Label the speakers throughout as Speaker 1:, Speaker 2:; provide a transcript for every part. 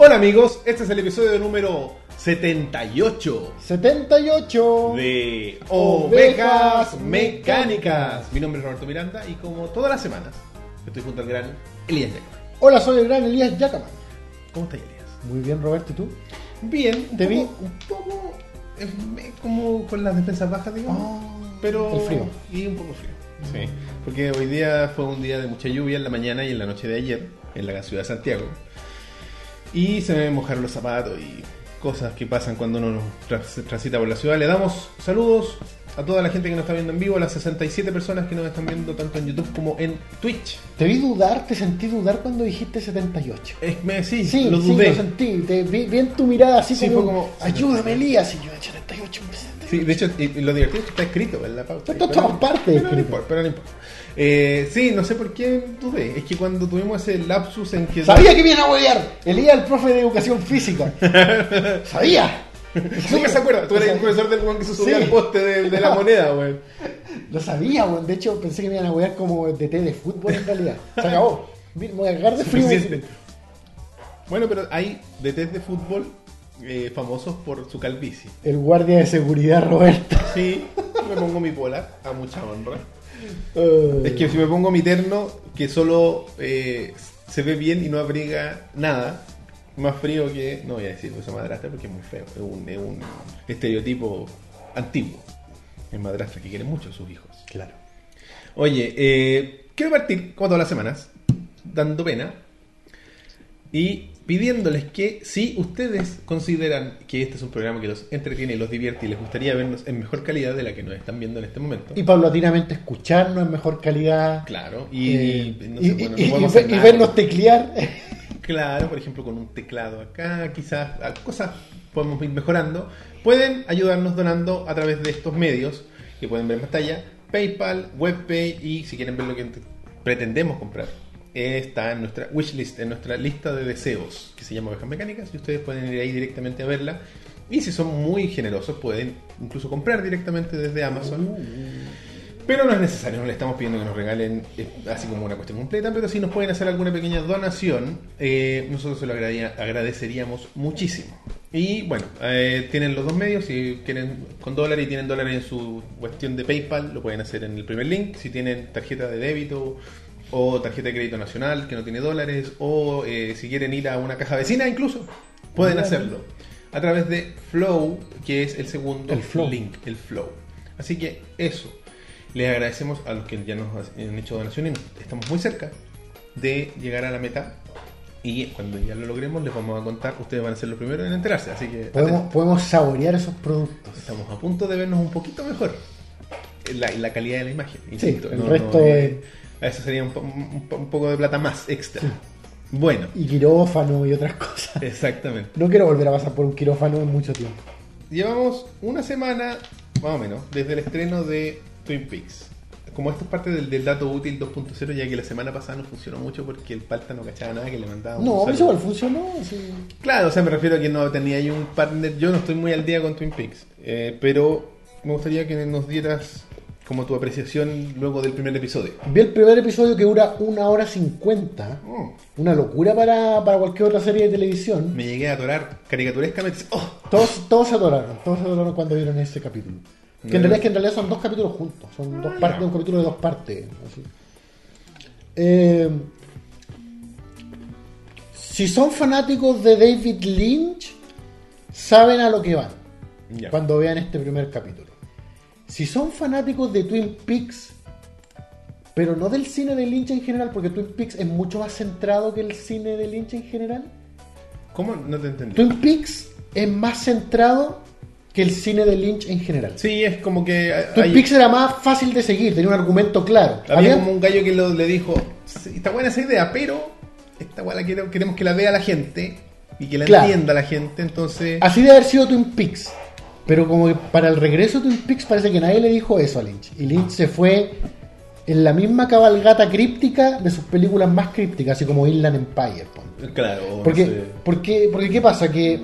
Speaker 1: Hola amigos, este es el episodio número 78
Speaker 2: 78.
Speaker 1: de
Speaker 2: Ovejas
Speaker 1: Ovejas Mecánicas. Mi nombre es Roberto Miranda y como todas las semanas estoy junto al gran Elías Jacob.
Speaker 2: Hola, soy el gran Elías Yacaman.
Speaker 1: ¿Cómo estás Elías?
Speaker 2: Muy bien, Roberto, ¿y tú?
Speaker 1: Bien,
Speaker 2: Te vi-
Speaker 1: un poco eh, me- como con las defensas bajas, digamos. pero
Speaker 2: el frío.
Speaker 1: Y un poco Ah, frío. Sí, porque hoy día fue un día de mucha lluvia en la mañana y en la noche de ayer en la ciudad de Santiago. Y se me mojaron los zapatos y cosas que pasan cuando uno tras- transita por la ciudad. Le damos saludos a toda la gente que nos está viendo en vivo, a las 67 personas que nos están viendo tanto en YouTube como en Twitch.
Speaker 2: Te vi dudar, te sentí dudar cuando dijiste 78.
Speaker 1: Es, me, sí,
Speaker 2: Sí,
Speaker 1: lo
Speaker 2: sí,
Speaker 1: dudé.
Speaker 2: lo sentí. Te vi, vi en tu mirada así
Speaker 1: Sí,
Speaker 2: como,
Speaker 1: fue como,
Speaker 2: ayúdame, Elías. Y yo, 78, hombre, 78.
Speaker 1: Sí, de hecho, y- y lo divertido es que está escrito en la pauta.
Speaker 2: Está en todas partes
Speaker 1: Pero no
Speaker 2: escrito.
Speaker 1: importa, pero no importa. Eh, sí, no sé por qué dudé. Es que cuando tuvimos ese lapsus en que.
Speaker 2: Sabía que viene a huevear. Elías, el profe de educación física. Sabía.
Speaker 1: Nunca se acuerda. Tú eres el profesor del weón que se subió
Speaker 2: Sí.
Speaker 1: al poste de, de la moneda, weón.
Speaker 2: Lo sabía, weón. De hecho, pensé que me iban a huear como de té de fútbol en realidad. Se acabó. Mira, Me voy a cagar de frío.
Speaker 1: Suficiente. Bueno, pero hay DTs de fútbol eh, famosos por su calvicie.
Speaker 2: El guardia de seguridad, Roberto.
Speaker 1: Sí, me pongo mi polar a mucha honra.
Speaker 2: Eh,
Speaker 1: Es que si me pongo mi terno, que solo eh, se ve bien y no abriga nada, más frío que. No voy a decir eso madrastra porque es muy feo. Es un, es un estereotipo antiguo. Es madrastra que quiere mucho a sus hijos.
Speaker 2: Claro.
Speaker 1: Oye, eh, quiero partir, como todas las semanas, dando pena y pidiéndoles que si ustedes consideran que este es un programa que los entretiene y los divierte y les gustaría vernos en mejor calidad de la que nos están viendo en este momento.
Speaker 2: Y paulatinamente escucharnos en mejor calidad.
Speaker 1: Claro, y,
Speaker 2: Eh,
Speaker 1: y- no
Speaker 2: y-
Speaker 1: sé, bueno, no
Speaker 2: y-
Speaker 1: podemos
Speaker 2: y-
Speaker 1: hacer
Speaker 2: y
Speaker 1: nada.
Speaker 2: vernos teclear.
Speaker 1: Claro, por ejemplo, con un teclado acá, quizás ah, cosas podemos ir mejorando. Pueden ayudarnos donando a través de estos medios que pueden ver en pantalla: PayPal, WebPay y si quieren ver lo que ent- pretendemos comprar. eh, Está en nuestra wishlist, en nuestra lista de deseos, que se llama Ovejas Mecánicas, y ustedes pueden ir ahí directamente a verla. Y si son muy generosos, pueden incluso comprar directamente desde Amazon. Pero no es necesario, no le estamos pidiendo que nos regalen eh, así como una cuestión completa, pero si nos pueden hacer alguna pequeña donación, eh, nosotros se lo agradaría- agradeceríamos muchísimo. Y bueno, eh, tienen los dos medios, si quieren con dólares y tienen dólares en su cuestión de PayPal, lo pueden hacer en el primer link, si tienen tarjeta de débito o tarjeta de crédito nacional que no tiene dólares, o eh, si quieren ir a una caja vecina incluso, pueden hacerlo a través de Flow, que es el segundo
Speaker 2: El Flow.
Speaker 1: link, el Flow. Así que eso. Les agradecemos a los que ya nos han hecho donaciones. Nos- Estamos muy cerca de llegar a la meta. Y cuando ya lo logremos, les vamos a contar. Ustedes van a ser los primeros en enterarse. Así que
Speaker 2: podemos,
Speaker 1: atentos.
Speaker 2: podemos saborear esos productos.
Speaker 1: estamos a punto de vernos un poquito mejor. La, la calidad de la imagen.
Speaker 2: el resto de-
Speaker 1: Eso sería un, po- un po- un poco de plata más extra. Bueno,
Speaker 2: Y quirófano y otras cosas.
Speaker 1: exactamente.
Speaker 2: No quiero volver a pasar por un quirófano en mucho tiempo.
Speaker 1: Llevamos una semana, más o menos, desde el estreno de Twin Peaks. Como esto es parte del, del dato útil 2.0, ya que la semana pasada no funcionó mucho porque el palta no cachaba nada que le mandaba un
Speaker 2: No,
Speaker 1: saludo.
Speaker 2: pero igual funcionó. sí.
Speaker 1: Claro, o sea, me refiero a que no tenía ahí un partner. Yo no estoy muy al día con Twin Peaks, eh, pero me gustaría que nos dieras como tu apreciación luego del primer episodio.
Speaker 2: Vi el primer episodio que dura una hora cincuenta.
Speaker 1: Mm.
Speaker 2: Una locura para, para cualquier otra serie de televisión.
Speaker 1: Me llegué a atorar caricaturescamente. ¡Oh!
Speaker 2: Todos, todos se atoraron. Todos se atoraron cuando vieron ese capítulo. Que en
Speaker 1: Ya.
Speaker 2: realidad, que en realidad son dos capítulos juntos. Son dos
Speaker 1: Ah,
Speaker 2: partes,
Speaker 1: ya.
Speaker 2: un capítulo de dos partes. así. Eh, si son fanáticos de David Lynch, saben a lo que van
Speaker 1: Ya.
Speaker 2: cuando vean este primer capítulo. Si son fanáticos de Twin Peaks, pero no del cine de Lynch en general, porque Twin Peaks es mucho más centrado que el cine de Lynch en general.
Speaker 1: ¿Cómo? No te entendí.
Speaker 2: Twin Peaks es más centrado que el cine de Lynch en general.
Speaker 1: Sí, es como que. eh,
Speaker 2: Twin
Speaker 1: hay-
Speaker 2: Peaks era más fácil de seguir, tenía un argumento claro.
Speaker 1: Había
Speaker 2: Había-
Speaker 1: como un gallo que lo- le dijo, "Sí, está buena esa idea, pero esta weá la quiero- queremos que la vea la gente y que la
Speaker 2: Claro. Ah,
Speaker 1: entienda la gente, entonces...
Speaker 2: Así de haber sido Twin Peaks. Pero como que para el regreso de Twin Peaks parece que nadie le dijo eso a Lynch. Y Lynch se fue en la misma cabalgata críptica de sus películas más crípticas, así como Inland Empire. ponte.
Speaker 1: Claro,
Speaker 2: Porque,
Speaker 1: no sé.
Speaker 2: porque, porque ¿qué pasa? Que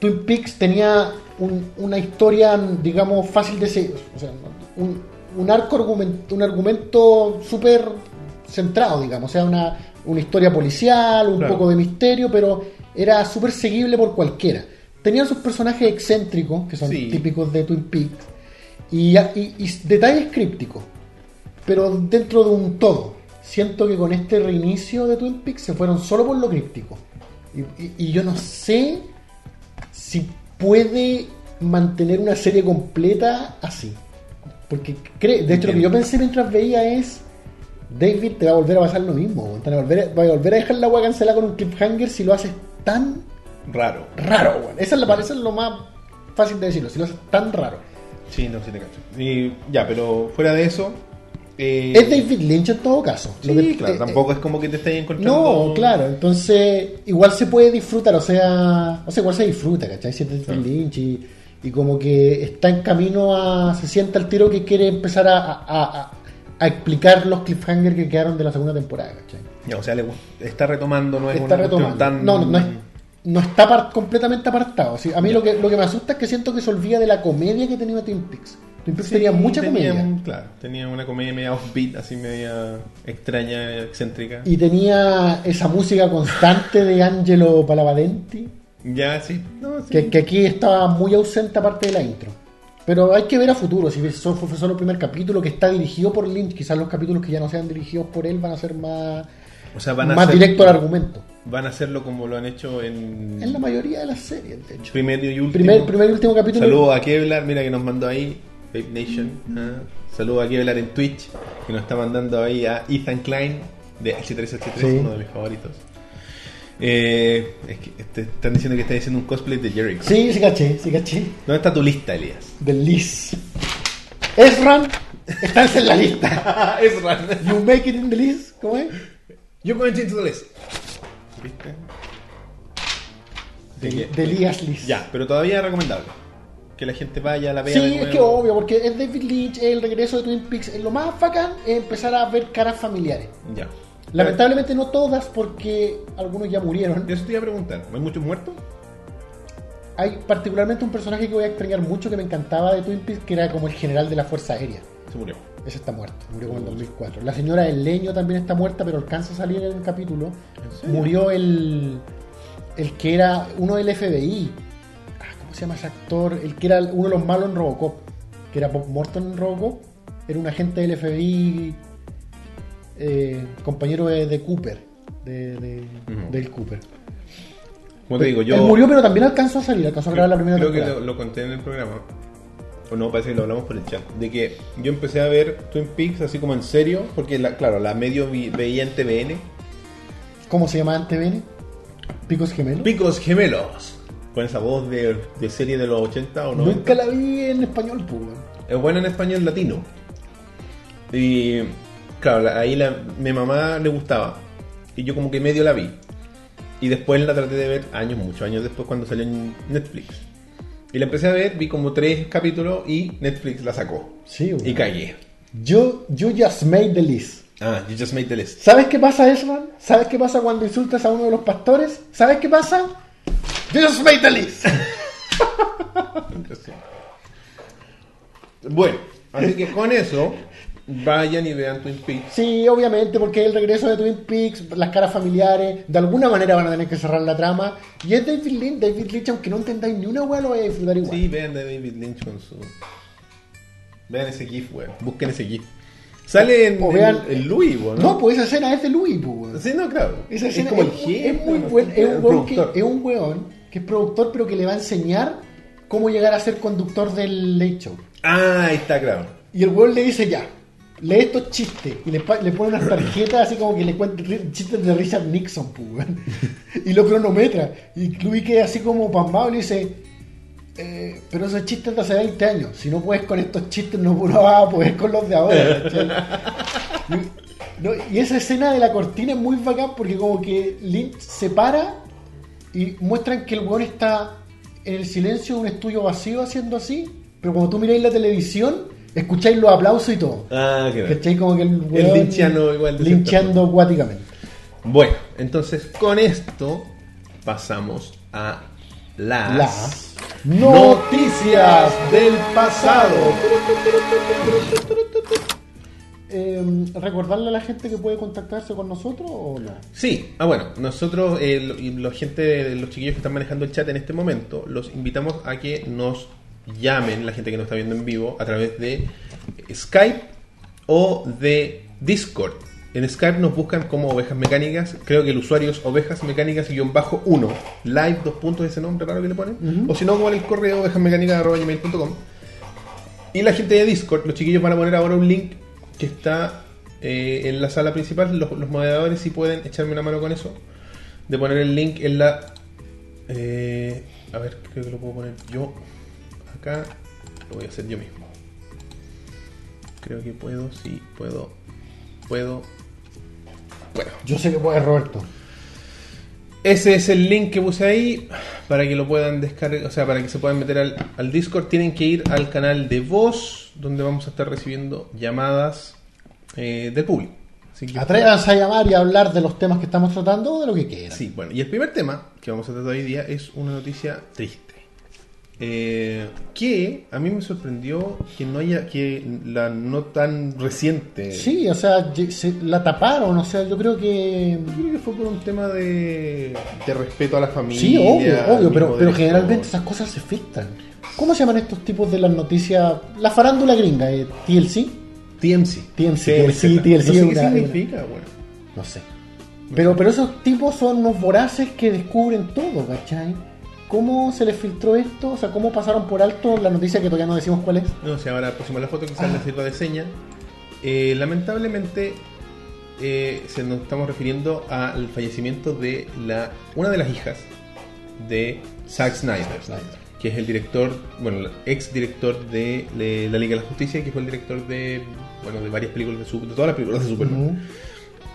Speaker 2: Twin Peaks tenía un- una historia, digamos, fácil de seguir. O sea, un, un arco argumento, un argumento súper centrado, digamos. O sea, una, una historia policial, un
Speaker 1: Claro.
Speaker 2: poco de misterio, pero era súper seguible por cualquiera. Tenían sus personajes excéntricos, que son
Speaker 1: Sí.
Speaker 2: típicos de Twin Peaks, y, y- y detalles crípticos, pero dentro de un todo. Siento que con este reinicio de Twin Peaks se fueron solo por lo críptico. Y, y- y yo no sé si puede mantener una serie completa así. Porque, cre- de hecho, lo que yo pensé mientras veía es... David te va a volver a pasar lo mismo. weón. Te va a volver, va a volver a dejar la agua cancelada con un cliffhanger si lo haces tan
Speaker 1: Raro.
Speaker 2: raro, weón. Esa es la parece lo más fácil de decirlo, si lo haces tan raro.
Speaker 1: Sí, no, sí te cacho. Y ya, pero fuera de eso. eh,
Speaker 2: Es David Lynch en todo caso.
Speaker 1: Sí,
Speaker 2: Lo que-
Speaker 1: claro,
Speaker 2: eh,
Speaker 1: tampoco es como que te estés
Speaker 2: eh,
Speaker 1: encontrando.
Speaker 2: No, claro, entonces igual se puede disfrutar, o sea, o sea, igual se disfruta, ¿cachai? Si es David
Speaker 1: Claro.
Speaker 2: Lynch y, y como que está en camino a. se sienta el tiro que quiere empezar a, a- a- a- a explicar los cliffhangers que quedaron de la segunda temporada, ¿cachai?
Speaker 1: Ya, o sea, le gust- está retomando, no es
Speaker 2: está
Speaker 1: una cuestión
Speaker 2: retomando.
Speaker 1: tan.
Speaker 2: No, no, no, es- no está apar- completamente apartado. sí. A mí lo que, lo que me asusta es que siento que se olvida de la comedia que tenía Twin Peaks. Twin Peaks tenía mucha
Speaker 1: tenía
Speaker 2: comedia.
Speaker 1: un- claro, tenía una comedia media offbeat, así media extraña, excéntrica.
Speaker 2: Y tenía esa música constante de Angelo Palavadenti,
Speaker 1: Ya, sí. No, sí.
Speaker 2: que, que aquí estaba muy ausente aparte de la intro. Pero hay que ver a futuro, si eso fue fue solo el primer capítulo que está dirigido por Lynch, quizás los capítulos que ya no sean dirigidos por él van a ser más,
Speaker 1: o sea, van a
Speaker 2: más
Speaker 1: hacer-
Speaker 2: directo al argumento.
Speaker 1: Van a hacerlo como lo han hecho en.
Speaker 2: En la mayoría de las series, de hecho.
Speaker 1: Primero y último.
Speaker 2: Primer, primer y último capítulo.
Speaker 1: Saludos a Kevlar, mira que nos mandó ahí, Babe Nation. ah. Saludos a Kevlar en Twitch, que nos está mandando ahí a Ethan Klein de H3H3,
Speaker 2: Sí.
Speaker 1: uno de mis favoritos. Eh, es que te están diciendo que estás haciendo un cosplay de Jericho.
Speaker 2: Sí, sí caché, sí caché.
Speaker 1: ¿Dónde está tu lista, Elías?
Speaker 2: del Liz. Ezran, estás en la lista.
Speaker 1: es raro.
Speaker 2: You make it in the list, ¿cómo es?
Speaker 1: Yo me into the list. ¿Viste? Así
Speaker 2: Del,
Speaker 1: que-
Speaker 2: del Elías Liz.
Speaker 1: ya, pero todavía es recomendable que la gente vaya a la vea. de
Speaker 2: Sí, es
Speaker 1: nuevo.
Speaker 2: que obvio, porque es David Lynch, es el regreso de Twin Peaks. Es Lo más bacán es empezar a ver caras familiares.
Speaker 1: Ya.
Speaker 2: Lamentablemente no todas, porque algunos ya murieron.
Speaker 1: Eso te iba a preguntar. ¿Hay muchos muertos?
Speaker 2: Hay particularmente un personaje que voy a extrañar mucho que me encantaba de Twin Peaks, que era como el general de la Fuerza Aérea.
Speaker 1: Se murió.
Speaker 2: Ese está muerto, murió como en 2004. La señora del leño también está muerta, pero alcanza a salir en el capítulo.
Speaker 1: ¿En serio?
Speaker 2: Murió el, el que era uno del FBI. Ah, ¿Cómo se llama ese actor? El que era uno de los malos en Robocop. Que era Bob Morton en Robocop. Era un agente del FBI, eh, compañero de, de Cooper. de- de-
Speaker 1: Ujú.
Speaker 2: Del Cooper.
Speaker 1: Como te digo, yo.
Speaker 2: Él murió, pero también alcanzó a salir, alcanzó a grabar la primera
Speaker 1: creo que
Speaker 2: temporada.
Speaker 1: lo, lo conté en el programa. O no, parece que lo hablamos por el chat. De que yo empecé a ver Twin Peaks así como en serio. Porque, la, claro, la medio vi- veía en TVN.
Speaker 2: ¿Cómo se llama antes, Bene? ¿Picos gemelos?
Speaker 1: Picos gemelos. Con esa voz de, de serie de los 80 o 90.
Speaker 2: Nunca la vi en español, pues. weón.
Speaker 1: Es buena en español latino. Y claro, la- ahí la, mi mamá le gustaba. Y yo como que medio la vi. Y después la traté de ver años, muchos años después cuando salió en Netflix. Y la empecé a ver, vi como tres capítulos y Netflix la sacó.
Speaker 2: Sí, weón.
Speaker 1: Y cagué.
Speaker 2: Yo, you just made the list.
Speaker 1: Ah, you just made the list.
Speaker 2: ¿Sabes qué pasa, Ezran? ¿Sabes qué pasa cuando insultas a uno de los pastores? ¿Sabes qué pasa? You just made the list.
Speaker 1: Bueno, así que con eso, vayan y vean Twin Peaks.
Speaker 2: Sí, obviamente, porque el regreso de Twin Peaks, las caras familiares, de alguna manera van a tener que cerrar la trama. Y es David Lynch, David Lynch, aunque no entendáis ni una hueá, lo vais a disfrutar igual.
Speaker 1: Sí, vean de David Lynch con su. Vean ese GIF, weón. Busquen ese GIF. Sale en,
Speaker 2: O vean-
Speaker 1: en- en Louis, weón.
Speaker 2: ¿no? pues esa escena es de Louis, pues. weón.
Speaker 1: Sí, no, claro.
Speaker 2: Esa
Speaker 1: es
Speaker 2: escena
Speaker 1: como el
Speaker 2: es,
Speaker 1: jefe,
Speaker 2: es muy
Speaker 1: ¿no?
Speaker 2: buen, es un
Speaker 1: El
Speaker 2: weón que,
Speaker 1: productor.
Speaker 2: es un weón que es productor, pero que le va a enseñar cómo llegar a ser conductor del late show.
Speaker 1: Ah, ahí está, claro.
Speaker 2: Y el weón le dice ya, lee estos chistes. Y le, pa- le pone unas tarjetas así como que le cuenta ri- chistes de Richard Nixon, pu, weón. Y lo cronometra. Y Louis queda así como pambado y le dice, "Eh, pero esos chistes de hace 20 años. Si no puedes con estos chistes, no pu- no vas a poder con los de ahora. ¿cachai? Y, no, y esa escena de la cortina es muy bacán porque como que Lynch se para y muestran que el weón está en el silencio de un estudio vacío haciendo así, pero cuando tú miráis la televisión, escucháis los aplausos y todo.
Speaker 1: Ah, qué bien.
Speaker 2: ¿Cachai? Como que el weón
Speaker 1: lincheano igual de
Speaker 2: Lincheando acuáticamente.
Speaker 1: Bueno, entonces con esto pasamos a las,
Speaker 2: Las
Speaker 1: noticias del pasado.
Speaker 2: eh, recordarle a la gente que puede contactarse con nosotros o no?
Speaker 1: Sí, ah bueno, nosotros, eh, lo- y los gente, los chiquillos que están manejando el chat en este momento, los invitamos a que nos llamen, la gente que nos está viendo en vivo, a través de Skype o de Discord. En Skype nos buscan como Ovejas Mecánicas, creo que el usuario es Ovejas Mecánicas-1, live, dos puntos, ese nombre raro que le ponen, o si no, como en el correo ovejasmecánicas.com. Y la gente de Discord, los chiquillos van a poner ahora un link que está eh, en la sala principal. Los, los moderadores, si pueden echarme una mano con eso, de poner el link en la. eh, a ver, creo que lo puedo poner yo acá. Lo voy a hacer yo mismo. Creo que puedo, sí, puedo. Puedo. Bueno,
Speaker 2: Yo sé que puede, Roberto.
Speaker 1: ese es el link que puse ahí para que lo puedan descargar, o sea, para que se puedan meter al, al Discord. Tienen que ir al canal de voz, donde vamos a estar recibiendo llamadas eh, del público. Así que-
Speaker 2: Atrévanse a llamar y a hablar de los temas que estamos tratando o de lo que quieran.
Speaker 1: Sí, bueno, y el primer tema que vamos a tratar hoy día es una noticia triste. Eh, que a mí me sorprendió que no haya, que la no tan reciente.
Speaker 2: Sí, o sea, ye- se- la taparon, o sea, yo creo que...
Speaker 1: Yo creo que fue por un tema de, de respeto a la familia.
Speaker 2: Sí, obvio, obvio,
Speaker 1: mismo
Speaker 2: pero, pero
Speaker 1: derecho.
Speaker 2: generalmente esas cosas se filtran. ¿Cómo se llaman estos tipos de las noticias? La farándula gringa, eh, TLC,
Speaker 1: TMC.
Speaker 2: TMC,
Speaker 1: TMZ.
Speaker 2: TLC,
Speaker 1: No sé qué
Speaker 2: una-
Speaker 1: significa, bueno.
Speaker 2: no sé. Pero, pero esos tipos son unos voraces que descubren todo, ¿cachai? ¿Cómo se les filtró esto? O sea, ¿cómo pasaron por alto la noticia que todavía no decimos cuál es?
Speaker 1: No sé, ahora pusimos la foto, quizás
Speaker 2: Ah.
Speaker 1: les sirva de seña. Eh, lamentablemente, eh, se nos estamos refiriendo al fallecimiento de la una de las hijas de Zack Snyder,
Speaker 2: Snyder.
Speaker 1: que es el director, bueno, el ex director de, le- la Liga de la Justicia, que fue el director de, bueno, de varias películas de, su- de todas las películas de Superman.
Speaker 2: Ujú.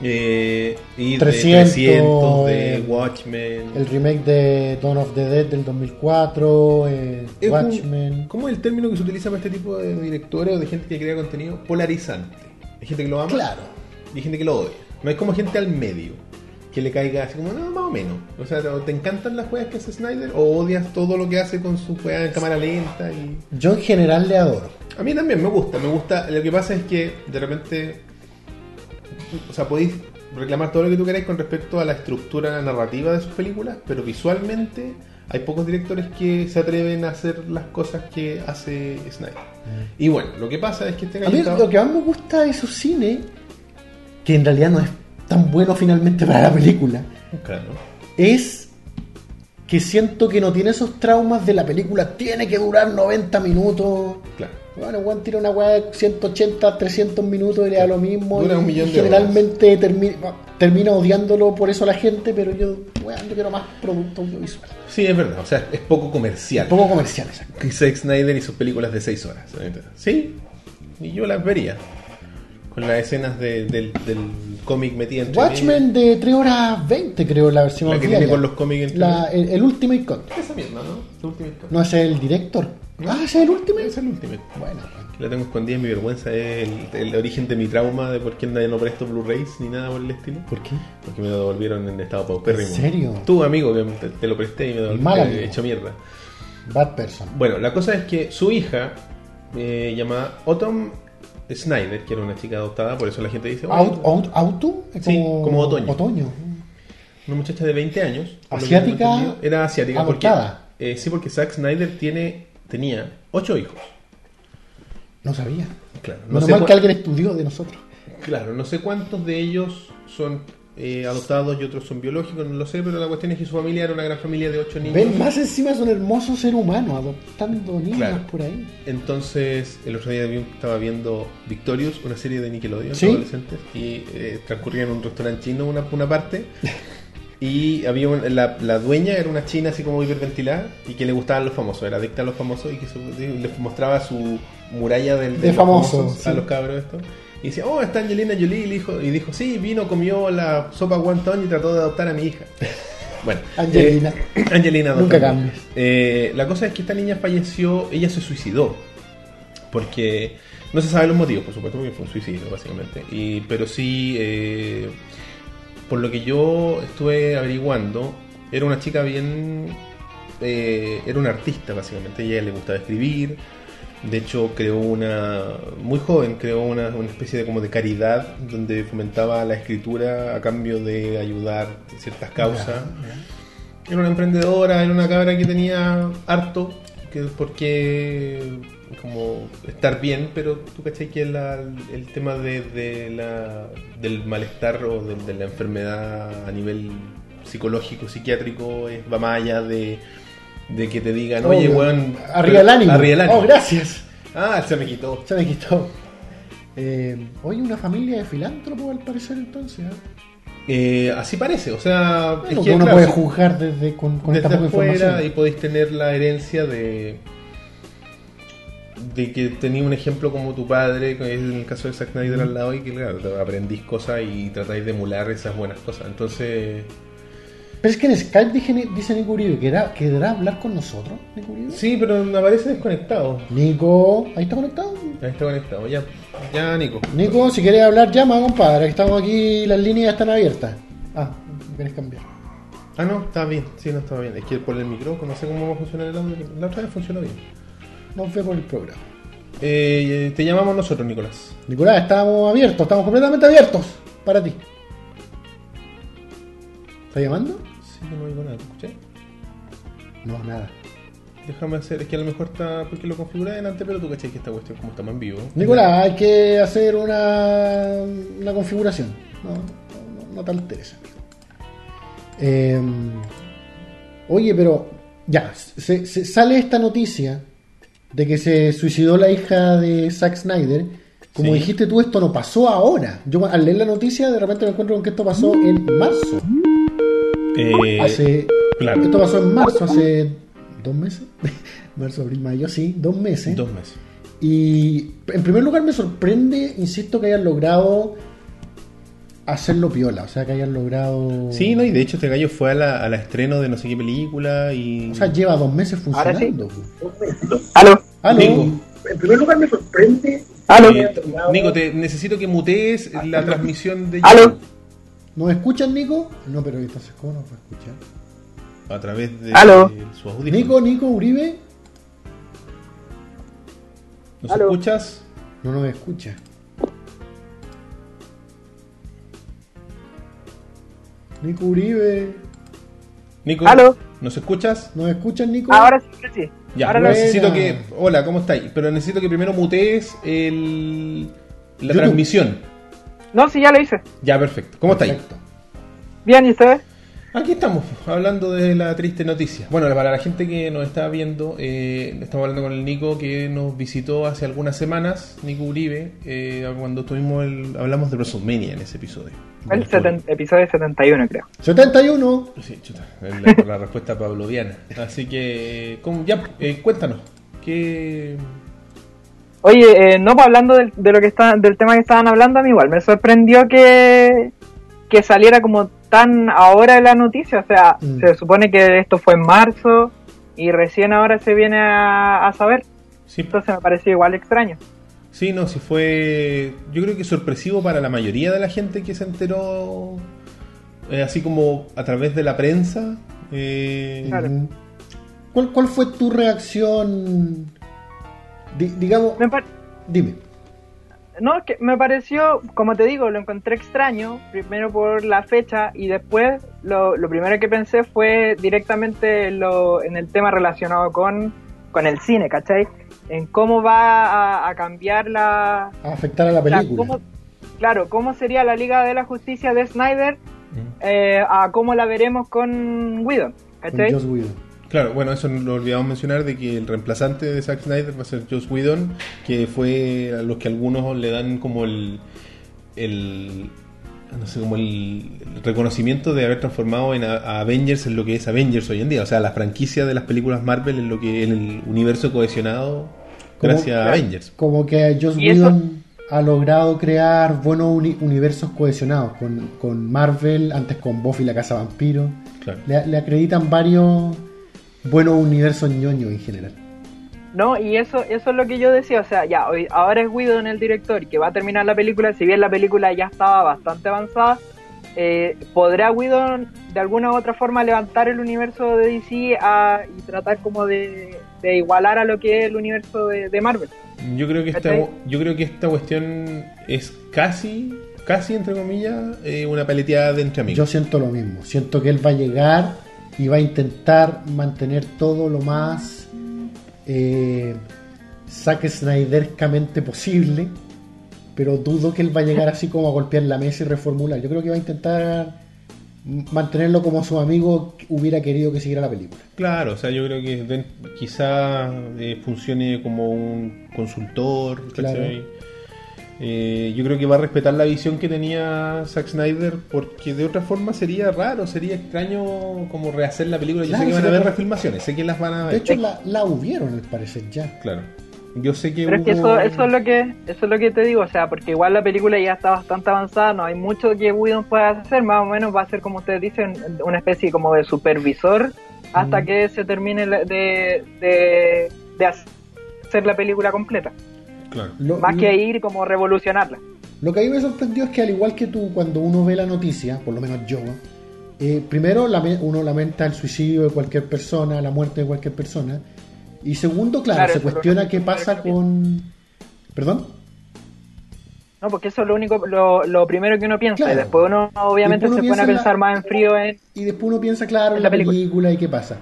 Speaker 1: Eh, y
Speaker 2: 300,
Speaker 1: de 300, de
Speaker 2: eh,
Speaker 1: Watchmen.
Speaker 2: El remake de Dawn of the Dead del 2004, eh,
Speaker 1: Es un-
Speaker 2: Watchmen.
Speaker 1: ¿Cómo es el término que se utiliza para este tipo de directores o de gente que crea contenido? Polarizante. Hay gente que lo ama
Speaker 2: Claro.
Speaker 1: y hay gente que lo odia. No es como gente al medio que le caiga así como, no, más o menos. O sea, o te encantan las juegas que hace Snyder o odias todo lo que hace con su juega en cámara lenta. Y...
Speaker 2: Yo en general le adoro.
Speaker 1: A mí también me gusta, me gusta. Lo que pasa es que de repente, o sea, podéis reclamar todo lo que tú queráis con respecto a la estructura narrativa de sus películas, pero visualmente hay pocos directores que se atreven a hacer las cosas que hace Snyder. Y bueno, lo que pasa es que este
Speaker 2: Mm. A mí
Speaker 1: gallo
Speaker 2: lo que más me gusta de su cine, que en realidad no es tan bueno finalmente para la película,
Speaker 1: Claro.
Speaker 2: es que siento que no tiene esos traumas de la película, tiene que durar 90 minutos.
Speaker 1: Claro.
Speaker 2: Bueno, Juan tira una weá de 180, 300 minutos y le da lo mismo.
Speaker 1: Dura
Speaker 2: y
Speaker 1: un millón de
Speaker 2: Generalmente termi- bueno, termina odiándolo por eso la gente, pero yo, weón, yo quiero más producto audiovisual.
Speaker 1: Sí, es verdad, o sea, es poco comercial.
Speaker 2: Poco comercial, exacto.
Speaker 1: Que Zack Snyder y sus películas de 6 horas. Sí, y yo las vería. Con las escenas de- del, del cómic metido entre
Speaker 2: Watchmen de 3 horas 20, creo, la versión
Speaker 1: La que
Speaker 2: original.
Speaker 1: tiene con los cómics entre
Speaker 2: La- el, el Ultimate Cut.
Speaker 1: Esa mierda, ¿no? El Ultimate Cut.
Speaker 2: No ese es el director.
Speaker 1: ¿Mm?
Speaker 2: Ah, ese es el Ultimate.
Speaker 1: Es el Ultimate.
Speaker 2: Bueno,
Speaker 1: La tengo escondida, mi vergüenza es el, el origen de mi trauma de por qué nadie no presto Blu-rays ni nada por el estilo.
Speaker 2: ¿por qué?
Speaker 1: Porque me lo devolvieron en estado paupérrimo.
Speaker 2: ¿En serio?
Speaker 1: Tú, amigo, que te, te lo presté y me devolviste
Speaker 2: Mal amigo.
Speaker 1: hecho mierda.
Speaker 2: Bad Person.
Speaker 1: Bueno, la cosa es que su hija, eh, llamada Autumn Snyder, que era una chica adoptada, por eso la gente dice, "Oye,
Speaker 2: Out, out, autumn es
Speaker 1: Sí, como otoño.
Speaker 2: Otoño.
Speaker 1: una muchacha de 20 años. por lo que
Speaker 2: ¿Asiática?
Speaker 1: tengo entendido. Era asiática.
Speaker 2: ¿Adoptada?
Speaker 1: Porque, eh, sí, porque Zack Snyder tiene, tenía 8 hijos.
Speaker 2: No sabía.
Speaker 1: Claro, no
Speaker 2: Menos
Speaker 1: sé
Speaker 2: mal
Speaker 1: cuál-
Speaker 2: que alguien estudió de nosotros.
Speaker 1: Claro, no sé cuántos de ellos son eh, adoptados y otros son biológicos, no lo sé, pero la cuestión es que su familia era una gran familia de ocho niños.
Speaker 2: Ven, más encima es un hermoso ser humano adoptando niños
Speaker 1: Claro.
Speaker 2: por ahí.
Speaker 1: Entonces, el otro día vi- estaba viendo Victorious, una serie de Nickelodeon,
Speaker 2: Sí.
Speaker 1: adolescentes, y eh, transcurría en un restaurante chino una, una parte. Y había un- la, la dueña era una china así como hiperventilada y que le gustaban los famosos, era adicta a los famosos y que su- les mostraba su muralla del,
Speaker 2: De
Speaker 1: los
Speaker 2: famosos,
Speaker 1: a
Speaker 2: sí.
Speaker 1: los cabros esto. Y decía, oh, está Angelina Jolie y, le dijo, y dijo, sí, vino, comió la sopa wonton y trató de adoptar a mi hija. Bueno,
Speaker 2: Angelina.
Speaker 1: eh, Angelina
Speaker 2: Nunca
Speaker 1: adoptando.
Speaker 2: cambies.
Speaker 1: Eh, la cosa es que esta niña falleció, ella se suicidó. Porque no se sabe los motivos, por supuesto, porque fue un suicidio, básicamente. Y, pero sí, eh, por lo que yo estuve averiguando, era una chica bien. eh, era una artista, básicamente. A ella le gustaba escribir, De hecho, creó una, muy joven, creó una, una especie de como de caridad donde fomentaba la escritura a cambio de ayudar ciertas causas. Era una emprendedora, era una cabra que tenía harto, que por qué como estar bien, pero tú cachai que la- el tema de, de la, del malestar o de, de la enfermedad a nivel psicológico, psiquiátrico, es, va más allá de, de que te digan, oye,
Speaker 2: Obvio.
Speaker 1: weón,
Speaker 2: Arriba el ánimo.
Speaker 1: arriba el ánimo".
Speaker 2: Oh, gracias.
Speaker 1: Ah, se me quitó.
Speaker 2: Se me quitó. Eh, oye, una familia de filántropos al parecer entonces. ¿eh?
Speaker 1: Eh, así parece, o sea,
Speaker 2: Bueno,
Speaker 1: es
Speaker 2: que
Speaker 1: que,
Speaker 2: uno
Speaker 1: claro,
Speaker 2: puede
Speaker 1: si-
Speaker 2: juzgar desde con, con esta
Speaker 1: desde
Speaker 2: poca
Speaker 1: afuera
Speaker 2: información.
Speaker 1: y podéis tener la herencia de de que tenía un ejemplo como tu padre, que es en el caso de Zack Snyder al lado, y que claro, te- aprendís cosas y tratáis de emular esas buenas cosas. Entonces,
Speaker 2: Pero es que en Skype dije, dice Nico Uribe que era, quedará hablar con nosotros, Nico Uribe.
Speaker 1: sí, pero me aparece desconectado.
Speaker 2: Nico, ¿ahí está conectado?
Speaker 1: Ahí está conectado, ya, ya Nico.
Speaker 2: Nico, si quieres hablar, llama, compadre. que Estamos aquí, las líneas están abiertas. Ah, querés cambiar.
Speaker 1: Ah, no, está bien, sí, no estaba bien. Es que por el micrófono, no sé cómo va a funcionar el audio. La otra vez funcionó bien.
Speaker 2: Nos vemos en el programa.
Speaker 1: Eh, te llamamos nosotros, Nicolás.
Speaker 2: Nicolás, estamos abiertos, estamos completamente abiertos para ti. ¿Está llamando?
Speaker 1: Sí, que no digo nada, ¿te escuché?
Speaker 2: No, nada.
Speaker 1: Déjame hacer, es que a lo mejor está porque lo configuré delante, pero tú cachai que esta cuestión como estamos en vivo.
Speaker 2: Nicolás, hay que hacer una, una configuración. No, no, no te alteres. amigo. Eh, oye, pero ya, se, se sale esta noticia de que se suicidó la hija de Zack Snyder. Como
Speaker 1: Sí.
Speaker 2: dijiste tú, esto no pasó ahora. Yo al leer la noticia, de repente me encuentro con que esto pasó en marzo.
Speaker 1: Eh,
Speaker 2: Hace
Speaker 1: claro.
Speaker 2: Esto pasó en marzo, hace dos meses. marzo, abril, mayo, sí, dos meses.
Speaker 1: Dos meses.
Speaker 2: Y en primer lugar me sorprende, insisto, que hayan logrado hacerlo piola, o sea, que hayan logrado...
Speaker 1: Sí, no, y de hecho este gallo fue a la, a la estreno de no sé qué película y...
Speaker 2: O sea, lleva dos meses
Speaker 3: Ahora sí.
Speaker 2: funcionando.
Speaker 3: Aló.
Speaker 2: Ah, no.
Speaker 1: Nico.
Speaker 2: En primer lugar me sorprende...
Speaker 3: Aló.
Speaker 1: Eh, Nico, te necesito que mutees la transmisión de
Speaker 3: Aló.
Speaker 2: ¿Nos escuchan, Nico? No, pero entonces, ¿cómo nos va a escuchar?
Speaker 1: a través de
Speaker 3: Aló.
Speaker 1: de su audífono.
Speaker 2: Nico, Nico, Uribe,
Speaker 1: ¿nos
Speaker 3: Aló.
Speaker 1: escuchas?
Speaker 2: no nos escucha. Nico Uribe,
Speaker 1: Nico,
Speaker 3: Aló.
Speaker 1: ¿nos escuchas?
Speaker 2: ¿nos escuchan, Nico?
Speaker 3: Ahora sí, ahora sí.
Speaker 1: Ya, pues.
Speaker 3: Ahora
Speaker 2: lo-
Speaker 1: necesito que...
Speaker 2: Buena.
Speaker 1: Hola, ¿cómo estáis? Pero necesito que primero mutees el... la
Speaker 2: YouTube.
Speaker 1: transmisión.
Speaker 3: No, sí, ya lo hice.
Speaker 1: Ya, perfecto. ¿Cómo estáis?
Speaker 2: Perfecto.
Speaker 3: Bien, ¿y ustedes?
Speaker 1: Aquí estamos, hablando de la triste noticia. Bueno, para la gente que nos está viendo, eh, estamos hablando con el Nico que nos visitó hace algunas semanas, Nico Uribe, eh, cuando tuvimos el, hablamos de WrestleMania en ese episodio.
Speaker 3: El seten- episodio 71, creo.
Speaker 2: 71.
Speaker 1: Sí, chuta, es la, la respuesta pavloviana. Así que, ¿cómo? ya, eh, cuéntanos, ¿qué...
Speaker 3: Oye, eh, no, pues hablando del, de lo que está, del tema que estaban hablando, a mí igual me sorprendió que, que saliera como tan ahora la noticia. O sea,
Speaker 2: Mm.
Speaker 3: se supone que esto fue en marzo y recién ahora se viene a, a saber.
Speaker 1: Sí,
Speaker 3: Entonces me pareció igual extraño.
Speaker 1: sí, no, sí fue, yo creo que sorpresivo para la mayoría de la gente que se enteró, eh, así como a través de la prensa. eh,
Speaker 3: Claro.
Speaker 2: Mm. ¿Cuál, ¿Cuál fue tu reacción? Di- digamos,
Speaker 3: Me par-
Speaker 2: dime.
Speaker 3: No, es que me pareció, como te digo, lo encontré extraño, primero por la fecha y después lo, lo primero que pensé fue directamente lo, en el tema relacionado con, con el cine, ¿cachai? En cómo va a, a cambiar la...
Speaker 2: A afectar a la
Speaker 3: la-
Speaker 2: película.
Speaker 3: cómo- claro, cómo sería la Liga de la Justicia de Snyder
Speaker 1: Mm.
Speaker 3: eh, a cómo la veremos con Whedon,
Speaker 2: con
Speaker 3: ¿cachai?
Speaker 2: Joss Whedon.
Speaker 1: Claro, bueno, eso lo olvidamos mencionar de que el reemplazante de Zack Snyder va a ser Joss Whedon, que fue a los que algunos le dan como el, el no sé, como el, el reconocimiento de haber transformado en a- a Avengers en lo que es Avengers hoy en día, o sea, la franquicia de las películas Marvel en lo que en el universo cohesionado
Speaker 2: Como-
Speaker 1: gracias a Avengers.
Speaker 2: Como que Joss
Speaker 3: Y eso-
Speaker 2: Whedon ha logrado crear buenos uni- universos cohesionados con, con Marvel, antes con Buffy la Casa Vampiro.
Speaker 1: Claro.
Speaker 2: Le, le acreditan varios buenos universos ñoños en general.
Speaker 3: No, y eso, eso es lo que yo decía, o sea, ya, hoy, ahora es Whedon el director que va a terminar la película, si bien la película ya estaba bastante avanzada, eh, ¿podrá Whedon de alguna u otra forma levantar el universo de DC a- y tratar ah, como de, de igualar a lo que es el universo de, de Marvel.
Speaker 1: Yo creo que esta,
Speaker 3: ¿Cachai?
Speaker 1: yo creo que esta cuestión es casi, casi entre comillas, eh, una paleteada de entre
Speaker 2: Yo
Speaker 1: amigos.
Speaker 2: siento lo mismo. Siento que él va a llegar y va a intentar mantener todo lo más eh, Zack Snydercamente posible. Pero dudo que él va a llegar así como a golpear la mesa y reformular. Yo creo que va a intentar m- mantenerlo como su amigo hubiera querido que siguiera la película.
Speaker 1: Claro, o sea, yo creo que den- quizá eh, funcione como un consultor.
Speaker 2: Claro.
Speaker 1: ¿cachai? Eh, yo creo que va a respetar la visión que tenía Zack Snyder, porque de otra forma sería raro, sería extraño como rehacer la película. Yo
Speaker 2: Claro,
Speaker 1: sé que van a
Speaker 2: sería
Speaker 1: haber
Speaker 2: como-
Speaker 1: refilmaciones, sé que las van a
Speaker 2: De
Speaker 1: ver.
Speaker 2: hecho, la, la hubieron, al parecer, ya.
Speaker 1: Claro. Yo sé que
Speaker 3: Pero es que
Speaker 1: hubo-
Speaker 3: eso, eso es lo que eso es lo que te digo, o sea, porque igual la película ya está bastante avanzada, no hay mucho que Whedon pueda hacer, más o menos va a ser como ustedes dicen, una especie como de supervisor hasta
Speaker 2: Mm.
Speaker 3: que se termine la- de, de, de hacer la película completa,
Speaker 1: Claro.
Speaker 2: Lo-
Speaker 3: más que ir como revolucionarla.
Speaker 2: Lo que a mí me sorprendió es que al igual que tú, cuando uno ve la noticia, por lo menos yo, eh, primero lame- uno lamenta el suicidio de cualquier persona, la muerte de cualquier persona, y segundo, claro,
Speaker 3: Claro,
Speaker 2: se
Speaker 3: eso es lo
Speaker 2: cuestiona
Speaker 3: que-
Speaker 2: qué pasa con... ¿Perdón?
Speaker 3: No, porque eso es lo único, lo, lo primero que uno piensa,
Speaker 2: Claro.
Speaker 3: y después uno obviamente
Speaker 2: uno
Speaker 3: se pone
Speaker 2: piensa
Speaker 3: a
Speaker 2: en la-
Speaker 3: pensar más en frío en
Speaker 2: Y después uno piensa, claro, en la,
Speaker 3: La
Speaker 2: película.
Speaker 3: película.
Speaker 2: y qué pasa.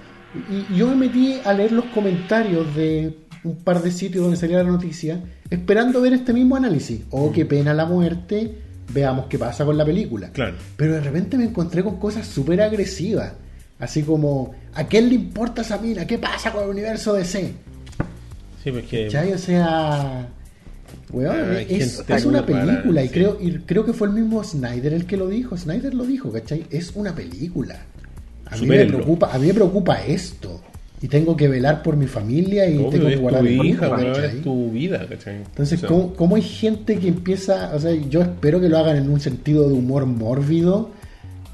Speaker 2: Y, y yo me metí a leer los comentarios de un par de sitios donde salía la noticia, esperando ver este mismo análisis. Oh, qué pena la muerte, veamos qué pasa con la película.
Speaker 1: Claro.
Speaker 2: Pero de repente me encontré con cosas súper agresivas. Así como, ¿a quién le importa esa mina? ¿Qué pasa con el universo DC?
Speaker 1: Sí, pues porque
Speaker 2: ¿Cachai? O sea. weón,
Speaker 1: Ah, hay
Speaker 2: es,
Speaker 1: gente
Speaker 2: es una
Speaker 1: muy rara,
Speaker 2: película y,
Speaker 1: sí.
Speaker 2: creo, y creo que fue el mismo Snyder el que lo dijo. Snyder lo dijo, ¿cachai? Es una película. A mí, me
Speaker 1: Supérenlo.
Speaker 2: preocupa, a mí me preocupa esto. Y tengo que velar por mi familia y
Speaker 1: obvio,
Speaker 2: tengo que
Speaker 1: es
Speaker 2: guardar
Speaker 1: tu
Speaker 2: mi
Speaker 1: hija,
Speaker 2: hijo,
Speaker 1: weón,
Speaker 2: ¿cachai?
Speaker 1: es tu vida, ¿cachai?
Speaker 2: Entonces,
Speaker 1: O sea,
Speaker 2: ¿cómo, cómo hay gente que empieza, o sea, yo espero que lo hagan en un sentido de humor mórbido,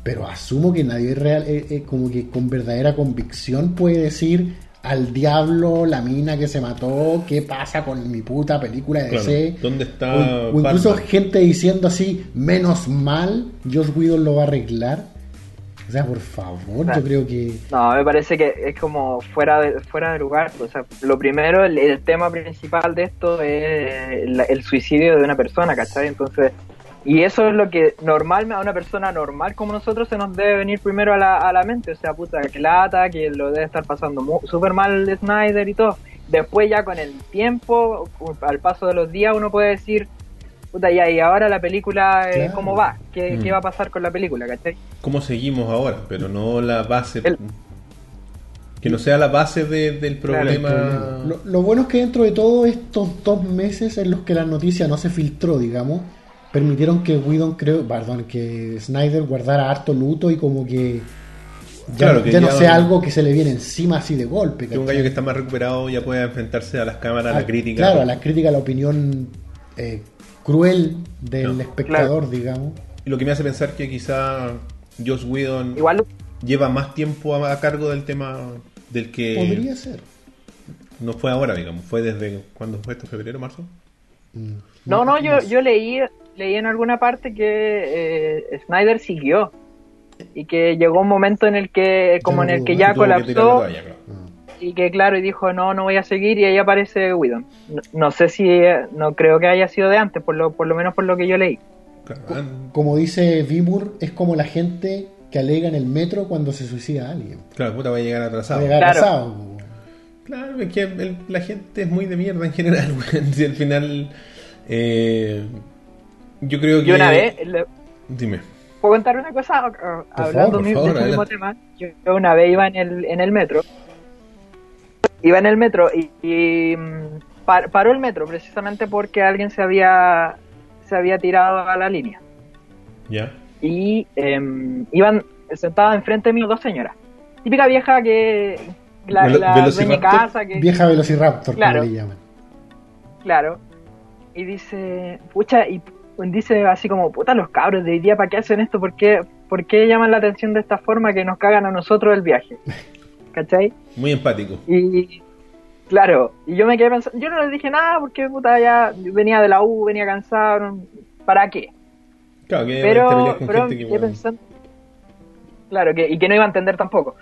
Speaker 2: pero asumo que nadie es real, eh, eh, como que con verdadera convicción puede decir al diablo la mina que se mató, qué pasa con mi puta película de
Speaker 1: claro,
Speaker 2: DC.
Speaker 1: ¿Dónde
Speaker 2: O,
Speaker 1: está
Speaker 2: o incluso
Speaker 1: Batman?
Speaker 2: gente diciendo así, menos mal, Josh Whedon lo va a arreglar. O sea, por favor,
Speaker 3: Claro.
Speaker 2: yo creo que...
Speaker 3: No, me parece que es como fuera de, fuera de lugar. O sea, lo primero, el, el tema principal de esto es el, el suicidio de una persona, ¿cachai? Entonces, y eso es lo que normal a una persona normal como nosotros se nos debe venir primero a la, a la mente. O sea, puta, que lata, que lo debe estar pasando mu- súper mal de Snyder y todo. Después ya con el tiempo, al paso de los días, uno puede decir, puta, ya, y ahora la película, eh,
Speaker 2: Claro.
Speaker 3: ¿cómo va? ¿Qué,
Speaker 1: Mm.
Speaker 3: ¿Qué va a pasar con la película, cachai?
Speaker 1: cómo seguimos ahora, pero no la base.
Speaker 3: El-
Speaker 1: Que no sea la base de- del
Speaker 3: Claro, el
Speaker 1: problema.
Speaker 2: Lo, lo bueno es que dentro de todo estos dos meses en los que la noticia no se filtró, digamos, permitieron que Whedon creo, perdón, que Snyder guardara harto luto y como que ya,
Speaker 1: Claro, que
Speaker 2: ya no
Speaker 1: ya-
Speaker 2: sea algo que se le viene encima así de golpe.
Speaker 1: que un
Speaker 2: ¿cachai?
Speaker 1: gallo que está más recuperado ya pueda enfrentarse a las cámaras, a
Speaker 2: Ah,
Speaker 1: la crítica.
Speaker 2: Claro, a la crítica, a la opinión eh, cruel del
Speaker 1: No.
Speaker 2: espectador, digamos.
Speaker 1: Y lo que me hace pensar que quizá Joss Whedon
Speaker 3: Igual
Speaker 1: lleva más tiempo a, a cargo del tema del que
Speaker 2: Podría ser.
Speaker 1: no fue ahora, digamos. Fue desde. ¿Cuándo fue esto? ¿Febrero? ¿Marzo?
Speaker 2: Mm.
Speaker 3: No, no, yo,
Speaker 2: sé.
Speaker 3: yo leí, leí en alguna parte que eh, Snyder siguió y que llegó un momento en el que, como
Speaker 2: Ya
Speaker 3: en el
Speaker 2: no
Speaker 3: que
Speaker 1: Y
Speaker 2: pudo más,
Speaker 3: ya
Speaker 1: tuvo que tirar la
Speaker 3: colapsó
Speaker 1: toalla, claro.
Speaker 2: Ah.
Speaker 3: y que claro, y dijo, no, no voy a seguir y ahí aparece Whedon. No, no sé si, eh, no creo que haya sido de antes, por lo, por lo menos por lo que yo leí.
Speaker 1: Claro, ah,
Speaker 2: Como dice Vimur, es como la gente que alega en el metro cuando se suicida alguien.
Speaker 1: claro, puta, va a llegar atrasado.
Speaker 2: Va a llegar
Speaker 3: Claro.
Speaker 2: pasado.
Speaker 1: Claro, es que el- la gente es muy de mierda en general, weón. Si al final. eh, yo creo que.
Speaker 3: Yo una vez, le-
Speaker 1: Dime.
Speaker 3: ¿Puedo contar una cosa? O- o-
Speaker 2: favor,
Speaker 1: por
Speaker 3: Hablando mi-
Speaker 1: favor,
Speaker 3: de ese mismo
Speaker 1: adelante.
Speaker 3: tema, yo yo una vez iba en el, en el metro, iba en el metro y, y, mm, par- paró el metro precisamente porque alguien se había, se había tirado a la línea.
Speaker 1: Ya.
Speaker 3: Y em, iban sentadas enfrente mío dos señoras. Típica vieja que... La,
Speaker 1: Velo-
Speaker 3: la dueña de
Speaker 1: velociraptor,
Speaker 3: casa que...
Speaker 2: Vieja Velociraptor,
Speaker 3: Eh, Claro.
Speaker 2: como le llaman.
Speaker 3: Claro. Y dice, pucha, y dice así como, puta, los cabros de hoy día, ¿para qué hacen esto? ¿Por qué, ¿Por qué llaman la atención de esta forma que nos cagan a nosotros el viaje? ¿Cachai?
Speaker 1: Muy empático.
Speaker 3: Y claro, y yo me quedé pensando, yo no les dije nada porque, puta, ya venía de la U, venía cansado, no- ¿para qué?
Speaker 1: Claro, que de repente
Speaker 3: pero,
Speaker 1: peleas con
Speaker 3: pero
Speaker 1: gente que,
Speaker 3: quedé
Speaker 1: weón,
Speaker 3: pensando- claro que y que no iba a entender tampoco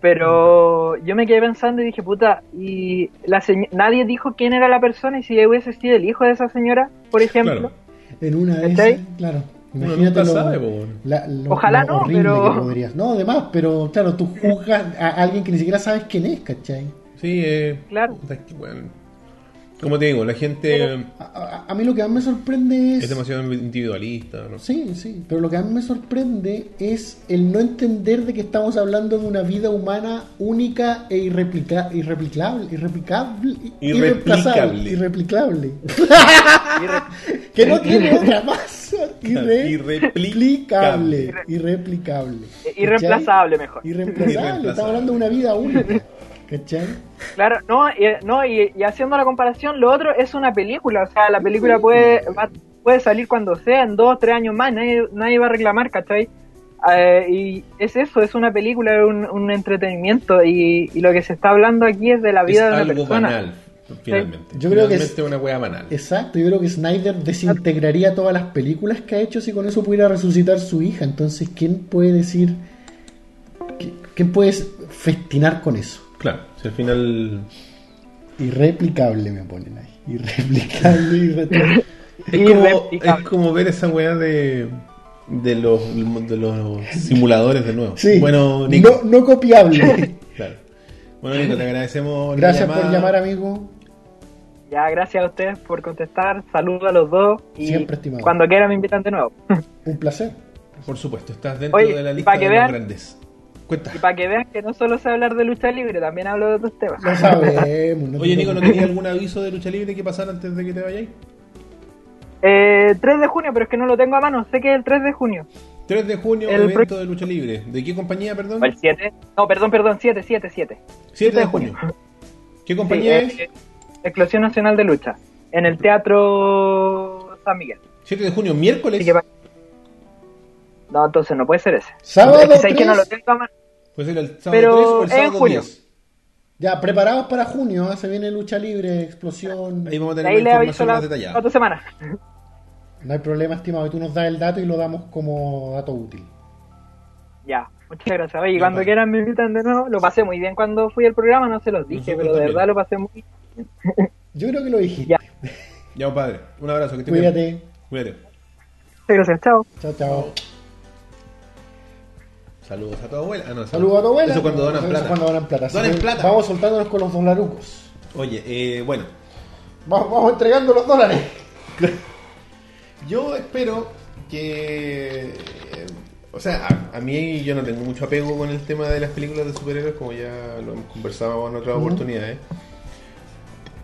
Speaker 3: Pero
Speaker 1: Mm.
Speaker 3: yo me quedé pensando y dije, puta, y la se- nadie dijo quién era la persona y si hubiese sido el hijo de esa señora, por ejemplo.
Speaker 1: Claro.
Speaker 2: En una de
Speaker 3: ¿Cachai?
Speaker 2: esas, claro.
Speaker 1: Uno
Speaker 2: Imagínate
Speaker 1: nunca
Speaker 2: lo-
Speaker 1: sabe, po, weón.
Speaker 2: la- lo-
Speaker 3: Ojalá
Speaker 2: lo
Speaker 3: no,
Speaker 2: horrible
Speaker 3: pero-
Speaker 2: que podrías. No, además, pero claro, tú juzgas a alguien que ni siquiera sabes quién es, ¿cachai?
Speaker 1: Sí, eh,
Speaker 3: Claro.
Speaker 1: puta, es que, weón. Como te digo, la gente eh,
Speaker 2: A, a- a mí lo que más me sorprende es.
Speaker 1: es demasiado individualista. ¿no?
Speaker 2: Sí, sí, pero lo que a mí me sorprende es el no entender de que estamos hablando de una vida humana única e irreplica, irreplicable, irreplicable, irreemplazable, irreplicable, que no tiene otra más, irreplicable,
Speaker 1: Irreplicable.
Speaker 2: irreplicable,
Speaker 3: E- Irreemplazable, mejor.
Speaker 2: ¿Cachai? irreemplazable, estamos hablando de una vida única, ¿cachai?
Speaker 3: Claro, no, y, no y, y haciendo la comparación, lo otro es una película, o sea, la película puede va- puede salir cuando sea, en dos, tres años más, nadie, nadie va a reclamar, ¿cachai? Eh, y es eso, es una película, es un, un entretenimiento, y, y lo que se está hablando aquí es de la
Speaker 1: Es
Speaker 3: vida de una
Speaker 1: algo
Speaker 3: persona.
Speaker 1: banal, finalmente.
Speaker 2: Yo creo que
Speaker 1: Finalmente
Speaker 2: es-
Speaker 1: una wea banal.
Speaker 2: Exacto, yo creo que Snyder desintegraría todas las películas que ha hecho si con eso pudiera resucitar su hija. Entonces, ¿quién puede decir? qui- ¿Quién puede festinar con eso?
Speaker 1: Claro, si al final.
Speaker 2: Irreplicable me ponen ahí. Irreplicable, irreplicable.
Speaker 1: Es como,
Speaker 3: Irreplicable.
Speaker 1: es como ver esa weá de, de, los, de los simuladores de nuevo.
Speaker 2: Sí,
Speaker 1: Bueno, Nico.
Speaker 2: no, no copiable.
Speaker 1: Claro. Bueno, Nico, te agradecemos. la
Speaker 2: Gracias por
Speaker 1: llamada.
Speaker 2: llamar, amigo.
Speaker 3: Ya, gracias a ustedes por contestar. Saludos a los dos. Y
Speaker 2: Siempre, estimado.
Speaker 3: Cuando quieran me invitan de nuevo.
Speaker 2: Un placer.
Speaker 1: Por supuesto, estás dentro
Speaker 3: Oye,
Speaker 1: de la
Speaker 3: y
Speaker 1: lista
Speaker 3: para
Speaker 1: de
Speaker 3: que
Speaker 1: los
Speaker 3: vean-
Speaker 1: grandes. Cuenta.
Speaker 3: Y para que vean que no solo sé hablar de lucha libre, también hablo de otros temas.
Speaker 2: Lo sabemos. no te
Speaker 1: Oye, Nico, ¿no
Speaker 2: preocupes.
Speaker 1: tenías algún aviso de lucha libre que pasara antes de que te vayáis?
Speaker 3: Eh, 3 de junio, pero es que no lo tengo a mano. Sé que es el 3 de junio.
Speaker 1: 3 de junio,
Speaker 3: El
Speaker 1: evento
Speaker 3: pro-
Speaker 1: de lucha libre. ¿De qué compañía, perdón?
Speaker 3: ¿O el 7? No, perdón, perdón, 7, 7, 7.
Speaker 1: 7 de junio. ¿Qué
Speaker 3: Sí,
Speaker 1: compañía es?
Speaker 3: eh, Explosión Nacional de Lucha. En el Teatro San Miguel.
Speaker 1: 7 de junio, miércoles.
Speaker 3: Así que pa- No, entonces no puede ser ese.
Speaker 2: Sábado
Speaker 3: Es que sé que
Speaker 2: 3.
Speaker 3: no lo tengo a mano.
Speaker 1: Puede ser el sábado
Speaker 3: Pero
Speaker 1: 3 o el
Speaker 3: en
Speaker 1: sábado
Speaker 3: junio.
Speaker 1: 10.
Speaker 2: Ya, preparados para junio. ¿ah? Se viene lucha libre, explosión.
Speaker 1: Ahí vamos a tener
Speaker 3: Ahí
Speaker 1: una
Speaker 3: le aviso
Speaker 1: información
Speaker 3: la
Speaker 1: más detallada.
Speaker 3: otra semana.
Speaker 2: No hay problema, estimado. Tú nos das el dato y lo damos como dato útil.
Speaker 3: Ya, muchas gracias. Oye,
Speaker 1: Ya,
Speaker 3: cuando
Speaker 1: vale.
Speaker 3: quieran me invitan de nuevo, lo pasé muy bien cuando fui al programa, no se los dije,
Speaker 1: Nosotros
Speaker 3: pero de
Speaker 1: también.
Speaker 3: verdad lo pasé muy bien.
Speaker 2: Yo creo que lo dijiste.
Speaker 3: Ya.
Speaker 1: Ya, compadre. Un abrazo, que te cuides.
Speaker 2: Cuídate.
Speaker 1: Cuídate.
Speaker 3: Muchas gracias, chao.
Speaker 2: Chao, chao.
Speaker 1: Saludos a tu abuela. Ah, no,
Speaker 2: Saludos a tu abuela.
Speaker 1: Eso cuando donan
Speaker 2: Eso
Speaker 1: plata.
Speaker 2: cuando donan plata. Así
Speaker 1: Donen
Speaker 2: que
Speaker 1: plata.
Speaker 2: Vamos soltándonos con los dolarucos.
Speaker 1: Oye, eh, bueno.
Speaker 2: Vamos, vamos entregando los dólares.
Speaker 1: Yo espero que. eh, O sea, a, a mí yo no tengo mucho apego con el tema de las películas de superhéroes, como ya lo hemos conversado en otras
Speaker 2: Ujú.
Speaker 1: oportunidades.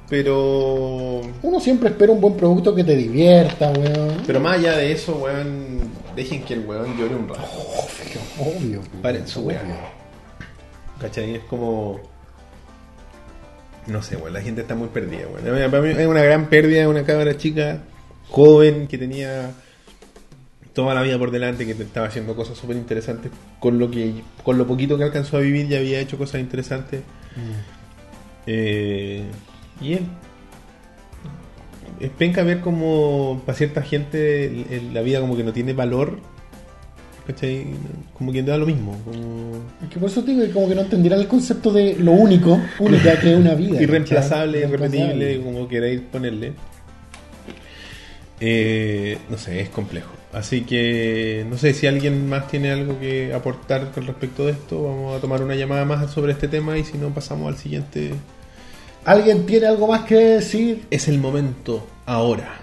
Speaker 1: Pero.
Speaker 2: Uno siempre espera un buen producto que te divierta, weón.
Speaker 1: Pero más allá de eso, weón, dejen que el weón llore un rato.
Speaker 2: Obvio. weón.
Speaker 1: Paren su
Speaker 2: Obvio.
Speaker 1: weón. ¿Cachai? Es como. No sé, weón, la gente está muy perdida, weón. Para mí es una gran pérdida de una cámara chica, joven, que tenía toda la vida por delante, que estaba haciendo cosas súper interesantes con lo que con lo poquito que alcanzó a vivir ya había hecho cosas interesantes. Eh, y él. Es penca ver como para cierta gente el- el- la vida como que no tiene valor. ¿Cachai? Como que da lo mismo. Como...
Speaker 2: Es que por eso te digo que como que no entenderán el concepto de lo único, única que es una vida.
Speaker 1: irreemplazable,
Speaker 2: ¿cachai?
Speaker 1: irrepetible, como queráis ponerle. Eh, no sé, es complejo. Así que no sé si alguien más tiene algo que aportar con respecto de esto. Vamos a tomar una llamada más sobre este tema y si no pasamos al siguiente.
Speaker 2: ¿Alguien tiene algo más que decir?
Speaker 1: Es el momento ahora.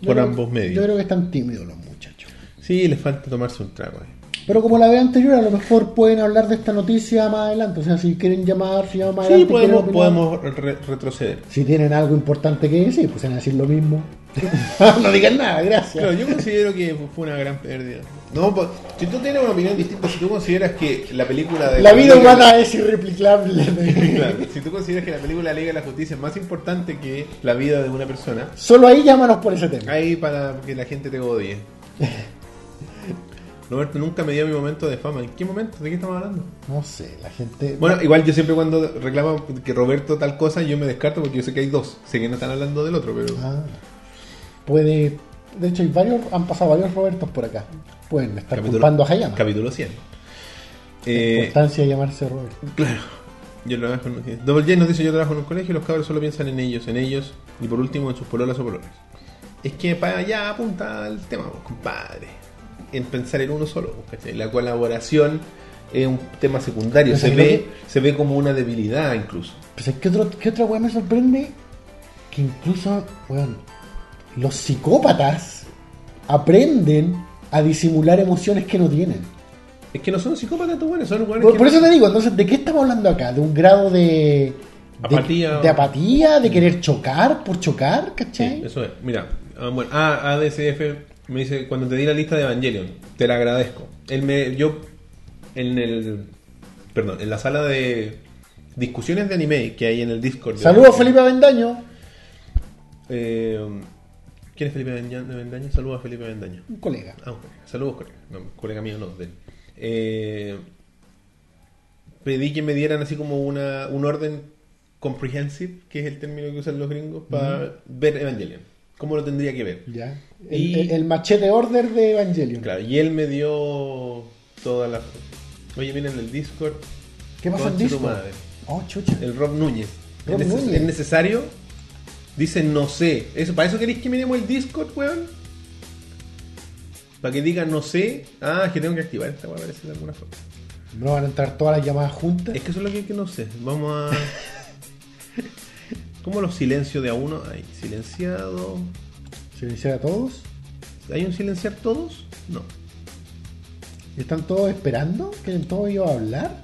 Speaker 2: Yo
Speaker 1: Por
Speaker 2: creo-
Speaker 1: ambos
Speaker 2: Yo
Speaker 1: medios.
Speaker 2: creo que están tímidos los muchachos.
Speaker 1: Sí, les falta tomarse un trago. eh.
Speaker 2: Pero como la vez anterior, a lo mejor pueden hablar de esta noticia más adelante. O sea, si quieren llamar, si llaman más
Speaker 1: Sí,
Speaker 2: adelante.
Speaker 1: podemos,
Speaker 2: quieren opinar.
Speaker 1: podemos re- retroceder.
Speaker 2: Si tienen algo importante que decir, pues van a decir lo mismo. no digan nada, gracias.
Speaker 1: Claro, yo considero que fue una gran pérdida. No, po- si tú tienes una opinión distinta, si tú consideras que la película de
Speaker 2: la vida
Speaker 1: Liga-
Speaker 2: humana es irreplicable.
Speaker 1: Claro, si tú consideras que la película Liga de la Justicia es más importante que la vida de una persona,
Speaker 2: Solo ahí llámanos por ese tema.
Speaker 1: ahí para que la gente te odie. Roberto nunca me dio mi momento de fama. ¿En qué momento? ¿De qué estamos hablando?
Speaker 2: No sé, la gente.
Speaker 1: Bueno, igual yo siempre cuando reclamo que Roberto tal cosa, yo me descarto porque yo sé que hay dos. Sé que no están hablando del otro, pero...
Speaker 2: Ah, puede. De hecho, hay varios, han pasado varios Robertos por acá. Pueden estar culpando a Hayama.
Speaker 1: capítulo 100.
Speaker 2: La
Speaker 1: Eh,
Speaker 2: importancia de llamarse Robert.
Speaker 1: Claro. Yo trabajo en un- Double J nos dice yo trabajo en un colegio y los cabros solo piensan en ellos, en ellos y por último en sus pololas o pololas. Es que para allá apunta el tema, pues, compadre. En pensar en uno solo, pues, ¿cachai? La colaboración es un tema secundario,
Speaker 2: Pero
Speaker 1: se
Speaker 2: si
Speaker 1: ve, se ve como una debilidad incluso.
Speaker 2: Pues, ¿qué, otro, ¿Qué otra weá me sorprende? Que incluso, weón, los psicópatas aprenden a disimular emociones que no tienen.
Speaker 1: Es que no son psicópatas, tú, bueno, son hueones
Speaker 2: Por,
Speaker 1: que-
Speaker 2: por eso te digo, entonces, ¿de qué estamos hablando acá? ¿De un grado de. de-
Speaker 1: Apatía. Mm.
Speaker 2: De apatía, de querer chocar por chocar, ¿cachai?
Speaker 1: Sí, eso es. Mira, ah, bueno, ah, ADCF me dice, cuando te di la lista de Evangelion, te la agradezco. Él me, yo, en el, perdón, en la sala de discusiones de anime que hay en el Discord. de-
Speaker 2: Saludos, Felipe Avendaño.
Speaker 1: Eh, ¿Quién es Felipe Vendaña- Vendaño? Saludos a Felipe Vendaño.
Speaker 2: Un colega.
Speaker 1: Ah, un colega. Saludos, colega. No, colega mío, no, de él. Eh, pedí que me dieran así como una, un orden comprehensive, que es el término que usan los gringos, para ver Evangelion. ¿Cómo lo tendría que ver?
Speaker 2: Ya. El,
Speaker 1: Y-
Speaker 2: el- el machete order de Evangelion.
Speaker 1: Claro, y él me dio toda la... Oye, miren el Discord.
Speaker 2: ¿Qué pasa en
Speaker 1: Concha tu
Speaker 2: disco?
Speaker 1: madre.
Speaker 2: Oh, chucha.
Speaker 1: El Rob Núñez.
Speaker 2: Rob
Speaker 1: ¿Es, neces-
Speaker 2: Núñez.
Speaker 1: es necesario? Dice, no sé. ¿Eso, ¿Para eso queréis que miremos el Discord, weón? Para que diga no sé. Ah, es que tengo que activar esta weón, parece de alguna forma.
Speaker 2: No van a entrar todas las llamadas juntas.
Speaker 1: Es que eso es lo que, que no sé. Vamos a. ¿Cómo los silencio de a uno? Ahí, silenciado.
Speaker 2: Silenciar a todos.
Speaker 1: ¿Hay un silenciar todos? No.
Speaker 2: ¿Y ¿Están todos esperando que todos iba a hablar?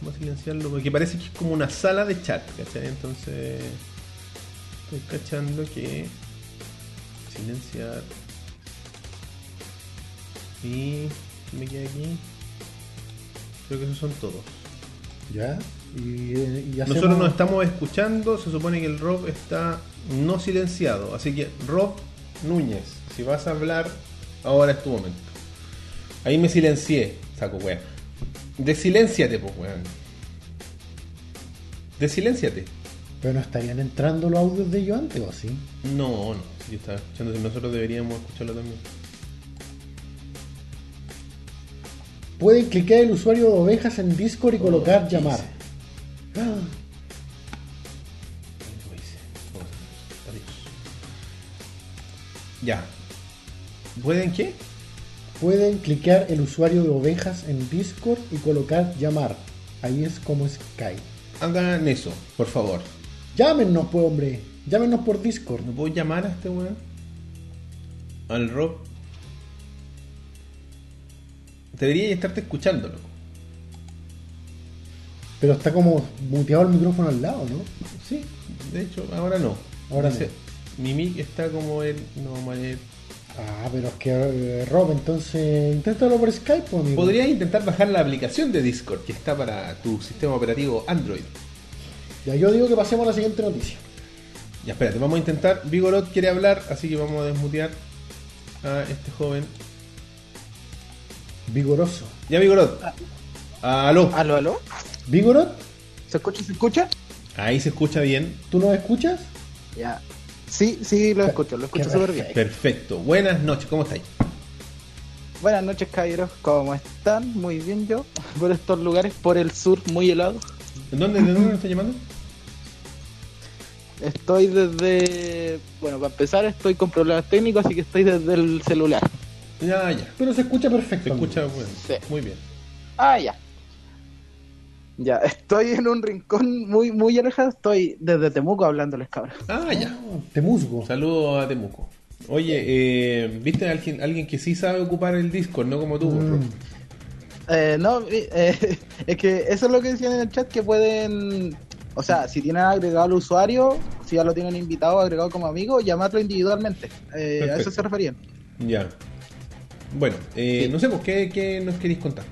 Speaker 1: Vamos a silenciarlo porque parece que es como una sala de chat, ¿cachai? Entonces. Estoy cachando que. Silenciar. Y. ¿Qué me queda aquí? Creo que esos son todos.
Speaker 2: Ya. Y, eh, y hacemos-
Speaker 1: Nosotros nos estamos escuchando, se supone que el Rob está no silenciado. Así que, Rob Núñez, si vas a hablar, ahora es tu momento. Ahí me silencié, saco weón. Desilénciate, pues weón. Desilénciate.
Speaker 2: Pero no estarían entrando los audios de yo antes o así.
Speaker 1: No, no, si yo estaba escuchando, si nosotros deberíamos escucharlo también.
Speaker 2: Pueden cliquear el usuario de ovejas en Discord y colocar
Speaker 1: Oh,
Speaker 2: llamar.
Speaker 1: dice.
Speaker 2: Ah,
Speaker 1: Lo hice. Vamos a ver. Adiós. Ya. ¿Pueden qué?
Speaker 2: Pueden cliquear el usuario de ovejas en Discord y colocar llamar. Ahí es como Skype.
Speaker 1: Hagan eso, por favor.
Speaker 2: Llámenos, pues, hombre. Llámenos por Discord.
Speaker 1: ¿No puedo llamar a este weón? Al Rob. Debería estarte escuchando, loco.
Speaker 2: Pero está como muteado el micrófono al lado, ¿no?
Speaker 1: Sí, de hecho, ahora no.
Speaker 2: Ahora
Speaker 1: Mi mic está como el. No, mal.
Speaker 2: Ah, pero es que eh, Rob, entonces inténtalo por Skype, pues, amigo.
Speaker 1: Podrías intentar bajar la aplicación de Discord que está para tu sistema operativo Android.
Speaker 2: Ya yo digo que pasemos a la siguiente noticia.
Speaker 1: Ya, espérate, vamos a intentar. Vigorot quiere hablar, así que vamos a desmutear a este joven.
Speaker 2: Vigoroso.
Speaker 1: Ya, Vigorot. Aló.
Speaker 4: ¿Aló, aló?
Speaker 2: Vigorot,
Speaker 4: ¿Se escucha, se escucha?
Speaker 1: Ahí se escucha bien.
Speaker 2: ¿tú nos escuchas?
Speaker 4: Ya. Sí, sí, lo escucho, lo escucho
Speaker 2: Qué
Speaker 4: súper bien.
Speaker 1: Perfecto. Buenas noches, ¿cómo estáis?
Speaker 4: Buenas noches, caballeros. ¿Cómo están? Muy bien yo. Por estos lugares, por el sur, muy helado.
Speaker 1: ¿En dónde, ¿De dónde nos está llamando?
Speaker 4: Estoy desde... Bueno, para empezar, estoy con problemas técnicos, así que estoy desde el celular.
Speaker 1: Ya, ya.
Speaker 2: Pero se escucha perfecto.
Speaker 1: Se
Speaker 2: amigo.
Speaker 1: escucha bueno,
Speaker 4: Sí.
Speaker 1: muy bien.
Speaker 4: Ah, ya. Ya, estoy en un rincón muy, muy alejado. Estoy desde Temuco hablándoles, cabrón.
Speaker 1: Ah, ya.
Speaker 2: Ah, Te musgo.
Speaker 1: Saludos a Temuco. Oye, eh, ¿viste a alguien, alguien que sí sabe ocupar el Discord, no como tú? Rob?
Speaker 2: Mm.
Speaker 4: Eh, no, eh, es que eso es lo que decían en el chat, que pueden, o sea, si tienen agregado al usuario, si ya lo tienen invitado, agregado como amigo, llamarlo individualmente. Eh, a
Speaker 1: Perfecto.
Speaker 4: eso se referían.
Speaker 1: Ya. Bueno, eh,
Speaker 4: Sí.
Speaker 1: no sé, pues, ¿qué, qué nos queréis contar?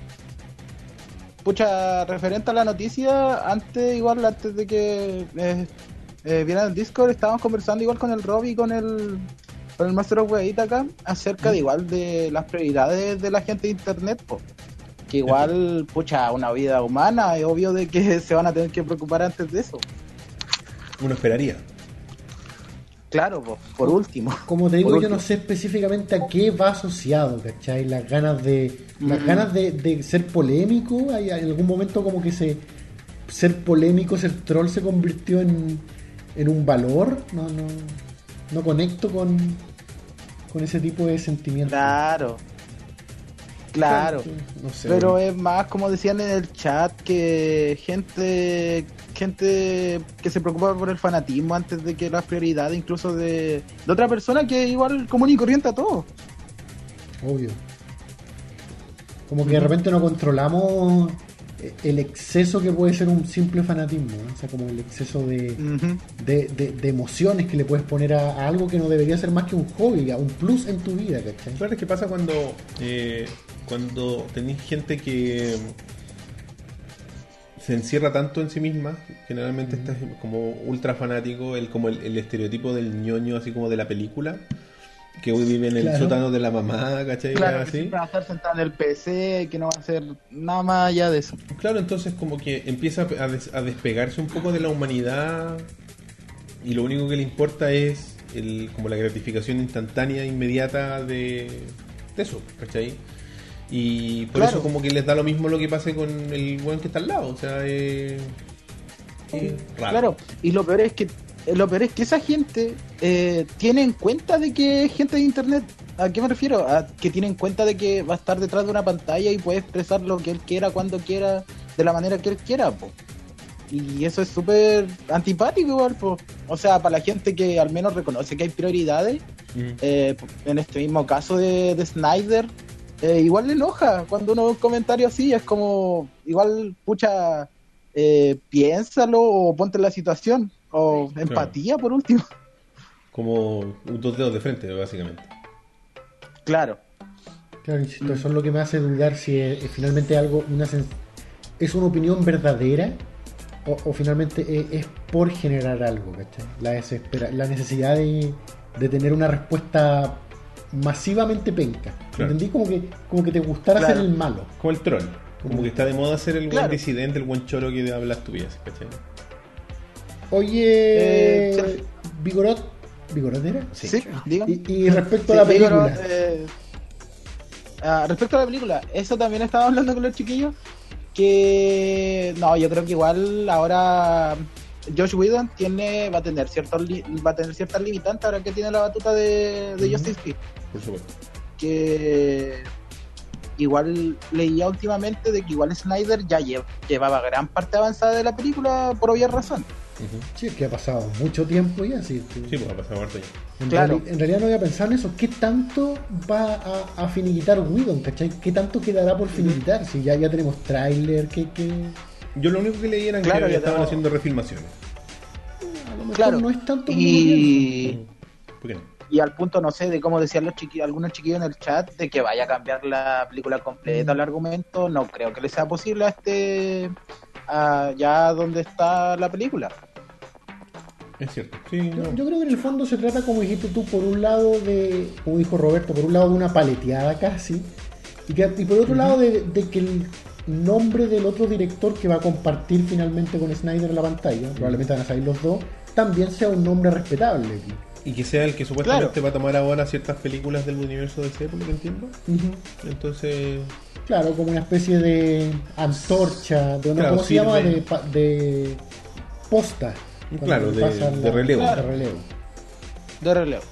Speaker 4: Pucha, referente a la noticia, antes igual, antes de que eh, eh, viera el Discord, estábamos conversando igual con el Robbie, con el, con el Master of Weita acá, acerca de igual de las prioridades de la gente de Internet, po. que igual, pucha, una vida humana, es obvio de que se van a tener que preocupar antes de eso.
Speaker 1: Uno esperaría.
Speaker 4: Claro, po, por último.
Speaker 2: Como te digo,
Speaker 4: Por
Speaker 2: yo no
Speaker 4: último.
Speaker 2: sé específicamente a qué va asociado, ¿cachai? Las ganas de. Las
Speaker 4: Mm.
Speaker 2: ganas de, de ser polémico. Hay hay algún momento como que se. Ser polémico, ser troll se convirtió en. en un valor. No, no. No conecto con. con ese tipo de sentimientos.
Speaker 4: Claro. Claro.
Speaker 2: No sé.
Speaker 4: Pero es más, como decían en el chat, que gente gente que se preocupa por el fanatismo antes de que las prioridades incluso de, de otra persona que igual común y corriente a todos.
Speaker 2: Obvio. Como que de repente no controlamos el exceso que puede ser un simple fanatismo, ¿no? o sea, como el exceso de,
Speaker 4: Ujú.
Speaker 2: de, de- de emociones que le puedes poner a, a algo que no debería ser más que un hobby, a un plus en tu vida, ¿cachai?
Speaker 1: Claro, es que pasa cuando eh, cuando tenéis gente que se encierra tanto en sí misma, generalmente estás como ultra fanático, el como el, el estereotipo del ñoño así como de la película, que hoy vive en el
Speaker 2: Claro.
Speaker 1: sótano de la mamá, ¿cachai?
Speaker 4: Claro, que
Speaker 1: así.
Speaker 4: siempre va a estar sentado en el PC, que no va a hacer nada más allá de eso.
Speaker 1: Claro, entonces como que empieza a, des- a despegarse un poco de la humanidad y lo único que le importa es el, como la gratificación instantánea, inmediata de, de eso, ¿cachai? Y por
Speaker 4: Claro.
Speaker 1: eso como que les da lo mismo lo que pase con el weón que está al lado, o sea, eh, eh, raro.
Speaker 4: Claro, y lo peor es que eh, lo peor es que esa gente eh, tiene en cuenta de que es gente de internet. ¿A qué me refiero? A que tiene en cuenta de que va a estar detrás de una pantalla y puede expresar lo que él quiera, cuando quiera, de la manera que él quiera, po. Y eso es súper antipático igual, po. O sea, para la gente que al menos reconoce que hay prioridades,
Speaker 1: Mm.
Speaker 4: eh, en este mismo caso de, de Snyder, eh, igual le enoja cuando uno ve un comentario así, es como, igual, pucha, eh, piénsalo o ponte en la situación, o empatía por último.
Speaker 1: Como dos dedos de frente, básicamente.
Speaker 4: Claro,
Speaker 2: Claro, insisto, eso es lo que me hace dudar si es, es finalmente algo, una sen- es una opinión verdadera o, o finalmente e- es, por generar algo, ¿cachai? La, desespera, la necesidad de, de tener una respuesta masivamente penca.
Speaker 1: Claro.
Speaker 2: ¿Entendí? Como que, como que te gustara
Speaker 4: Claro.
Speaker 2: ser el malo.
Speaker 1: Como el troll, como que está de moda ser el buen
Speaker 4: Claro.
Speaker 1: disidente, el buen choro que habla estupideces, ¿cachai?
Speaker 2: Oye,
Speaker 4: Eh,
Speaker 2: Vigorot, ¿Vigorot era?
Speaker 4: sí, diga.
Speaker 2: Y, y respecto a la
Speaker 4: Sí, digo,
Speaker 2: película,
Speaker 4: eh, ah, respecto a la película, eso también estaba hablando con los chiquillos. Que no, yo creo que igual ahora Josh Whedon tiene, va a tener ciertos li- va a tener ciertas limitantes ahora que tiene la batuta de, de
Speaker 2: Ujú.
Speaker 4: Justice League.
Speaker 1: Por supuesto.
Speaker 4: Que igual leía últimamente de que igual Snyder ya lle- llevaba gran parte avanzada de la película por obvias razones.
Speaker 1: Ujú.
Speaker 2: sí, es que ha pasado mucho tiempo ya, sí. sí.
Speaker 1: Sí, pues ha pasado harto ya.
Speaker 2: En,
Speaker 4: Claro.
Speaker 2: reali- en realidad no había pensado en eso. ¿Qué tanto va a, a finiquitar Whedon? ¿Cachai? ¿Qué tanto quedará por finiquitar? Si ya, ya tenemos tráiler, que, que
Speaker 1: Yo lo único que leí era
Speaker 4: Claro,
Speaker 1: que
Speaker 4: ya
Speaker 1: estaban
Speaker 4: tengo-
Speaker 1: haciendo refilmaciones.
Speaker 2: a lo mejor
Speaker 4: Claro.
Speaker 2: no es tanto como
Speaker 4: Y.
Speaker 1: ¿Por qué no?
Speaker 4: y al punto, no sé, de cómo decían los chiqui- algunos chiquillos en el chat, de que vaya a cambiar la película completa, el argumento, no creo que le sea posible a este, a ya donde está la película.
Speaker 1: Es cierto. Sí,
Speaker 2: Yo,
Speaker 1: no.
Speaker 2: yo creo que en el fondo se trata, como dijiste tú, por un lado de, como dijo Roberto, por un lado de una paleteada casi, y, que, y por otro lado de, de que el nombre del otro director que va a compartir finalmente con Snyder la pantalla, probablemente van a salir los dos, también sea un nombre respetable.
Speaker 1: Y que sea el que supuestamente va a tomar ahora ciertas películas del universo DC, por lo que entiendo. Entonces,
Speaker 2: Claro, como una especie de antorcha, de, no,
Speaker 1: Claro,
Speaker 2: ¿cómo se
Speaker 1: sirve.
Speaker 2: llama? De, pa- de posta. Cuando
Speaker 1: Claro, de-
Speaker 2: pasa
Speaker 1: de relevo.
Speaker 2: de relevo.
Speaker 4: De relevo.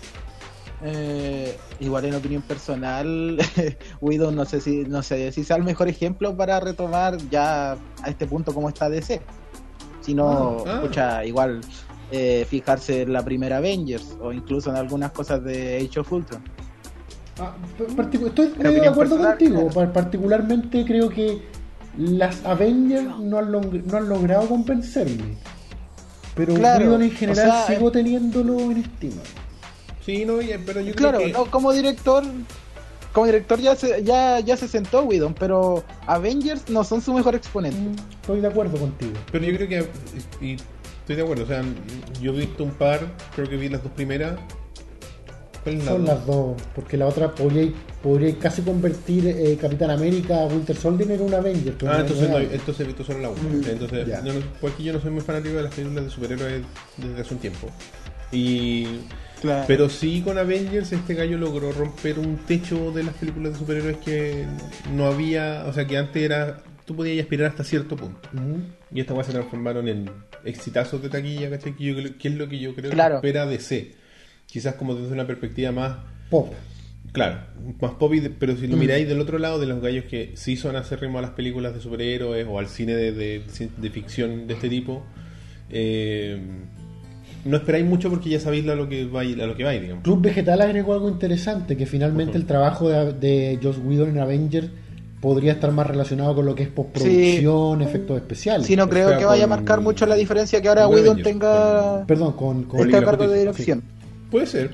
Speaker 4: Eh, igual en opinión personal, Widow no sé si no sé si sea el mejor ejemplo para retomar ya a este punto como está DC. Sino,
Speaker 1: Ah, ah.
Speaker 4: escucha, igual eh, fijarse en la primera Avengers o incluso en algunas cosas de Age of Ultron.
Speaker 2: Ah, particu- estoy medio de
Speaker 4: opinión
Speaker 2: acuerdo
Speaker 4: personal,
Speaker 2: contigo.
Speaker 4: claro.
Speaker 2: Par- Particularmente creo que las Avengers no han, log- no han logrado convencerme. Pero
Speaker 4: Claro,
Speaker 2: Whedon en
Speaker 4: o
Speaker 2: general
Speaker 4: sea,
Speaker 2: sigo teniéndolo en estima.
Speaker 1: sí, no, y- pero yo
Speaker 4: Claro,
Speaker 1: creo que.
Speaker 4: no, como director, como director ya se, ya, ya se sentó Whedon, pero Avengers no son su mejor exponente.
Speaker 2: Mm, Estoy de acuerdo contigo.
Speaker 1: Pero yo creo que. Y estoy de acuerdo, o sea, yo he visto un par, creo que vi las dos primeras. ¿Cuál es la
Speaker 2: Son
Speaker 1: dos?
Speaker 2: las dos, porque la otra podría, podría casi convertir eh, Capitán América Winter Soldier en un Avenger. pero
Speaker 1: Ah,
Speaker 2: no-
Speaker 1: entonces,
Speaker 2: no
Speaker 1: no,
Speaker 2: es.
Speaker 1: entonces he visto solo la una.
Speaker 4: Mm,
Speaker 1: Entonces, pues
Speaker 2: ya.
Speaker 1: no, no, porque yo no soy muy fanático de las películas de superhéroes desde hace un tiempo. Y
Speaker 4: Claro.
Speaker 1: Pero sí con Avengers este gallo logró romper un techo de las películas de superhéroes que no había, o sea que antes era, tú podías aspirar hasta cierto punto. Y estas weas se transformaron en exitazos de taquilla, ¿cachai? Que, yo creo- que es lo que yo creo
Speaker 4: Claro.
Speaker 1: que espera DC. Quizás como desde una perspectiva más,
Speaker 2: Pop.
Speaker 1: claro, más pop, y de- pero si lo miráis del otro lado, de los gallos que sí son acérrimos a las películas de superhéroes o al cine de, de- de ficción de este tipo, eh, no esperáis mucho porque ya sabéis a lo que vais, a lo que vais, digamos.
Speaker 2: Club Vegetal agregó algo interesante, que finalmente
Speaker 1: Ujú.
Speaker 2: el trabajo de, de Joss Whedon en Avengers podría estar más relacionado con lo que es postproducción, efectos especiales.
Speaker 4: Si no creo
Speaker 1: sea,
Speaker 4: que vaya a
Speaker 1: con-
Speaker 4: marcar mucho la diferencia que ahora
Speaker 1: con
Speaker 4: Whedon
Speaker 1: Avengers,
Speaker 4: tenga
Speaker 2: Perdón, con... con-
Speaker 4: este
Speaker 1: Liga de la
Speaker 4: cargo de
Speaker 1: Justicia,
Speaker 4: dirección.
Speaker 1: Puede ser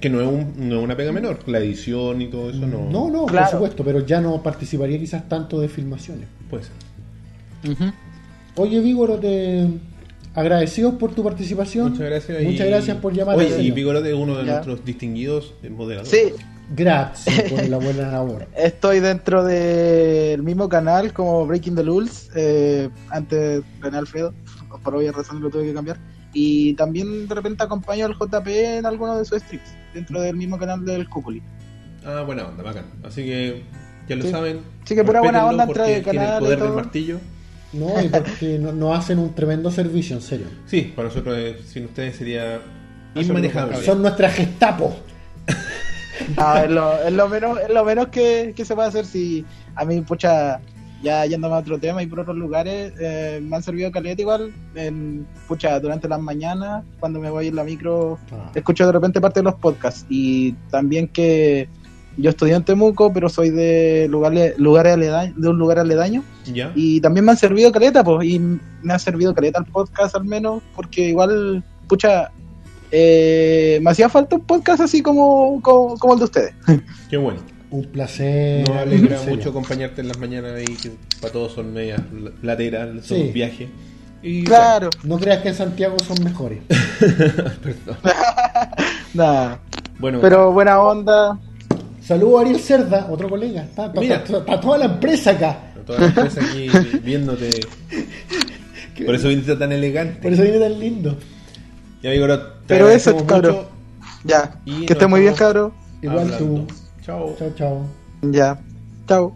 Speaker 1: que no es, un- no es una pega menor, la edición y todo eso no.
Speaker 2: No, no,
Speaker 4: Claro.
Speaker 2: por supuesto, pero ya no participaría quizás tanto de filmaciones.
Speaker 1: Puede ser.
Speaker 4: Ujú.
Speaker 2: Oye, Vígoro, te agradecidos por tu participación.
Speaker 1: Muchas gracias.
Speaker 2: Muchas
Speaker 1: y-
Speaker 2: gracias por llamar.
Speaker 1: Oye,
Speaker 2: Antonio.
Speaker 1: y Picorote es uno de
Speaker 4: Ya.
Speaker 1: nuestros distinguidos moderadores.
Speaker 4: Sí,
Speaker 2: Gracias por la buena labor.
Speaker 4: estoy dentro del mismo canal como Breaking the Rules. eh, antes gané Alfredo, por obvias razones lo tuve que cambiar. Y también de repente acompaño al JP en alguno de sus streams, dentro del mismo canal del Cúculi.
Speaker 1: Ah, buena onda, bacán. Así que ya lo
Speaker 4: Sí.
Speaker 1: saben.
Speaker 4: Sí, que pura buena
Speaker 1: Respétenlo
Speaker 4: onda entre
Speaker 1: porque
Speaker 4: el
Speaker 1: Tiene el
Speaker 4: canal y
Speaker 1: poder del
Speaker 4: todo.
Speaker 1: martillo.
Speaker 2: No, y porque no- nos hacen un tremendo servicio, en serio.
Speaker 1: Sí, para nosotros, eh, sin ustedes sería
Speaker 4: Nosotros
Speaker 1: inmanejable.
Speaker 2: Son nuestra gestapo.
Speaker 4: Ah, es, lo, es lo menos, es lo menos que, que se puede hacer si a mí, pucha, ya yéndome a otro tema y por otros lugares, eh, me han servido caleta igual, en, pucha, durante las mañanas, cuando me voy en la micro,
Speaker 2: Ah,
Speaker 4: escucho de repente parte de los podcasts y también que yo estudié en Temuco, pero soy de lugares, lugares aleda- de un lugar aledaño
Speaker 1: ¿Ya?
Speaker 4: y también me han servido caleta, pues, y me ha servido caleta el podcast al menos, porque igual, pucha, eh, me hacía falta un podcast así como, como, como el de ustedes.
Speaker 1: Qué bueno.
Speaker 2: un placer.
Speaker 1: Nos alegra
Speaker 2: Eh, en serio.
Speaker 1: mucho acompañarte en las mañanas ahí, que para todos son medias la- lateras, son
Speaker 2: Sí.
Speaker 1: viajes. Y
Speaker 4: Claro,
Speaker 2: No creas que en Santiago son mejores.
Speaker 1: bueno, perdón.
Speaker 4: nada,
Speaker 1: Bueno,
Speaker 4: pero buena onda.
Speaker 2: Saludos a Ariel Cerda, otro colega. Está, está-
Speaker 1: Mira.
Speaker 2: está- está toda la empresa acá.
Speaker 1: Todas las cosas aquí viéndote. Por eso viniste tan elegante.
Speaker 2: Por eso viene tan lindo.
Speaker 1: Ya, Vigorot, te
Speaker 4: Pero eso,
Speaker 1: agradecemos
Speaker 4: cabrón.
Speaker 1: mucho.
Speaker 4: Ya,
Speaker 1: Y nos
Speaker 4: que esté muy bien,
Speaker 1: estamos-
Speaker 4: cabro.
Speaker 2: Igual
Speaker 1: Hablando.
Speaker 2: tú.
Speaker 1: Chao.
Speaker 2: Chao, chao.
Speaker 4: Ya, chao.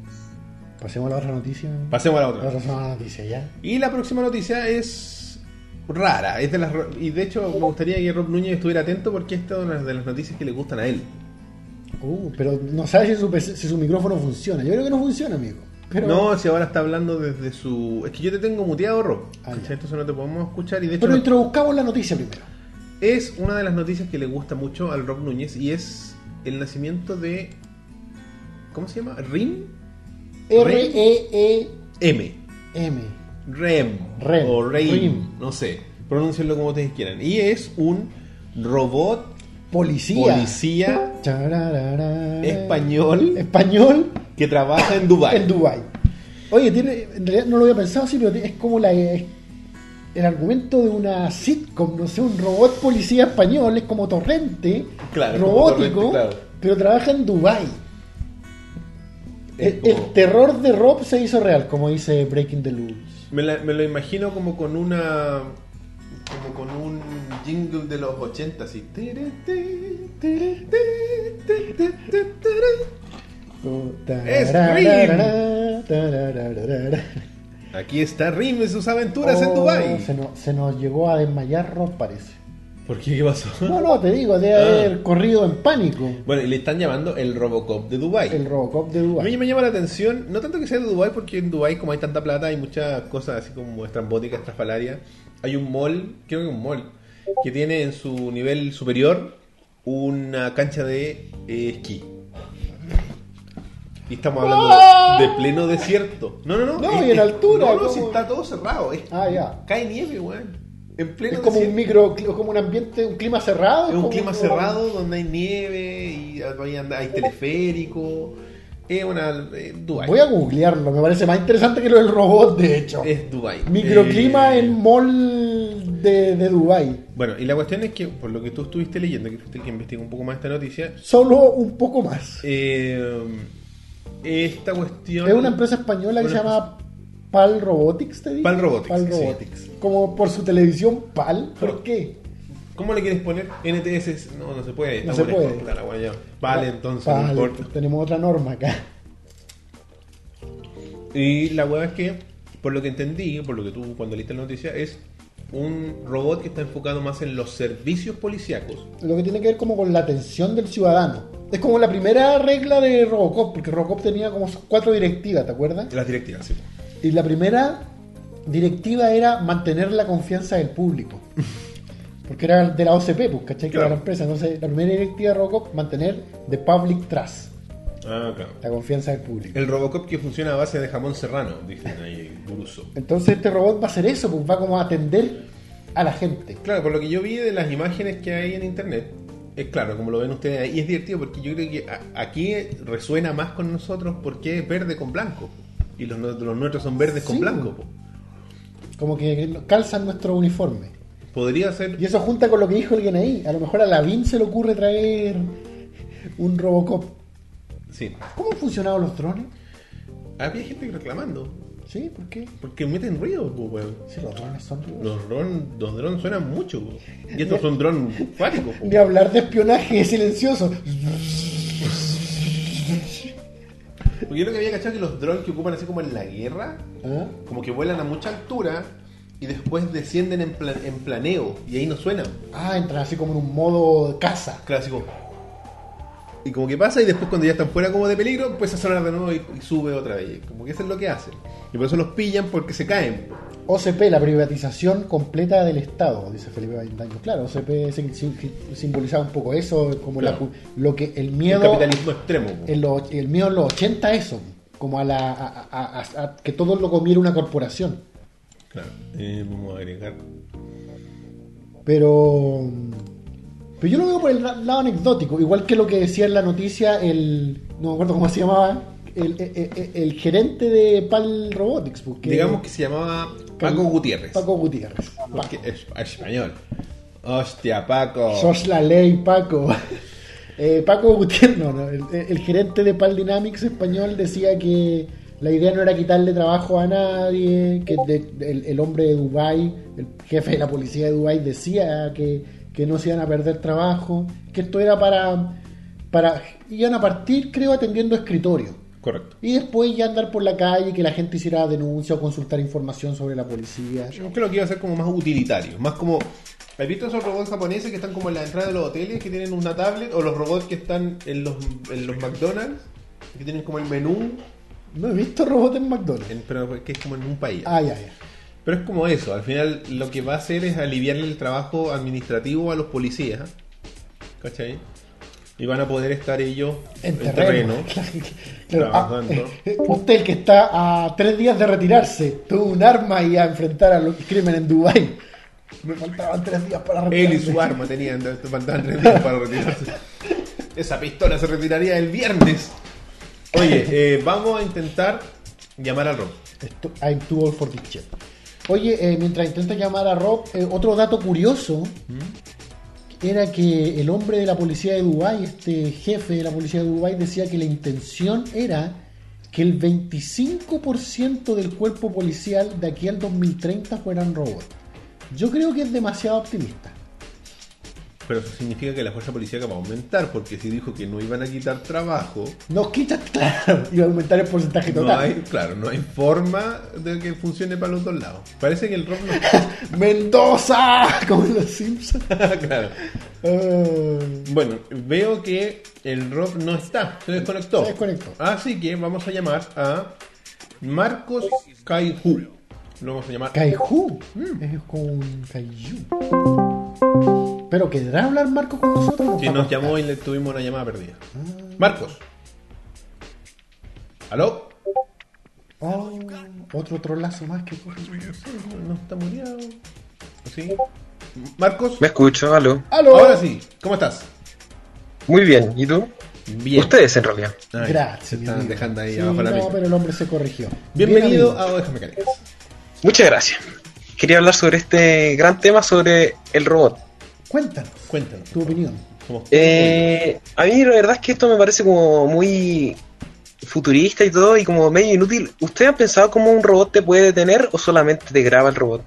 Speaker 2: Pasemos a la otra noticia.
Speaker 1: Pasemos a la
Speaker 2: La
Speaker 1: otra.
Speaker 2: otra noticia ya.
Speaker 1: Y la próxima noticia es rara. Es de las, ra- y de hecho, me gustaría que Rob Núñez estuviera atento porque esta es una de las noticias que le gustan a él.
Speaker 2: Uh, pero no sabes si su, PC si su micrófono funciona. Yo creo que no funciona, amigo. Pero,
Speaker 1: No, si ahora está hablando desde su. Es que yo te tengo muteado, Rob.
Speaker 2: Ah,
Speaker 1: ¿cachai?
Speaker 2: ya.
Speaker 1: Entonces no te podemos escuchar. Y de hecho,
Speaker 2: pero
Speaker 1: no-
Speaker 2: introduzcamos la noticia primero.
Speaker 1: es una de las noticias que le gusta mucho al Rob Núñez y es el nacimiento de. ¿Cómo se llama? ¿Rim?
Speaker 2: E R-E-E-M.
Speaker 1: M. Rem,
Speaker 2: Rem.
Speaker 1: o Reim,
Speaker 2: Rim.
Speaker 1: no sé, pronúncienlo como ustedes quieran. Y es un robot
Speaker 2: Policía.
Speaker 1: policía
Speaker 2: Chararara.
Speaker 1: español
Speaker 2: Español
Speaker 1: que trabaja en Dubái.
Speaker 2: Eh, em. en Dubai. Oye, tiene, en realidad no lo había pensado así, pero tiene- es como la, es- el argumento de una sitcom, no sé, un robot policía español, es como torrente,
Speaker 1: Claro, como
Speaker 2: robótico,
Speaker 1: Torrente, claro.
Speaker 2: pero trabaja en Dubai.
Speaker 1: Es
Speaker 2: El,
Speaker 1: como-
Speaker 2: el terror de Rob se hizo real, como dice Breaking the Rules.
Speaker 1: me, la- me lo imagino como con una. como con un jingle de los 80 así. Tere, tere, tere, tere, tere, tere, tere. Aquí está Rim en sus aventuras en
Speaker 2: Oh, Se
Speaker 1: Dubái.
Speaker 2: nos, se nos llegó a desmayar Rob, parece.
Speaker 1: ¿Por qué? ¿Qué pasó?
Speaker 2: No, no, te digo, de
Speaker 1: Ah.
Speaker 2: haber corrido en pánico
Speaker 1: Bueno, y le están llamando el Robocop de Dubái.
Speaker 2: el Robocop de
Speaker 1: A mí
Speaker 2: Dubái.
Speaker 1: me llama la atención, no tanto que sea de Dubai porque en Dubai como hay tanta plata, hay muchas cosas así como estrambóticas, estrafalarias. Hay un mall, creo que un mall, que tiene en su nivel superior una cancha de eh, esquí. Y estamos hablando
Speaker 2: ¡Ah!
Speaker 1: de, de pleno desierto. No, no, no.
Speaker 2: No, y en altura,
Speaker 1: No, no,
Speaker 2: ¿cómo?
Speaker 1: si está todo cerrado. es-
Speaker 2: Ah, ya.
Speaker 1: Cae nieve, weón. En pleno
Speaker 2: Es como un
Speaker 1: desierto.
Speaker 2: micro, es como un ambiente, un clima cerrado.
Speaker 1: Es un
Speaker 2: como-
Speaker 1: clima cerrado donde hay nieve y ahí anda- hay teleférico. Es una... eh, Dubái.
Speaker 2: Voy a googlearlo, me parece más interesante que lo del robot, de hecho.
Speaker 1: Es Dubai.
Speaker 2: Microclima
Speaker 1: Eh,
Speaker 2: en mall de, de Dubái.
Speaker 1: Bueno, y la cuestión es que, por lo que tú estuviste leyendo, que fuiste el que investigó un poco más esta noticia,
Speaker 2: Solo un poco más.
Speaker 1: eh, esta cuestión...
Speaker 2: Es una empresa española que
Speaker 1: Una
Speaker 2: se llama PAL Robotics, te digo.
Speaker 1: pues, PAL Robotics,
Speaker 2: PAL
Speaker 1: sí.
Speaker 2: Robotics. Como por su televisión PAL, ¿por
Speaker 1: Pero-
Speaker 2: qué?
Speaker 1: ¿Cómo le quieres poner? NTS es- no, no se puede.
Speaker 2: No
Speaker 1: está
Speaker 2: se
Speaker 1: bueno,
Speaker 2: puede.
Speaker 1: puta la wea, ya. Vale, entonces,
Speaker 2: Vale,
Speaker 1: no importa.
Speaker 2: Tenemos otra norma acá.
Speaker 1: Y la hueá es que, por lo que entendí, por lo que tú cuando leíste la noticia, es un robot que está enfocado más en los servicios policíacos.
Speaker 2: Lo que tiene que ver como con la atención del ciudadano. Es como la primera regla de Robocop, porque Robocop tenía como cuatro directivas, ¿te acuerdas?
Speaker 1: Las directivas, sí.
Speaker 2: Y la primera directiva era mantener la confianza del público. Porque era de la OCP, pues, ¿cachai? Que era
Speaker 1: Claro.
Speaker 2: la empresa. Entonces, la primera directiva de Robocop, mantener the public trust,
Speaker 1: Ah, claro.
Speaker 2: la confianza del público.
Speaker 1: El Robocop que funciona a base de jamón serrano, dicen ahí, Buruso.
Speaker 2: Entonces, este robot va a hacer eso, pues va como a atender a la gente.
Speaker 1: Claro, por lo que yo vi de las imágenes que hay en internet, es claro, como lo ven ustedes ahí, es divertido porque yo creo que a- aquí resuena más con nosotros porque es verde con blanco. Y los, nu- los nuestros son verdes con
Speaker 2: Sí.
Speaker 1: blanco. po.
Speaker 2: Como que calzan nuestro uniforme.
Speaker 1: Podría ser.
Speaker 2: Y eso junta con lo que dijo alguien ahí. A lo mejor a Lavín se le ocurre traer un Robocop.
Speaker 1: Sí.
Speaker 2: ¿Cómo han funcionado los drones?
Speaker 1: Había gente reclamando.
Speaker 2: ¿Sí? ¿Por qué?
Speaker 1: Porque meten ruido, po, weón.
Speaker 2: Si los drones son...
Speaker 1: Los drones los drones suenan mucho. po. Y estos son drones cuáticos. po.
Speaker 2: Ni hablar de espionaje silencioso.
Speaker 1: Porque yo lo que había cachado es que los drones que ocupan así como en la guerra,
Speaker 2: ¿Ah?
Speaker 1: como que vuelan a mucha altura y después descienden en, pla- en planeo y ahí no suenan.
Speaker 2: Ah, entran así como en un modo de caza.
Speaker 1: Clásico. Y como que pasa y después cuando ya están fuera como de peligro, empieza a sonar de nuevo y, y sube otra vez. Como que eso es lo que hacen. Y por eso los pillan porque se caen.
Speaker 2: OCP, la privatización completa del Estado, dice Felipe Valdaño. Claro, OCP sim- sim- simbolizaba un poco eso, como la
Speaker 1: Claro.
Speaker 2: cu- lo que el
Speaker 1: El
Speaker 2: miedo, el,
Speaker 1: capitalismo extremo. po.
Speaker 2: lo- el miedo en los 80 eso, como a la a- a- a- a que todo lo comiera una corporación.
Speaker 1: Claro. Eh, vamos a agregar.
Speaker 2: Pero. Pero yo lo veo por el la- lado anecdótico. Igual que lo que decía en la noticia el. No me acuerdo cómo se llamaba. El, el- el- el gerente de PAL Robotics. Porque,
Speaker 1: Digamos que se llamaba Paco Gutiérrez.
Speaker 2: Paco Gutiérrez. Paco.
Speaker 1: Porque es es español. Hostia, Paco.
Speaker 2: Sos la ley, Paco. Eh, Paco Gutiérrez, no, no, el, el gerente de PAL Dynamics español decía que la idea no era quitarle trabajo a nadie, que de- el, el hombre de Dubai, el jefe de la policía de Dubai decía que, que no se iban a perder trabajo, que esto era para, para... iban a partir, creo, atendiendo escritorios.
Speaker 1: Correcto.
Speaker 2: Y después ya andar por la calle, que la gente hiciera denuncia o consultar información sobre la policía.
Speaker 1: Yo creo que iba a ser como más utilitario, más como... ¿Has visto esos robots japoneses que están como en la entrada de los hoteles, que tienen una tablet? ¿O los robots que están en los, en los McDonald's, que tienen como el menú,
Speaker 2: No he visto robots en McDonald's.
Speaker 1: en- pero que es como en un país?
Speaker 2: Ah, ya, ya.
Speaker 1: Pero es como eso, al final lo que va a hacer es aliviarle el trabajo administrativo a los policías, ¿ah? ¿cachai? Y van a poder estar ellos
Speaker 2: En terreno. Claro, ah,
Speaker 1: Trabajando.
Speaker 2: eh, usted el que está a tres días de retirarse, tuvo un arma y a enfrentar a los crímenes en Dubái. Me faltaban tres días para
Speaker 1: Él y
Speaker 2: retirarme.
Speaker 1: su arma tenían, te faltaban tres días para retirarse. Esa pistola se retiraría el viernes. Oye, eh, vamos a intentar llamar al Rob.
Speaker 2: Esto- I'm too old for this shit. Oye, eh, mientras intento llamar a Rob, eh, otro dato curioso
Speaker 1: Mm.
Speaker 2: era que el hombre de la policía de Dubái, este jefe de la policía de Dubái, decía que la intención era que el 25% del cuerpo policial de aquí al 2030 fueran robots. Yo creo que es demasiado optimista.
Speaker 1: Pero eso significa que la fuerza policíaca va a aumentar, porque si dijo que no iban a quitar trabajo,
Speaker 2: Nos quita, claro, y va a aumentar el porcentaje
Speaker 1: no hay,
Speaker 2: total.
Speaker 1: claro, no hay forma de que funcione para los dos lados. Parece que el Rob no.
Speaker 2: ¡Mendoza! Como en los Simpsons.
Speaker 1: claro.
Speaker 2: Eh,
Speaker 1: Bueno, veo que el Rob no está, se desconectó.
Speaker 2: Se desconectó.
Speaker 1: Así que vamos a llamar a Marcos Kaiju. Lo vamos a llamar.
Speaker 2: Kaiju.
Speaker 1: Mm.
Speaker 2: Es como un Kaiju. Pero quedará hablar Marco con nosotros.
Speaker 1: Si nos llamó y le tuvimos una llamada perdida.
Speaker 2: Ah.
Speaker 1: Marcos. ¿Aló?
Speaker 2: Oh, otro trolazo más que ocurre.
Speaker 1: No está muriado. ¿Sí? Marcos.
Speaker 5: Me escucho, aló.
Speaker 2: ¡Aló!
Speaker 1: Ahora sí, ¿cómo estás?
Speaker 5: Muy bien, ¿y tú?
Speaker 1: Bien.
Speaker 5: Ustedes en realidad.
Speaker 1: Ay,
Speaker 2: Gracias.
Speaker 1: Se
Speaker 2: mi
Speaker 1: están
Speaker 2: amigo.
Speaker 1: dejando ahí
Speaker 2: Sí,
Speaker 1: abajo la
Speaker 2: no,
Speaker 1: mesa.
Speaker 2: pero el hombre se corrigió.
Speaker 1: Bienvenido
Speaker 2: Bien,
Speaker 1: a Ovejas Mecánicas.
Speaker 5: Muchas gracias. Quería hablar sobre este gran tema, sobre el robot.
Speaker 2: amigo. Cuéntanos
Speaker 1: Cuéntanos.
Speaker 2: tu opinión.
Speaker 1: ¿Cómo estás?
Speaker 5: Eh, a mí la verdad es que esto me parece como muy futurista y todo, y como medio inútil. ¿Ustedes han pensado cómo un robot te puede detener o solamente te graba el robot?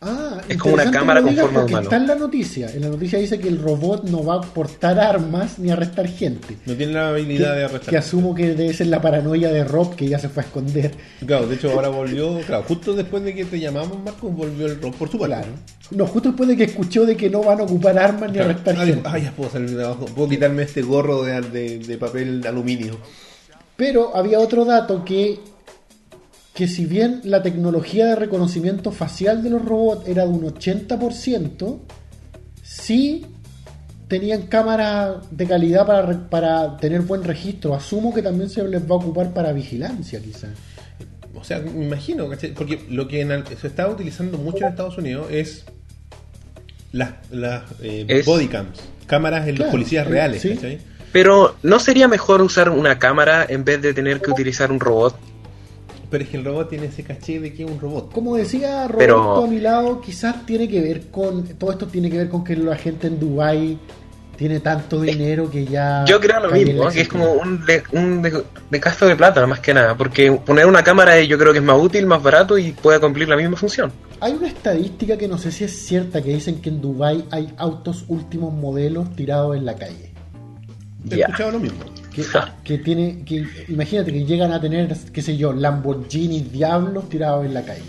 Speaker 2: Ah,
Speaker 5: Es como una
Speaker 2: interesante
Speaker 5: cámara
Speaker 2: que lo
Speaker 5: con
Speaker 2: digas
Speaker 5: forma de
Speaker 2: porque
Speaker 5: humano.
Speaker 2: Está en la noticia. En la noticia dice que el robot no va a portar armas ni a arrestar gente.
Speaker 1: No tiene la
Speaker 2: Que,
Speaker 1: habilidad de
Speaker 2: que
Speaker 1: arrestar.
Speaker 2: asumo que debe ser la paranoia de Rob que ya se fue a esconder.
Speaker 1: Claro, de hecho ahora volvió, claro, justo después de que te llamamos, Marcos, volvió el rock por su parte.
Speaker 2: Claro. No, justo después de que escuchó de que no van a ocupar armas ni a
Speaker 1: Claro.
Speaker 2: arrestar
Speaker 1: Ah, dijo,
Speaker 2: gente.
Speaker 1: "Ay, ya puedo salir de trabajo, puedo quitarme este gorro de, de- de papel de aluminio.
Speaker 2: Pero había otro dato que, que si bien la tecnología de reconocimiento facial de los robots era de un 80%, sí tenían cámaras de calidad para, re- para tener buen registro. Asumo que también se les va a ocupar para vigilancia, quizás.
Speaker 1: O sea, me imagino, ¿cachai? Porque lo que en al- se está utilizando mucho en Estados Unidos es las, las eh,
Speaker 5: Es-
Speaker 1: bodycams, cámaras en
Speaker 2: Claro,
Speaker 1: los policías
Speaker 2: sí,
Speaker 1: reales,
Speaker 2: sí.
Speaker 1: ¿cachai?
Speaker 5: Pero ¿no sería mejor usar una cámara en vez de tener que utilizar un robot?
Speaker 1: Pero es que el robot tiene ese caché de que es un robot.
Speaker 2: Como decía Roberto
Speaker 5: Pero-
Speaker 2: a mi lado, quizás tiene que ver con. Todo esto tiene que ver con que la gente en Dubai tiene tanto dinero que ya.
Speaker 5: Eh, Yo creo lo
Speaker 2: cae en
Speaker 5: mismo,
Speaker 2: la
Speaker 5: que Ah, es
Speaker 2: excepción.
Speaker 5: como un, de, un de- desgaste de plata, más que nada, porque poner una cámara eh, yo creo que es más útil, más barato y puede cumplir la misma función.
Speaker 2: Hay una estadística que no sé si es cierta que dicen que en Dubai hay autos últimos modelos tirados en la calle.
Speaker 1: He
Speaker 5: Ya.
Speaker 1: escuchado lo mismo.
Speaker 2: Que,
Speaker 5: Ja.
Speaker 2: que tiene, que imagínate que llegan a tener, qué sé yo, Lamborghini diablos tirados en la calle.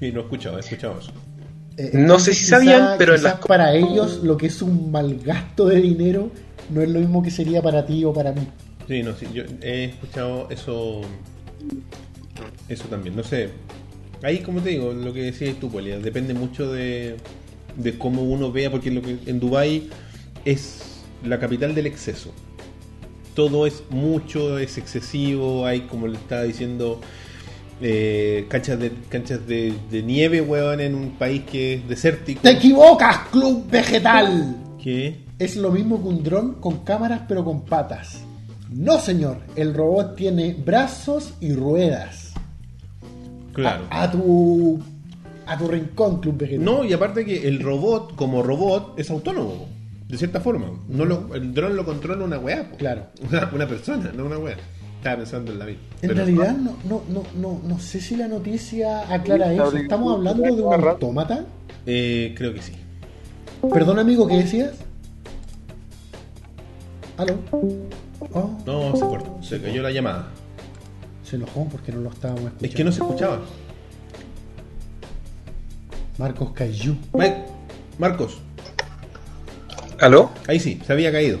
Speaker 1: Y no he escuchado, he escuchado eso.
Speaker 2: Eh,
Speaker 5: No sé si
Speaker 2: quizá-
Speaker 5: sabían, pero en
Speaker 2: quizá
Speaker 5: las-
Speaker 2: para ellos lo que es un mal gasto de dinero no es lo mismo que sería para ti o para mí.
Speaker 1: Sí, no, sí, yo he escuchado eso. Eso también, no sé. Ahí, como te digo, lo que decías tú, Polia, depende mucho de, de cómo uno vea, porque lo que en Dubai es la capital del exceso. Todo es mucho, es excesivo, hay, como le estaba diciendo, eh, canchas de canchas de, de nieve, weón, en un país que es desértico.
Speaker 2: ¡Te equivocas, Club Vegetal!
Speaker 1: Que
Speaker 2: Es lo mismo que un dron con cámaras pero con patas. No, señor, el robot tiene brazos y ruedas.
Speaker 1: claro.
Speaker 2: a, a tu a tu rincón club vegetal
Speaker 1: No, y aparte que el robot, como robot, es autónomo, de cierta forma. No lo, el dron lo controla una weá. po.
Speaker 2: Claro.
Speaker 1: Una, una persona, no una weá. Estaba pensando en la vida.
Speaker 2: en realidad no, no, no, no, no sé si la noticia aclara eso estamos hablando de un autómata
Speaker 1: Eh, creo que sí.
Speaker 2: perdón amigo ¿qué decías? aló Oh,
Speaker 1: No, se cortó. Se cayó la llamada.
Speaker 2: se enojó porque no lo estábamos escuchando
Speaker 1: Es que no se escuchaba.
Speaker 2: Marcos Cayú
Speaker 1: Ma- Marcos,
Speaker 5: ¿Aló?
Speaker 1: ahí sí, se había caído.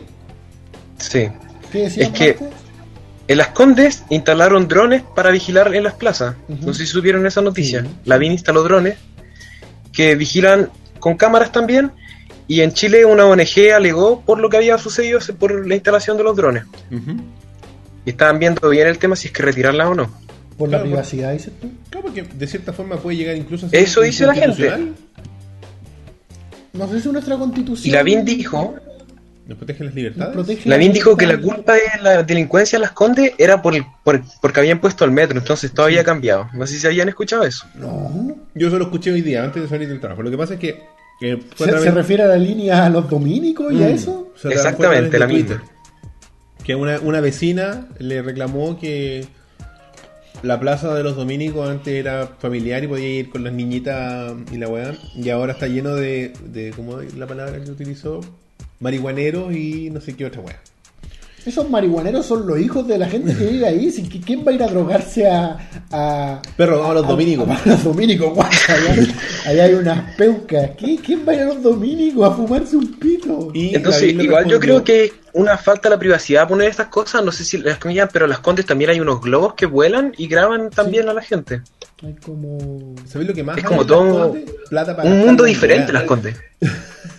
Speaker 5: Sí.
Speaker 2: ¿qué decías
Speaker 5: Es que-
Speaker 2: Marcos?
Speaker 5: En Las Condes instalaron drones para vigilar en las plazas. No sé si supieron esa noticia.
Speaker 2: Ujú.
Speaker 5: La BIN instaló drones que vigilan con cámaras también. Y en Chile una ONG alegó por lo que había sucedido se- por la instalación de los drones.
Speaker 1: Ujú.
Speaker 5: Y estaban viendo bien el tema si es que retirarla o no.
Speaker 2: por
Speaker 1: claro,
Speaker 2: la privacidad dices tú
Speaker 1: Claro, porque de cierta forma puede llegar incluso a ser
Speaker 5: Eso dice la gente.
Speaker 1: inconstitucional.
Speaker 2: no sé si nuestra constitución
Speaker 5: Y la BIN dijo,
Speaker 1: Nos protege las libertades.
Speaker 2: nos protege
Speaker 5: la BIN dijo que la culpa de la delincuencia en Las Condes era por, el- por- porque habían puesto el metro, entonces todo había cambiado. No sé si habían escuchado eso.
Speaker 2: no
Speaker 1: Yo solo escuché hoy día, antes de salir del trabajo. Lo que pasa es que. eh,
Speaker 2: ¿Se,
Speaker 1: fue a través-
Speaker 2: se refiere a la línea a los dominicos y a
Speaker 1: Mm.
Speaker 2: eso?
Speaker 1: O sea,
Speaker 5: Exactamente,
Speaker 1: fue a través de
Speaker 5: la misma.
Speaker 1: Que una, una vecina le reclamó que la plaza de los dominicos antes era familiar y podía ir con las niñitas y la weá. Y ahora está lleno de, de ¿cómo es la palabra que utilizó? Marihuaneros y no sé qué otra weá.
Speaker 2: Esos marihuaneros son los hijos de la gente que vive ahí. sin que- ¿Quién va a ir a drogarse a. a
Speaker 1: Perro, vamos a
Speaker 5: Ah,
Speaker 1: los
Speaker 2: a-
Speaker 1: dominicos.
Speaker 2: a los dominicos, guau, allá, hay- allá hay unas peucas. ¿Qué? ¿Quién va a ir a los dominicos a fumarse un pito?
Speaker 1: Y
Speaker 5: Entonces,
Speaker 1: David le
Speaker 5: igual yo
Speaker 1: respondió,
Speaker 5: creo que es una falta a la privacidad poner estas cosas, no sé si las comillas, pero en las condes también hay unos globos que vuelan y graban también a la gente.
Speaker 2: Hay como.
Speaker 1: ¿Sabéis lo que más
Speaker 5: es
Speaker 1: hay
Speaker 5: como
Speaker 1: en las
Speaker 5: todo
Speaker 1: Condes? Plata para
Speaker 5: Un
Speaker 1: gastarla
Speaker 5: mundo
Speaker 1: en
Speaker 5: diferente
Speaker 1: weá.
Speaker 5: las condes.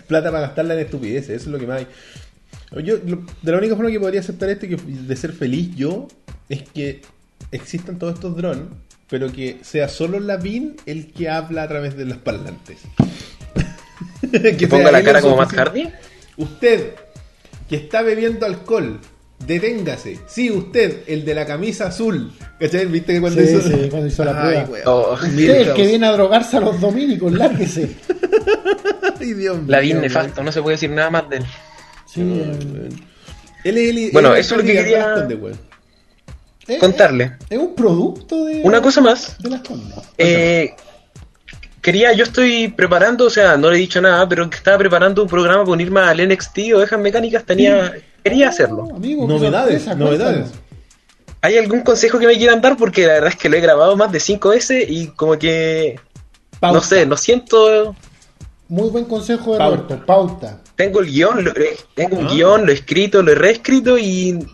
Speaker 1: plata para gastarla en estupideces, eso es lo que más hay. Yo, lo- de la única forma que podría aceptar esto y que, de ser feliz yo es que existan todos estos drones, pero que sea solo Lavín el que habla a través de los parlantes. que
Speaker 5: Que
Speaker 1: sea
Speaker 5: ponga la
Speaker 1: él
Speaker 5: cara
Speaker 1: el
Speaker 5: como Matt
Speaker 1: suficiente-
Speaker 5: Hardy.
Speaker 1: Usted que está bebiendo alcohol, deténgase. Sí, usted, el de la camisa azul. ¿Cachai? ¿Viste que cuando
Speaker 2: Sí,
Speaker 1: hizo,
Speaker 2: sí, cuando hizo la
Speaker 1: Ay,
Speaker 2: prueba.
Speaker 1: weón.
Speaker 5: Oh,
Speaker 2: Usted es el que
Speaker 1: Milhouse.
Speaker 2: viene a drogarse a los dominicos, lárguese.
Speaker 1: Ay, Dios
Speaker 5: La
Speaker 1: mío,
Speaker 5: bien
Speaker 1: weón.
Speaker 5: nefasto, no se puede decir nada más de él.
Speaker 2: Sí, eh,
Speaker 1: Él es el-
Speaker 5: Bueno,
Speaker 1: él es
Speaker 5: eso
Speaker 1: el
Speaker 5: es lo que
Speaker 1: candidato
Speaker 5: quería-
Speaker 1: a Conde, weón.
Speaker 2: eh,
Speaker 5: Contarle.
Speaker 1: eh,
Speaker 2: Es un producto de.
Speaker 5: Una cosa más,
Speaker 2: De las condas.
Speaker 5: eh, quería, yo estoy preparando, o sea, no le he dicho nada, pero que estaba preparando un programa para unirme al NXT o Dejas Mecánicas, tenía, quería hacerlo.
Speaker 1: Oh.
Speaker 2: No, amigo, qué
Speaker 1: Novedades,
Speaker 2: sorpresa,
Speaker 1: novedades.
Speaker 2: cuéntanos.
Speaker 5: ¿Hay algún consejo que me quieran dar? Porque la verdad es que lo he grabado más de 5 veces y como que,
Speaker 2: Pauta.
Speaker 5: no sé, no siento,
Speaker 2: Muy buen consejo de
Speaker 1: Pauta.
Speaker 2: Roberto, pauta.
Speaker 5: tengo el guión, lo- eh, tengo un
Speaker 1: Ah.
Speaker 5: guión, lo he escrito, lo he reescrito y...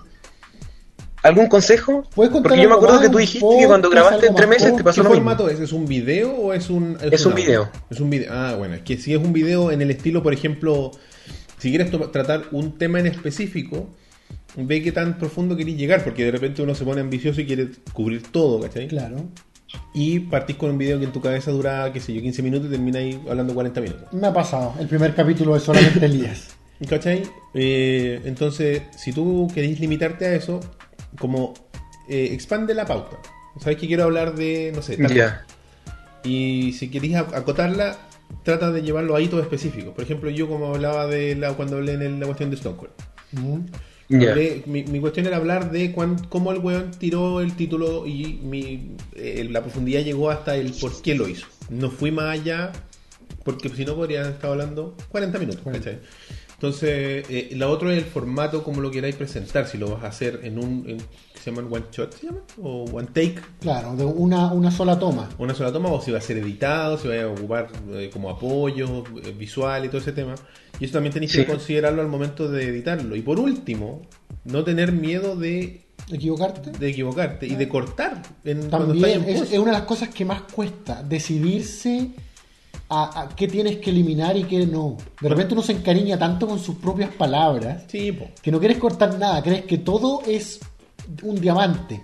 Speaker 5: ¿Algún consejo?
Speaker 2: ¿Puedes contar
Speaker 5: Porque yo me
Speaker 2: algo
Speaker 5: acuerdo
Speaker 2: más,
Speaker 5: que tú
Speaker 2: un
Speaker 5: dijiste que
Speaker 2: podcast,
Speaker 5: cuando grabaste
Speaker 2: algo
Speaker 5: entre
Speaker 2: más?
Speaker 5: meses te
Speaker 2: ¿Qué
Speaker 5: pasó
Speaker 1: ¿Qué
Speaker 5: lo mismo.
Speaker 1: formato es? ¿Es un video o es un.?
Speaker 5: Es un
Speaker 1: audio?
Speaker 5: video.
Speaker 1: Es un video. Ah, bueno, es que si es un video en el estilo, por ejemplo, si quieres to- tratar un tema en específico, ve qué tan profundo querés llegar, porque de repente uno se pone ambicioso y quiere cubrir todo, ¿cachai?
Speaker 2: Claro.
Speaker 1: Y partís con un video que en tu cabeza dura, qué sé yo, 15 minutos y termina ahí hablando 40 minutos.
Speaker 2: Me ha pasado. El primer capítulo es solamente Elías.
Speaker 1: ¿Cachai? Eh, entonces, si tú querés limitarte a eso, como eh, expande la pauta. ¿Sabes que quiero hablar de, no sé, tal cosa?
Speaker 5: Ya.
Speaker 1: Y si queréis ac- acotarla, trata de llevarlo a hitos específicos. Por ejemplo, yo como hablaba de la cuando hablé en el- la cuestión de Stone Cold.
Speaker 2: Mm.
Speaker 5: Ya.
Speaker 1: Hablé- mi, mi cuestión era hablar de cuán, cómo el weón tiró el título y mi, eh, la profundidad llegó hasta el por qué lo hizo. No fui más allá, porque si no podrían estar hablando 40 minutos. ¿cachai? Entonces, eh, la otra es el formato, como lo queráis presentar, si lo vas a hacer en un... en- ¿Se llama one shot? ¿Se llama? ¿O one take?
Speaker 2: Claro, de una, una sola toma.
Speaker 1: una sola toma o si va a ser editado, si va a ocupar eh, como apoyo eh, visual y todo ese tema. Y eso también tenéis
Speaker 5: Sí.
Speaker 1: que considerarlo al momento de editarlo. Y por último, no tener miedo de,
Speaker 2: ¿Equivocarte?
Speaker 1: de equivocarte y de cortar en, cuando estáis
Speaker 2: También
Speaker 1: en
Speaker 2: es,
Speaker 1: post.
Speaker 2: es una de las cosas que más cuesta, decidirse a, a qué tienes que eliminar y qué no. De repente uno se encariña tanto con sus propias palabras
Speaker 1: Sí, po.
Speaker 2: que no quieres cortar nada, crees que todo es un diamante.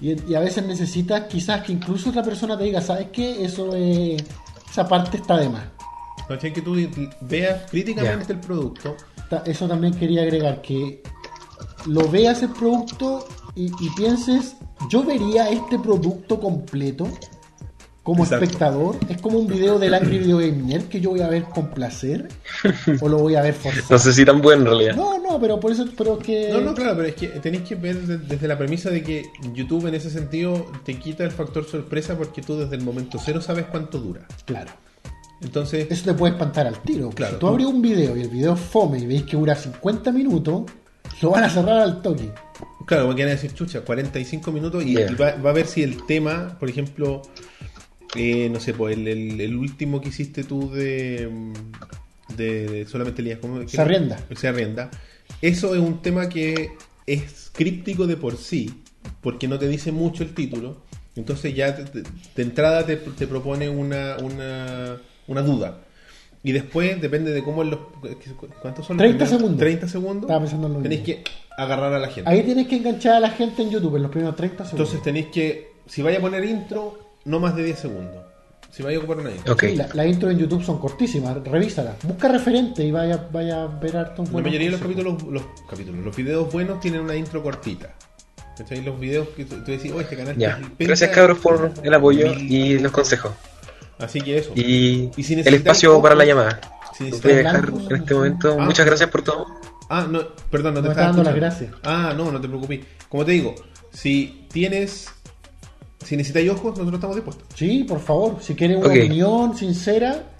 Speaker 2: Y, y a veces necesitas quizás que incluso otra persona te diga, ¿sabes qué? Eso es- esa parte está de más.
Speaker 1: ¿Cachai? que tú veas críticamente el producto.
Speaker 2: Ta- Eso también quería agregar, que lo veas el producto y, y pienses, yo vería este producto completo como
Speaker 1: Exacto.
Speaker 2: espectador. Es como un video del Angry Video Game Nerd que yo voy a ver con placer o lo voy a ver
Speaker 5: No
Speaker 2: forzado.
Speaker 5: sé si tan bueno en realidad.
Speaker 2: No, no, pero por eso, pero que...
Speaker 1: No, no, claro, pero es que tenéis que ver de- desde la premisa de que YouTube en ese sentido te quita el factor sorpresa porque tú desde el momento cero sabes cuánto dura.
Speaker 2: Claro.
Speaker 1: Entonces,
Speaker 2: Eso te puede espantar al tiro.
Speaker 1: Claro.
Speaker 2: Si tú abres un video y el video es fome y veis que dura 50 minutos, lo van a cerrar al toque.
Speaker 1: Claro, porque van a decir, chucha, 45 minutos y,
Speaker 5: Yeah.
Speaker 1: y va, va a ver si el tema, por ejemplo, eh, no sé, pues el, el- el último que hiciste tú de, mm, de, de solamente Elías, ¿cómo?
Speaker 2: Se arrienda.
Speaker 1: Se arrienda. Eso es un tema que es críptico de por sí, porque no te dice mucho el título, entonces ya te- te- de entrada te, te propone una, una, una duda. Y después depende de cómo en los... ¿Cuántos son los
Speaker 2: 30
Speaker 1: primeros?
Speaker 2: segundos.
Speaker 1: 30 segundos.
Speaker 2: Estaba pensando en lo
Speaker 1: Tenéis
Speaker 2: mismo.
Speaker 1: que agarrar a la gente.
Speaker 2: Ahí tienes que enganchar a la gente en YouTube en los primeros 30 segundos.
Speaker 1: Entonces tenéis que, si vais a poner intro, no más de 10 segundos. Si vais a ocupar una intro.
Speaker 5: Ok.
Speaker 2: Sí, la- las intros en YouTube son cortísimas, revísala. Busca referente y vaya, vaya a ver harto un
Speaker 1: La
Speaker 2: buen
Speaker 1: mayoría de los
Speaker 2: consejo.
Speaker 1: capítulos, los capítulos, los videos buenos tienen una intro cortita. ¿Cachai? Los videos que tú, tú decís, oh, este canal
Speaker 5: Ya.
Speaker 1: es penca".
Speaker 5: Gracias cabros por el apoyo y los consejos.
Speaker 1: Así que eso.
Speaker 5: Y,
Speaker 1: Y si
Speaker 5: el
Speaker 1: necesitáis
Speaker 5: espacio
Speaker 1: otro-
Speaker 5: para la llamada.
Speaker 1: Si
Speaker 5: Los
Speaker 1: necesitáis-
Speaker 5: voy
Speaker 2: Está
Speaker 5: a dejar
Speaker 2: hablando.
Speaker 5: en este momento.
Speaker 1: Ah.
Speaker 5: Muchas gracias por todo.
Speaker 1: Ah, no, perdón, no te
Speaker 2: No me
Speaker 1: estaba
Speaker 2: está dando las
Speaker 1: escuchando. Ah, no, no te preocupes. Como te digo, si tienes, si necesitáis ojos, nosotros estamos dispuestos.
Speaker 2: Sí, por favor, si quieren una
Speaker 5: Ok.
Speaker 2: opinión sincera,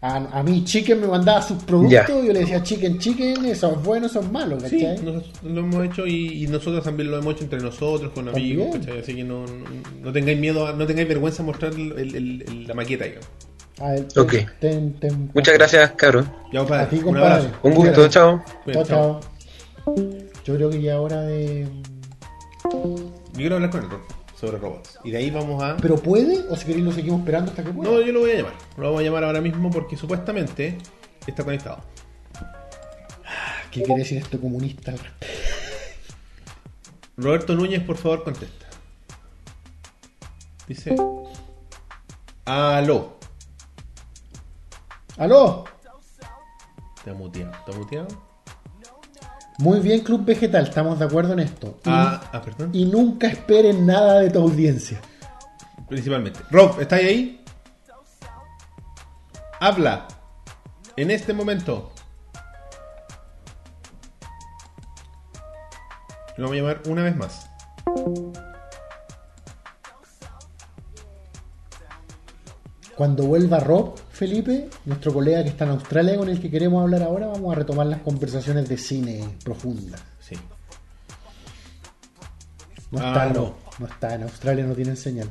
Speaker 2: a, a mí Chicken me mandaba sus productos,
Speaker 5: Ya.
Speaker 2: yo le decía Chicken, Chicken, esos buenos, esos malos,
Speaker 1: Sí,
Speaker 2: ¿cachai?
Speaker 1: nosotros lo hemos hecho y, y nosotros también lo hemos hecho entre nosotros, con
Speaker 2: También.
Speaker 1: amigos, ¿cachai? Así que no, no, no tengáis miedo, a- no tengáis vergüenza a mostrar el- el- el- la maqueta, digamos.
Speaker 2: A ver,
Speaker 5: Ok.
Speaker 2: ten- ten-
Speaker 5: Muchas gracias cabros.
Speaker 1: Ya,
Speaker 2: A
Speaker 1: compadre,
Speaker 2: ti,
Speaker 1: un
Speaker 2: compadre.
Speaker 1: abrazo.
Speaker 5: Un gusto.
Speaker 2: Cuídate.
Speaker 5: Chao.
Speaker 2: Chao,
Speaker 1: Cuídate, chao.
Speaker 2: chao. Yo creo que ya es hora de...
Speaker 1: Yo quiero hablar con el Ron sobre robots. Y de ahí vamos a.
Speaker 2: ¿Pero puede? ¿O si queréis lo seguimos esperando hasta que pueda?
Speaker 1: No, yo lo voy a llamar. Lo vamos a llamar ahora mismo porque supuestamente está conectado.
Speaker 2: ¿Qué quiere decir esto comunista?
Speaker 1: Roberto Núñez, por favor, contesta. Dice. Aló.
Speaker 2: ¡Aló!
Speaker 1: Está muteado. ¿Está muteado?
Speaker 2: Muy bien, Club Vegetal, estamos de acuerdo en esto. Y-
Speaker 1: Ah, ah, perdón.
Speaker 2: y nunca esperen nada de tu audiencia.
Speaker 1: Principalmente. Rob, ¿estás ahí? Habla. En este momento. Lo vamos a llamar una vez más.
Speaker 2: Cuando vuelva Rob, Felipe, nuestro colega que está en Australia con el que queremos hablar ahora, vamos a retomar las conversaciones de cine profundas.
Speaker 1: Sí.
Speaker 2: No
Speaker 1: Ah,
Speaker 2: está,
Speaker 1: no.
Speaker 2: no. no está, en Australia no tienen señal.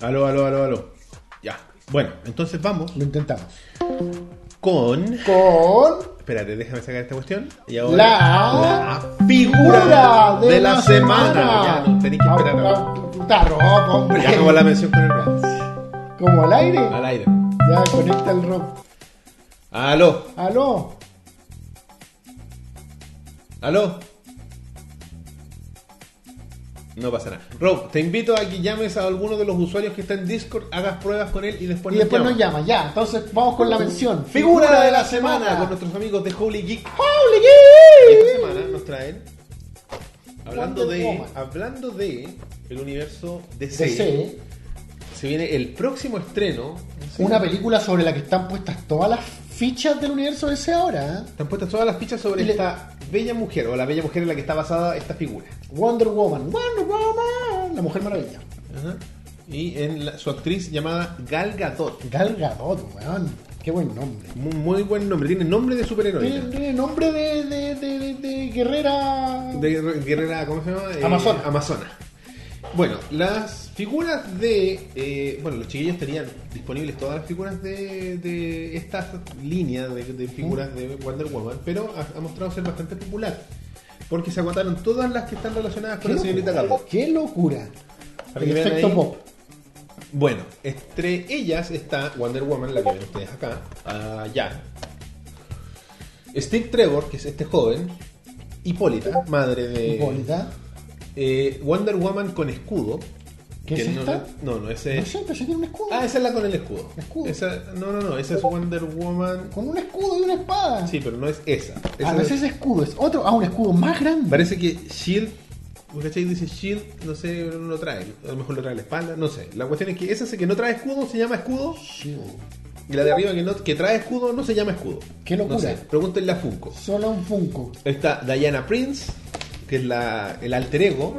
Speaker 1: Aló, aló, aló, aló. Ya. Bueno, entonces vamos
Speaker 2: Lo intentamos.
Speaker 1: con.
Speaker 2: Con
Speaker 1: Espérate, déjame sacar esta cuestión. Y ahora.
Speaker 2: la,
Speaker 1: la figura de, la, semana. Ya, no tenéis que esperar. ahora.
Speaker 2: Puta Ah, Rob, hombre.
Speaker 1: Ya acabó la mención con el Rats.
Speaker 2: Como al aire.
Speaker 1: Al aire.
Speaker 2: Ya conecta el Rob.
Speaker 1: Aló,
Speaker 2: Aló.
Speaker 1: aló. No pasa nada. Rob, te invito a que llames a alguno de los usuarios que está en Discord, hagas pruebas con él y después
Speaker 2: Y después nos llama, ya. Entonces vamos con la mención.
Speaker 1: Pues Figura de la semana con nuestros amigos de Holy Geek.
Speaker 2: Holy
Speaker 1: Y
Speaker 2: Geek.
Speaker 1: Esta semana nos traen hablando
Speaker 2: Wonder
Speaker 1: de
Speaker 2: Woman.
Speaker 1: hablando de el universo DC.
Speaker 2: DC,
Speaker 1: Se viene el próximo estreno.
Speaker 2: una película sobre la que están puestas todas las fichas del universo DC ahora. ¿eh?
Speaker 1: Están puestas todas las fichas sobre
Speaker 2: Y le-
Speaker 1: esta bella mujer o la bella mujer en la que está basada esta figura.
Speaker 2: Wonder Woman, Wonder Woman, la Mujer Maravilla.
Speaker 1: Ajá. Y en la- su actriz llamada Gal Gadot.
Speaker 2: Gal Gadot, weón. Qué buen nombre.
Speaker 1: Mu- Muy, buen nombre, tiene nombre de
Speaker 2: Tiene,
Speaker 1: superheroína.
Speaker 2: tiene nombre de, de, de, de- de guerrera.
Speaker 1: De guerre- guerrera, ¿cómo se llama? Eh,
Speaker 2: Amazona.
Speaker 1: Amazona. Bueno, las figuras de. eh, bueno, los chiquillos tenían disponibles todas las figuras de, de esta línea de, de figuras de Wonder Woman, pero ha, ha mostrado ser bastante popular. Porque se agotaron todas las que están relacionadas con la señorita Gadot.
Speaker 2: qué locura.
Speaker 1: Para que
Speaker 2: El
Speaker 1: vean
Speaker 2: efecto
Speaker 1: ahí.
Speaker 2: pop.
Speaker 1: Bueno, entre ellas está Wonder Woman, la que ven ustedes acá, allá. Steve Trevor, que es este joven. Hipólita, madre de.
Speaker 2: Hipólita.
Speaker 1: Eh, Wonder Woman con escudo.
Speaker 2: ¿Qué
Speaker 1: que
Speaker 2: es
Speaker 1: no,
Speaker 2: esta?
Speaker 1: No, no, ese
Speaker 2: No sé, pero sí tiene un escudo.
Speaker 1: eh. Ah, esa es la con el escudo.
Speaker 2: Escudo.
Speaker 1: Esa, no, no, no, esa es Wonder Woman.
Speaker 2: Con un escudo y una espada.
Speaker 1: Sí, pero no es esa. Esa
Speaker 2: A
Speaker 1: es-
Speaker 2: veces escudo Ah, es otro. Ah, un escudo más grande.
Speaker 1: Parece que Shield. ¿Cachai? Dice Shield, E no sé, no lo trae. A lo mejor lo trae a la espalda, no sé. La cuestión es que esa que no trae escudo se llama escudo.
Speaker 2: Shield.
Speaker 1: Y la de arriba que, no, que trae escudo no se llama escudo.
Speaker 2: Qué locura.
Speaker 1: No sé, pregúntenle a Funko.
Speaker 2: Solo un Funko.
Speaker 1: Está Diana Prince, que es la, el alter ego.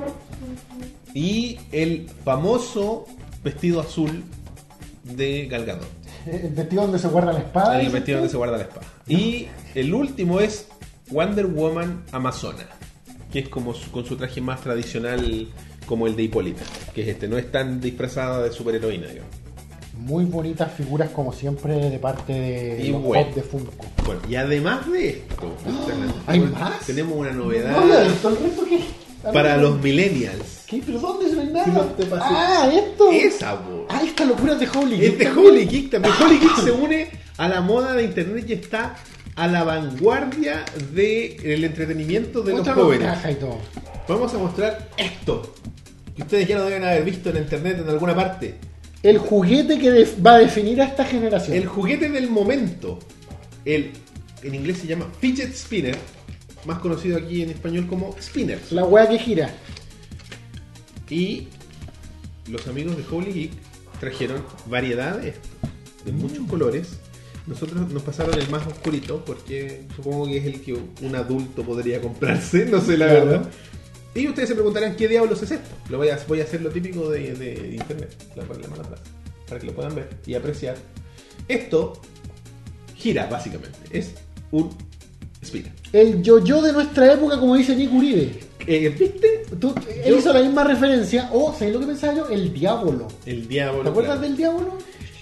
Speaker 1: Y el famoso vestido azul de Gal Gadot.
Speaker 2: El Eh, vestido donde se guarda la espada.
Speaker 1: El
Speaker 2: ¿sí?
Speaker 1: vestido donde se guarda la espada. Y el último es Wonder Woman Amazona, que es como su- con su traje más tradicional como el de Hipólita, que es este, no es tan disfrazada de superheroína, digamos.
Speaker 2: Muy bonitas figuras como siempre de parte de
Speaker 1: Y
Speaker 2: los
Speaker 1: bueno.
Speaker 2: pop de Funko.
Speaker 1: Bueno, y además de esto,
Speaker 2: ¿Hay más?
Speaker 1: tenemos una
Speaker 2: No, no,
Speaker 1: novedad
Speaker 2: esto, el resto que-
Speaker 1: para los millennials.
Speaker 2: ¿Qué? ¿Pero dónde se ve
Speaker 1: Si no
Speaker 2: nada?
Speaker 1: te pasé.
Speaker 2: ah, esto.
Speaker 1: Esa, bo.
Speaker 2: Ah, esta locura es de Holy.
Speaker 1: Es de
Speaker 2: también. Ah.
Speaker 1: Holy Geek también. Holy Geek se une a la moda de internet y está a la vanguardia del entretenimiento de los
Speaker 2: Otra
Speaker 1: jóvenes.
Speaker 2: caja y todo.
Speaker 1: Vamos a mostrar esto. Que ustedes ya lo deben haber visto en internet en alguna parte.
Speaker 2: El juguete que def- va a definir a esta generación.
Speaker 1: El juguete del momento. El, en inglés se llama fidget spinner. Más conocido aquí en español como spinner.
Speaker 2: La wea que gira.
Speaker 1: Y los amigos de Holy Geek trajeron variedad de esto, de
Speaker 2: Mm.
Speaker 1: muchos colores. Nosotros nos pasaron el más oscurito porque supongo que es el que un adulto podría comprarse, no sé la
Speaker 2: Claro.
Speaker 1: verdad. Y ustedes se preguntarán qué diablos es esto. Lo voy a, voy a hacer lo típico de, de internet, la, la mala frase, para que lo puedan ver y apreciar. Esto gira básicamente, es un spinner.
Speaker 2: El yo-yo de nuestra época, como dice Nick Uribe.
Speaker 1: Eh, ¿Viste?
Speaker 2: Tú- él
Speaker 1: Yo-
Speaker 2: hizo la misma referencia. O, ¿sabes lo que pensaba yo? El diablo.
Speaker 1: El diablo.
Speaker 2: ¿Te acuerdas
Speaker 1: claro.
Speaker 2: del diablo?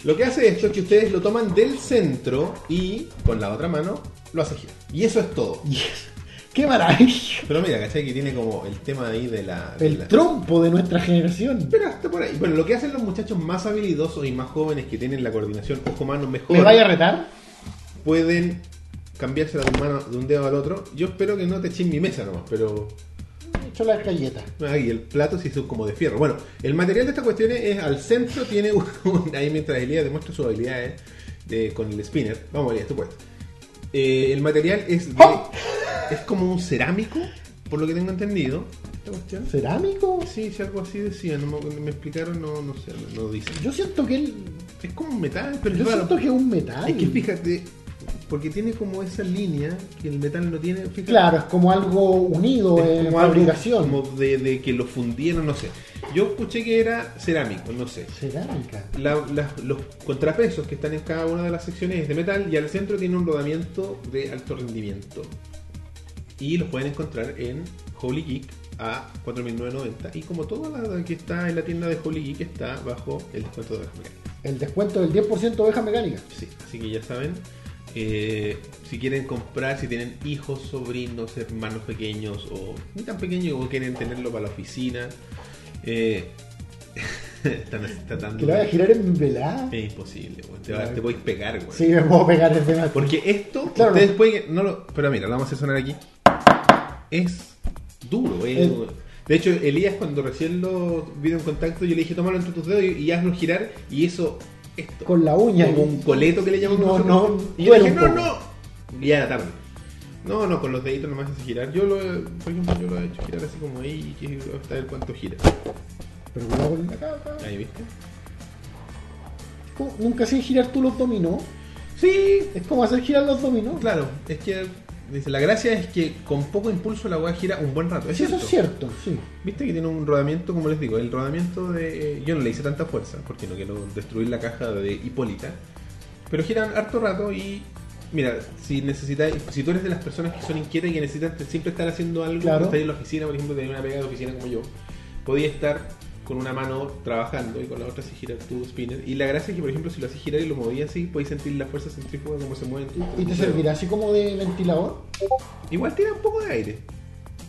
Speaker 1: Lo que hace esto es que ustedes lo toman del centro y con la otra mano lo hace girar. Y eso es todo.
Speaker 2: Yes. ¡Qué maravilla!
Speaker 1: Pero mira, ¿cachai? Que tiene como el tema ahí de la. de la-
Speaker 2: El trompo de nuestra generación.
Speaker 1: Pero hasta por ahí. Bueno, lo que hacen los muchachos más habilidosos y más jóvenes que tienen la coordinación ojo-mano mejor,
Speaker 2: ¿Me vaya a retar?
Speaker 1: pueden cambiarse de, un mano, de un dedo al otro. Yo espero que no te echen mi mesa nomás, pero.
Speaker 2: He hecho la galleta.
Speaker 1: Ahí Ah, el plato se hizo como de fierro. Bueno, el material de esta cuestión es al centro tiene un, un- ahí mientras Elías demuestra sus habilidades de, con el spinner. Vamos Elías, tú puedes. Eh, el material es de-
Speaker 2: ¡Oh!
Speaker 1: es como un cerámico, por lo que tengo entendido. Esta cuestión.
Speaker 2: ¿Cerámico?
Speaker 1: Sí, sí, algo así decía, no me, me explicaron, no, no sé, no, no dicen.
Speaker 2: Yo siento que él.
Speaker 1: Es como un metal, pero es
Speaker 2: Yo
Speaker 1: raro.
Speaker 2: siento que es un metal.
Speaker 1: Es que fíjate, porque tiene como esa línea que el metal no tiene. fíjate.
Speaker 2: Claro, es como algo unido
Speaker 1: Es
Speaker 2: en
Speaker 1: como algo
Speaker 2: fabricación.
Speaker 1: como de, de que lo fundieron, no sé. Yo escuché que era cerámico, no sé.
Speaker 2: Cerámica.
Speaker 1: La- las- los contrapesos que están en cada una de las secciones es de metal y al centro tiene un rodamiento de alto rendimiento. Y los pueden encontrar en Holy Geek a 4.990. Y como toda la que está en la tienda de Holy Geek está bajo el descuento de las mecánicas.
Speaker 2: El descuento del 10% de oveja mecánica.
Speaker 1: Sí, así que ya saben. eh, si quieren comprar, si tienen hijos, sobrinos, hermanos pequeños o ni tan pequeños o quieren tenerlo para la oficina, eh, están tratando
Speaker 2: Que lo voy a
Speaker 1: de-
Speaker 2: girar en velada.
Speaker 1: es imposible, weón. Te, va- te podéis pegar, weón.
Speaker 2: Sí, me puedo pegar desde la.
Speaker 1: Porque esto,
Speaker 2: Claro,
Speaker 1: ustedes
Speaker 2: no.
Speaker 1: pueden. que- No lo, pero mira, lo vamos a hacer sonar aquí. Es duro, es
Speaker 2: El-
Speaker 1: duro. De hecho, Elías, cuando recién lo vino en contacto, yo le dije, tómalo entre tus dedos y, y hazlo girar. Y eso, esto.
Speaker 2: Con la uña.
Speaker 1: Como un coleto que le llamamos
Speaker 2: No,
Speaker 1: nosotros.
Speaker 2: no,
Speaker 1: Y yo
Speaker 2: duele
Speaker 1: dije,
Speaker 2: un
Speaker 1: no,
Speaker 2: poco".
Speaker 1: no. Y ya era tarde. No, no, con los deditos nomás hace girar. Yo lo, he- por ejemplo, yo lo he hecho girar así como ahí, que hasta ver cuánto gira.
Speaker 2: Pero cuidado con la capa.
Speaker 1: Ahí, ¿viste?
Speaker 2: ¿Cómo? Nunca sé girar tú los dominó.
Speaker 1: Sí,
Speaker 2: Es como hacer girar los dominó.
Speaker 1: Claro, es que dice, la gracia es que con poco impulso la weá gira un buen rato. ¿Es
Speaker 2: Sí,
Speaker 1: cierto?
Speaker 2: eso es cierto, sí.
Speaker 1: Viste que tiene un rodamiento, como les digo, el rodamiento de. eh, Yo no le hice tanta fuerza porque no quiero destruir la caja de Hipólita. Pero giran harto rato y. Mira, si necesitas, si tú eres de las personas que son inquietas y que necesitan siempre estar haciendo algo,
Speaker 2: Claro.
Speaker 1: estás en la oficina, por ejemplo, tenés una pega de oficina como yo, podía estar con una mano trabajando y con la otra se gira tu spinner. Y la gracia es que, por ejemplo, si lo haces girar y lo movías así, podéis sentir la fuerza centrífuga como se mueve en tu.
Speaker 2: Y te
Speaker 1: dedos.
Speaker 2: servirá así como de ventilador,
Speaker 1: Igual tira un poco de aire.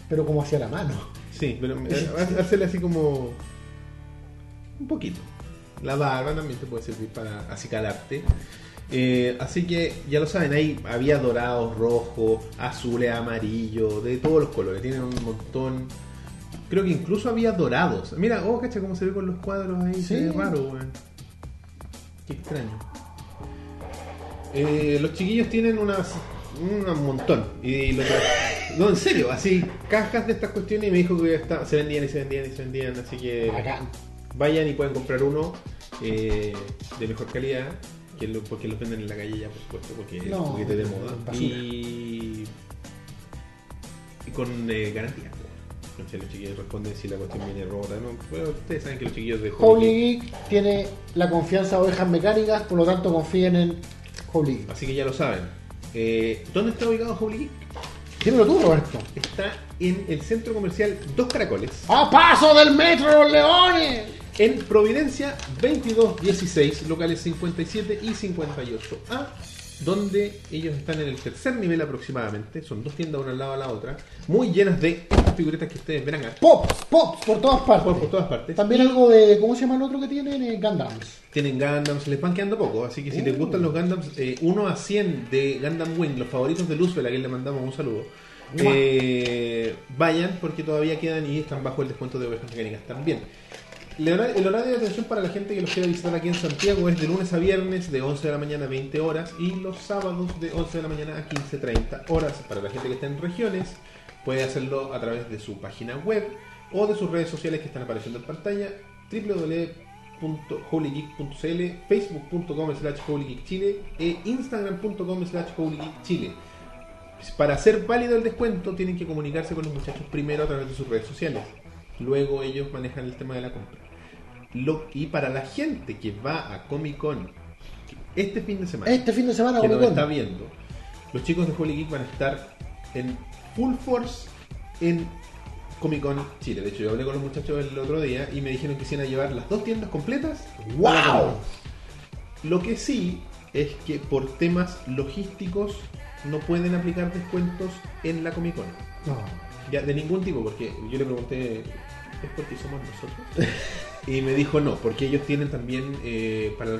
Speaker 2: pero como hacia la mano.
Speaker 1: Sí, pero eh, ha- hacerle así como. Un poquito. La barba también te puede servir para acicalarte. Eh, así que ya lo saben, ahí había dorados, rojo, azules, amarillo, de todos los colores. Tienen un montón. Creo que incluso había dorados. Mira, oh, cacha cómo se ve con los cuadros ahí. Se
Speaker 2: Sí.
Speaker 1: ve raro, weón. Qué extraño. Eh, los chiquillos tienen unas, un montón. Y lo tra- no, en serio, así, cajas de estas cuestiones y me dijo que ya está- se vendían y se vendían y se vendían. Así que
Speaker 2: Bacán.
Speaker 1: vayan y pueden comprar uno eh, de mejor calidad, que lo- porque los venden en la calle ya, por supuesto, porque es
Speaker 2: No,
Speaker 1: un juguete de moda.
Speaker 2: basura.
Speaker 1: Y, y con eh, garantía. No sé, los chiquillos responden si la cuestión viene rota. No, Bueno, ustedes saben que los chiquillos de Holy
Speaker 2: Holy Geek tiene la confianza de ovejas mecánicas, por lo tanto confíen en Holy Geek.
Speaker 1: Así que ya lo saben. Eh, ¿Dónde está ubicado Holy Geek?
Speaker 2: Dímelo tú, Roberto.
Speaker 1: Está en el centro comercial Dos Caracoles,
Speaker 2: ¡A ¡Ah, paso del metro, los leones!
Speaker 1: en Providencia 2216, locales 57 y 58A, donde ellos están en el tercer nivel aproximadamente. Son dos tiendas una al lado de la otra, muy llenas de estas figuritas que ustedes ven acá,
Speaker 2: Pops, pops, por todas partes.
Speaker 1: por, por todas partes.
Speaker 2: También algo de, ¿cómo se llama el otro que tienen? Eh, Gundams.
Speaker 1: Tienen Gundams, les van quedando poco, así que si les
Speaker 2: Uh.
Speaker 1: gustan los Gundams, eh, 1 a 100 de Gundam Wing, los favoritos de Luzbel, a quien le mandamos un saludo,
Speaker 2: Mua.
Speaker 1: eh, vayan porque todavía quedan y están bajo el descuento de ovejas mecánicas también. El hora- el horario de atención para la gente que los quiera visitar aquí en Santiago es de lunes a viernes de 11 de la mañana a 20 horas y los sábados de 11 de la mañana a 15.30 horas. Para la gente que está en regiones puede hacerlo a través de su página web o de sus redes sociales que están apareciendo en pantalla www.holygeek.cl, facebook.com slash holygeekchile e instagram.com slash holygeekchile. Para ser válido el descuento tienen que comunicarse con los muchachos primero a través de sus redes sociales. Luego ellos manejan el tema de la compra. Lo- y para la gente que va a Comic Con este fin de semana,
Speaker 2: Este fin de semana,
Speaker 1: que
Speaker 2: Comic
Speaker 1: nos
Speaker 2: Con.
Speaker 1: está viendo, los chicos de Holy Geek van a estar en full force en Comic Con Chile. De hecho, yo hablé con los muchachos el otro día y me dijeron que se iban a llevar las dos tiendas completas
Speaker 2: ¡Wow!
Speaker 1: lo que sí es que por temas logísticos no pueden aplicar descuentos en la Comic Con.
Speaker 2: No.
Speaker 1: Ya, de ningún tipo, porque yo le pregunté, ¿es porque somos nosotros? y me dijo no, porque ellos tienen también, eh, para,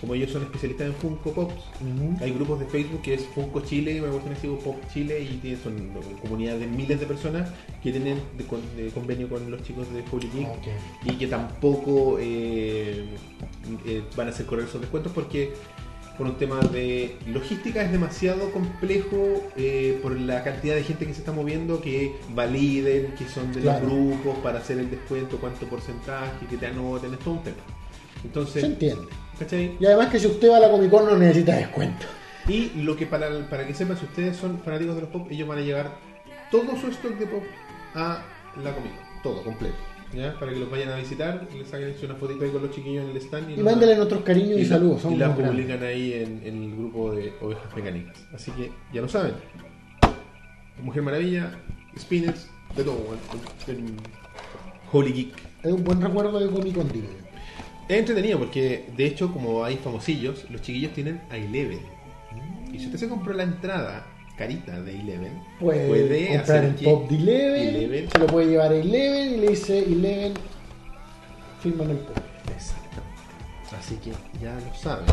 Speaker 1: como ellos son especialistas en Funko Pops,
Speaker 2: Ujú.
Speaker 1: hay grupos de Facebook que es Funko Chile, una cuestión así, o Pop Chile, y tiene- son comunidades de miles de personas que tienen de con- de convenio con los chicos de Holy Geek
Speaker 2: mm, Ok.
Speaker 1: y que tampoco eh, eh, van a hacer correr esos descuentos porque por un tema de logística es demasiado complejo eh, por la cantidad de gente que se está moviendo que validen que son de
Speaker 2: Claro.
Speaker 1: los grupos para hacer el descuento cuánto porcentaje que te anoten es todo un tema
Speaker 2: Se
Speaker 1: entonces
Speaker 2: entiende.
Speaker 1: ¿cachai?
Speaker 2: Y además que si usted va a la Comic Con no necesita descuento.
Speaker 1: Y lo que para, para que sepan, si ustedes son fanáticos de los pop, ellos van a llevar todo su stock de pop a la comida. Todo, completo. ¿ya? Para que los vayan a visitar, les saquen una fotito ahí con los chiquillos en el stand.
Speaker 2: Y
Speaker 1: los-
Speaker 2: mándale nuestros cariños y,
Speaker 1: y la-
Speaker 2: saludos.
Speaker 1: Y
Speaker 2: Somos
Speaker 1: la
Speaker 2: unos grandes.
Speaker 1: publican ahí en, en el grupo de ovejas mecánicas. Así que ya lo saben. Mujer Maravilla, Spinners, de todo. en- en- Holy Geek.
Speaker 2: Es un buen recuerdo de Comic Con, digo yo.
Speaker 1: Es entretenido porque, de hecho, como hay famosillos, los chiquillos tienen a Eleven. Y si usted se compró la entrada carita de Eleven,
Speaker 2: Puede, comprar
Speaker 1: hacer
Speaker 2: el
Speaker 1: que-
Speaker 2: pop de Eleven,
Speaker 1: Eleven.
Speaker 2: se lo puede llevar a Eleven y le dice Eleven, fírmame el pop.
Speaker 1: Exactamente. Así que ya lo saben.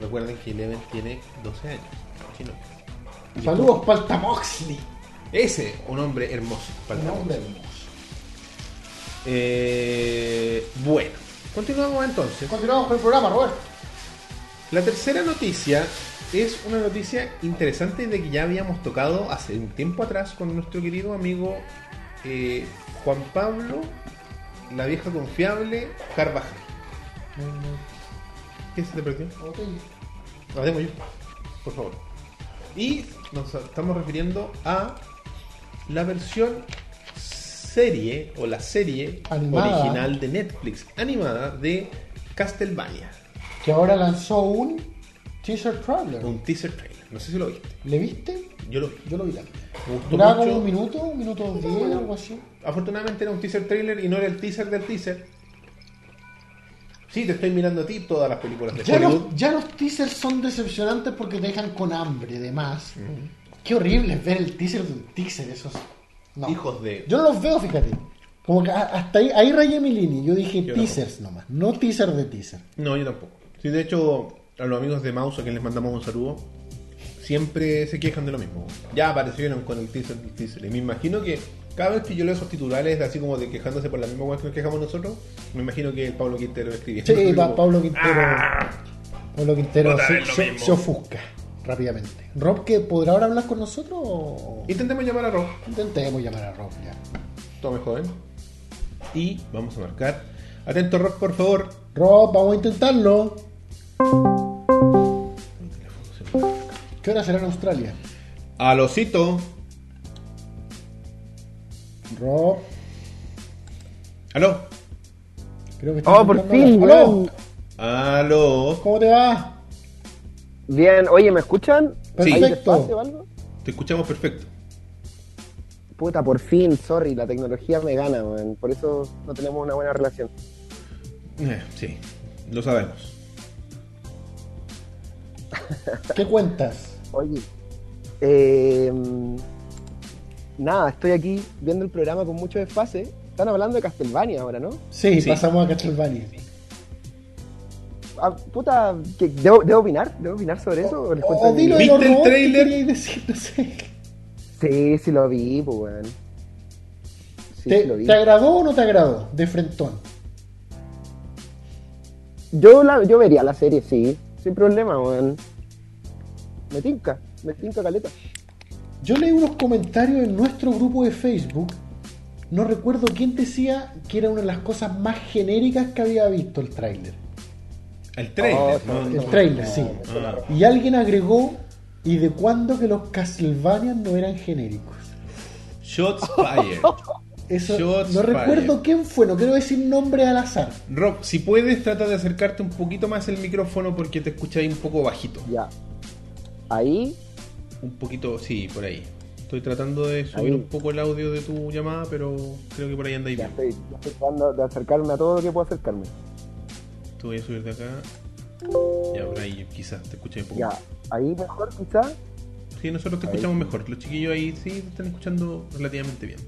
Speaker 1: Recuerden que Eleven tiene 12 años. chino.
Speaker 2: Saludos, Palta Moxley.
Speaker 1: Ese, un hombre hermoso. para
Speaker 2: Un
Speaker 1: la
Speaker 2: hombre
Speaker 1: voz.
Speaker 2: hermoso.
Speaker 1: Eh, bueno, continuamos entonces.
Speaker 2: Continuamos con el programa, Robert.
Speaker 1: La tercera noticia es una noticia interesante de que ya habíamos tocado hace un tiempo atrás con nuestro querido amigo eh, Juan Pablo, la vieja confiable Carvajal. ¿Qué se te perdió? La tengo yo, por favor. Y nos estamos refiriendo a la versión serie o la serie
Speaker 2: Animada.
Speaker 1: original de Netflix animada de Castlevania.
Speaker 2: Que ahora lanzó un T-shirt Traveler.
Speaker 1: Un teaser trailer. No sé si lo viste.
Speaker 2: ¿Le viste?
Speaker 1: Yo lo vi.
Speaker 2: Yo lo vi también.
Speaker 1: Me gustó
Speaker 2: Duraba como un
Speaker 1: mucho.
Speaker 2: minuto, un minuto diez, algo así.
Speaker 1: Afortunadamente era un teaser trailer y no era el teaser del teaser. Sí, te estoy mirando a ti todas las películas de
Speaker 2: Ya
Speaker 1: Hollywood.
Speaker 2: los, ya los teasers son decepcionantes porque te dejan con hambre, de más. Qué horrible es ver el teaser de un teaser, esos. No.
Speaker 1: Hijos de.
Speaker 2: Yo no los veo, fíjate. Como que a- hasta ahí, ahí rayé mi línea. Yo dije
Speaker 1: Yo no.
Speaker 2: teasers nomás, no teaser de teaser.
Speaker 1: No, yo tampoco. Sí, de hecho, a los amigos de Mouse a quienes les mandamos un saludo, siempre se quejan de lo mismo. Ya aparecieron con el teaser, el teaser. Y me imagino que cada vez que yo leo esos titulares, así como de quejándose por la misma weá que nos quejamos nosotros, me imagino que el Pablo Quintero escribía.
Speaker 2: Sí, pa- Pablo Quintero. Pablo Quintero
Speaker 1: Otra
Speaker 2: se,
Speaker 1: vez lo
Speaker 2: se-
Speaker 1: mismo.
Speaker 2: se ofusca rápidamente. Rob, que podrá ahora hablar con nosotros o-
Speaker 1: Intentemos llamar a Rob.
Speaker 2: Intentemos llamar a Rob ya.
Speaker 1: Tome joven. ¿eh? Y vamos a marcar. Atento Rob, por favor.
Speaker 2: Rob, vamos a intentarlo. ¿Qué hora será en Australia?
Speaker 1: Al osito.
Speaker 2: Rob,
Speaker 1: Aló.
Speaker 2: creo que está
Speaker 6: Oh, por
Speaker 2: intentando
Speaker 6: fin,
Speaker 2: hablar. ¡Aló!
Speaker 6: weón.
Speaker 1: Aló.
Speaker 2: ¿Cómo te va?
Speaker 6: Bien, oye, ¿me escuchan?
Speaker 1: Sí.
Speaker 6: ¿Hay
Speaker 2: Perfecto.
Speaker 6: despacio o algo?
Speaker 1: Te escuchamos perfecto.
Speaker 6: Puta, por fin, sorry, la tecnología me gana, weón. Por eso no tenemos una buena relación.
Speaker 1: Eh, sí, lo sabemos.
Speaker 2: ¿Qué cuentas?
Speaker 6: Oye, eh, nada, estoy aquí viendo el programa con mucho desfase. Están hablando de Castlevania ahora, ¿no?
Speaker 2: Sí,
Speaker 1: Sí.
Speaker 2: pasamos a Castlevania.
Speaker 6: Ah, puta, ¿qué- ¿debo, debo opinar? ¿Debo opinar sobre eso? ¿O les cuento
Speaker 2: O
Speaker 6: de mi-
Speaker 2: Oh, dilo de
Speaker 1: ¿Viste
Speaker 2: los
Speaker 1: el
Speaker 2: robots que
Speaker 1: tráiler?
Speaker 2: queríais decir, no sé.
Speaker 6: Sí, sí lo vi, pues, weón. Sí, sí
Speaker 2: ¿Te,
Speaker 6: lo vi.
Speaker 2: te agradó o no te agradó? De frentón.
Speaker 6: Yo, la, yo vería la serie, sí, sin problema, weón. Me tinca, me tinca caleta.
Speaker 2: Yo leí unos comentarios en nuestro grupo de Facebook. No recuerdo quién decía que era una de las cosas más genéricas que había visto el tráiler.
Speaker 1: El trailer.
Speaker 6: Oh,
Speaker 1: ¿no?
Speaker 2: El tráiler, sí.
Speaker 1: Ah.
Speaker 2: Y alguien agregó, ¿y de cuándo que los Castlevania no eran genéricos?
Speaker 1: Shots fired.
Speaker 2: Eso
Speaker 1: Shots
Speaker 2: no
Speaker 1: fired.
Speaker 2: recuerdo quién fue, no quiero decir nombre al azar.
Speaker 1: Rob, si puedes, trata de acercarte un poquito más el micrófono porque te escucha ahí un poco bajito.
Speaker 6: Ya. Ahí,
Speaker 1: Un poquito, sí, por ahí. Estoy tratando de subir
Speaker 6: Ahí.
Speaker 1: un poco el audio de tu llamada, pero creo que por ahí andáis
Speaker 6: ya
Speaker 1: bien.
Speaker 6: estoy, ya estoy tratando de acercarme a todo lo que puedo acercarme.
Speaker 1: Te voy a subir de acá. Ya, por ahí quizás te escuché un poco.
Speaker 6: Ya.
Speaker 1: más.
Speaker 6: Ahí mejor, quizá.
Speaker 1: Sí, nosotros te
Speaker 6: Ahí.
Speaker 1: escuchamos mejor. Los chiquillos ahí sí te están escuchando relativamente bien.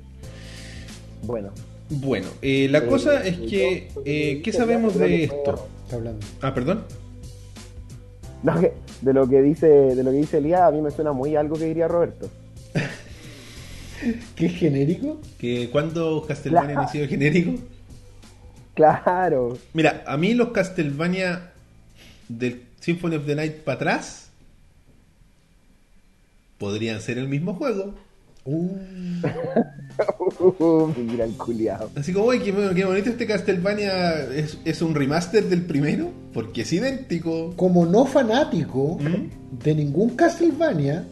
Speaker 6: Bueno.
Speaker 1: Bueno, eh, la
Speaker 6: Eh,
Speaker 1: cosa es
Speaker 6: yo-
Speaker 1: que, eh, ¿qué
Speaker 6: yo-
Speaker 1: sabemos
Speaker 6: yo-
Speaker 1: de
Speaker 6: yo-
Speaker 1: esto?
Speaker 2: Está hablando.
Speaker 1: Ah, perdón.
Speaker 6: No, que- de lo que dice, de lo que dice Elías, a mí me suena muy a algo que diría Roberto.
Speaker 2: ¿Qué es genérico?
Speaker 1: que cuando Castlevania
Speaker 6: Claro.
Speaker 1: han sido genéricos.
Speaker 6: Claro.
Speaker 1: Mira, a mí los Castlevania del Symphony of the Night para atrás podrían ser el mismo juego.
Speaker 6: Uh. Mira el culiao.
Speaker 1: Así como, uy, qué, qué bonito este Castlevania es, es un remaster del primero. Porque es idéntico.
Speaker 2: Como no fanático
Speaker 1: ¿Mm?
Speaker 2: de ningún Castlevania,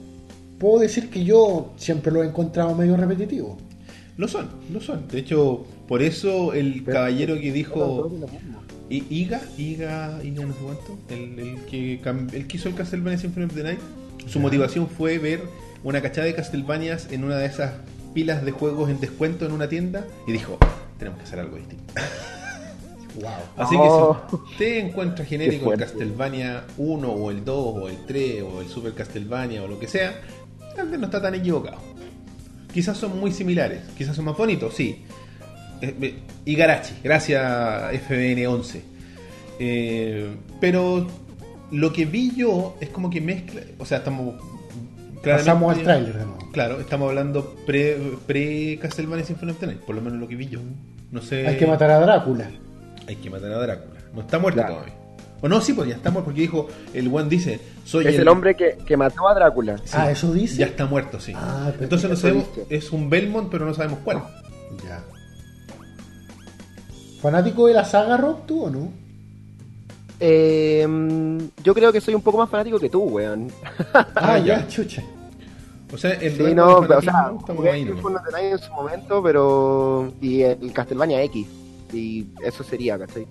Speaker 2: puedo decir que yo siempre lo he encontrado medio repetitivo.
Speaker 1: Lo son, lo son. De hecho, por eso el
Speaker 6: Pero-
Speaker 1: caballero que
Speaker 6: Todo
Speaker 1: dijo
Speaker 6: lo mismo.
Speaker 1: I- Iga, Iga, Iga no sé cuánto, el, el que, cam- el que hizo el Castlevania Symphony of the Night, su motivación fue ver una cachada de Castlevanias en una de esas pilas de juegos en descuento en una tienda y dijo, tenemos que hacer algo distinto.
Speaker 2: Wow.
Speaker 1: Así
Speaker 6: Oh.
Speaker 1: que si usted encuentra
Speaker 6: Qué
Speaker 1: genérico el
Speaker 6: fuerte.
Speaker 1: Castlevania 1 o el 2 o el 3 o el Super Castlevania o lo que sea, tal vez no está tan equivocado. Quizás son muy similares, quizás son más bonitos, sí. Eh, eh, Y Garachi, gracias FBN11. Eh, pero lo que vi yo es como que mezcla, o sea, estamos... claramente-
Speaker 2: Pasamos al tráiler de nuevo.
Speaker 1: Claro, estamos hablando pre-Castlevania Symphony of the Night, por lo menos lo que vi yo. No
Speaker 6: Eh,
Speaker 1: sé...
Speaker 2: Hay que matar a Drácula.
Speaker 1: Hay que matar a Drácula. No está muerto
Speaker 6: Claro.
Speaker 1: todavía. O no, sí, pues ya está muerto porque dijo, el one dice, soy
Speaker 6: Es el hombre que, que mató a Drácula.
Speaker 1: Sí,
Speaker 2: Ah, eso dice.
Speaker 1: Ya está muerto, sí.
Speaker 2: Ah, pero
Speaker 1: Entonces no
Speaker 6: eso
Speaker 1: sabemos,
Speaker 6: dice.
Speaker 1: es un Belmont, pero no sabemos cuál.
Speaker 2: Ya. ¿Fanático de la saga Rob tú o no?
Speaker 6: Eh, mm, yo creo que soy un poco más fanático que tú, weón.
Speaker 2: Ah, ya,
Speaker 1: ya.
Speaker 2: chucha.
Speaker 1: O sea, el
Speaker 6: Sí,
Speaker 1: rango
Speaker 6: no,
Speaker 1: de
Speaker 6: pero, o sea,
Speaker 1: fanatismo estamos
Speaker 6: jugué
Speaker 1: ahí, ¿no?
Speaker 6: Symphony of the Night en su momento, pero. Y el Castlevania X. Y eso sería, ¿cachai?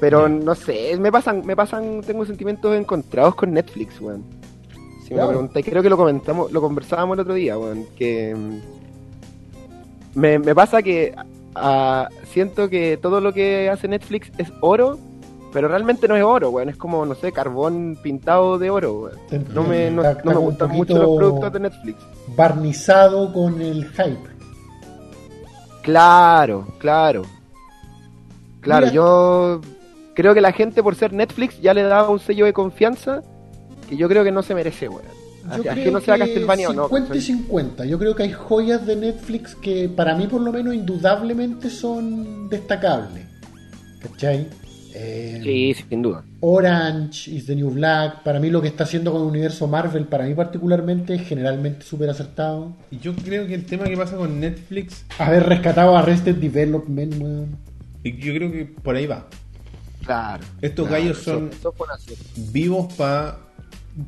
Speaker 6: Pero no sé, me pasan, me pasan, tengo sentimientos encontrados con Netflix, weón. Si me
Speaker 2: Claro.
Speaker 6: lo preguntáis, creo que lo comentamos, lo conversábamos el otro día, weón, que mm, me, me pasa que ah, siento que todo lo que hace Netflix es oro, pero realmente no es oro, weón, es como, no sé, carbón pintado de oro, weón. No me, no,
Speaker 2: Está- está
Speaker 6: no me
Speaker 2: como un
Speaker 6: gustan mucho
Speaker 2: poquito
Speaker 6: los productos de Netflix.
Speaker 2: Barnizado con el hype.
Speaker 6: Claro, claro. Claro,
Speaker 2: Mira.
Speaker 6: yo creo que la gente por ser Netflix ya le da un sello de confianza que yo creo que no se merece, weón. A-
Speaker 2: Yo
Speaker 6: a
Speaker 2: creo
Speaker 6: que no sea
Speaker 2: que
Speaker 6: Castlevania o no.
Speaker 2: 50 y
Speaker 6: ¿cachai?
Speaker 2: 50. Yo creo que hay joyas de Netflix que para mí por lo menos indudablemente son destacables. ¿Cachai? Eh,
Speaker 6: Sí, sí, sin duda.
Speaker 2: Orange is the New Black. Para mí lo que está haciendo con el universo Marvel, para mí particularmente, es generalmente súper acertado.
Speaker 1: Y Yo creo que el tema que pasa con Netflix,
Speaker 2: Haber rescatado a Arrested Development, weón.
Speaker 1: y yo creo que por ahí va.
Speaker 6: Claro.
Speaker 1: Estos
Speaker 6: claro,
Speaker 1: gallos
Speaker 6: eso-
Speaker 1: son
Speaker 6: eso fue un acierto.
Speaker 1: vivos para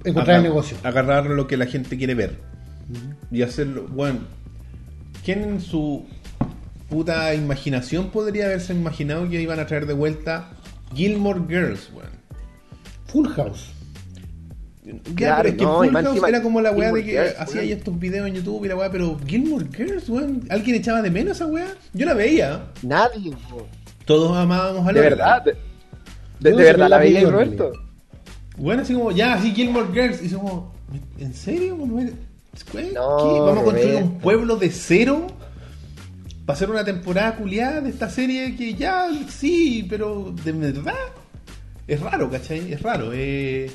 Speaker 2: Encontrar el negocio.
Speaker 1: agarrar lo que la gente quiere ver. y hacerlo. Bueno, ¿quién en su puta imaginación podría haberse imaginado que iban a traer de vuelta Gilmore Girls, weón?
Speaker 2: Full House.
Speaker 1: Ya,
Speaker 6: Claro,
Speaker 1: pero es que
Speaker 6: no, y
Speaker 1: Full
Speaker 6: más
Speaker 1: House
Speaker 6: encima,
Speaker 1: era como la weá de
Speaker 6: Gilmore
Speaker 1: que
Speaker 6: Girls,
Speaker 1: hacía
Speaker 6: weón.
Speaker 1: ya estos videos en YouTube y la weá, pero Gilmore Girls, weón, ¿alguien echaba de menos esa weá? Yo la veía.
Speaker 6: Nadie, weón.
Speaker 1: Todos amábamos a
Speaker 6: De
Speaker 1: Lorelai.
Speaker 6: verdad. De, de-
Speaker 2: Yo
Speaker 6: de
Speaker 2: no sé
Speaker 6: verdad
Speaker 2: qué
Speaker 6: la
Speaker 2: la
Speaker 6: veía
Speaker 2: vi,
Speaker 6: Roberto.
Speaker 1: Bueno, así como, ya, así Gilmore Girls. Y somos, ¿en serio? ¿No era- ¿Qué?
Speaker 6: No,
Speaker 1: ¿Qué? ¿Vamos a construir
Speaker 6: Roberto.
Speaker 1: un pueblo de cero? ¿Para hacer una temporada culiada de esta serie que ya, sí, pero de verdad? Es raro, ¿cachai? Es raro. eh.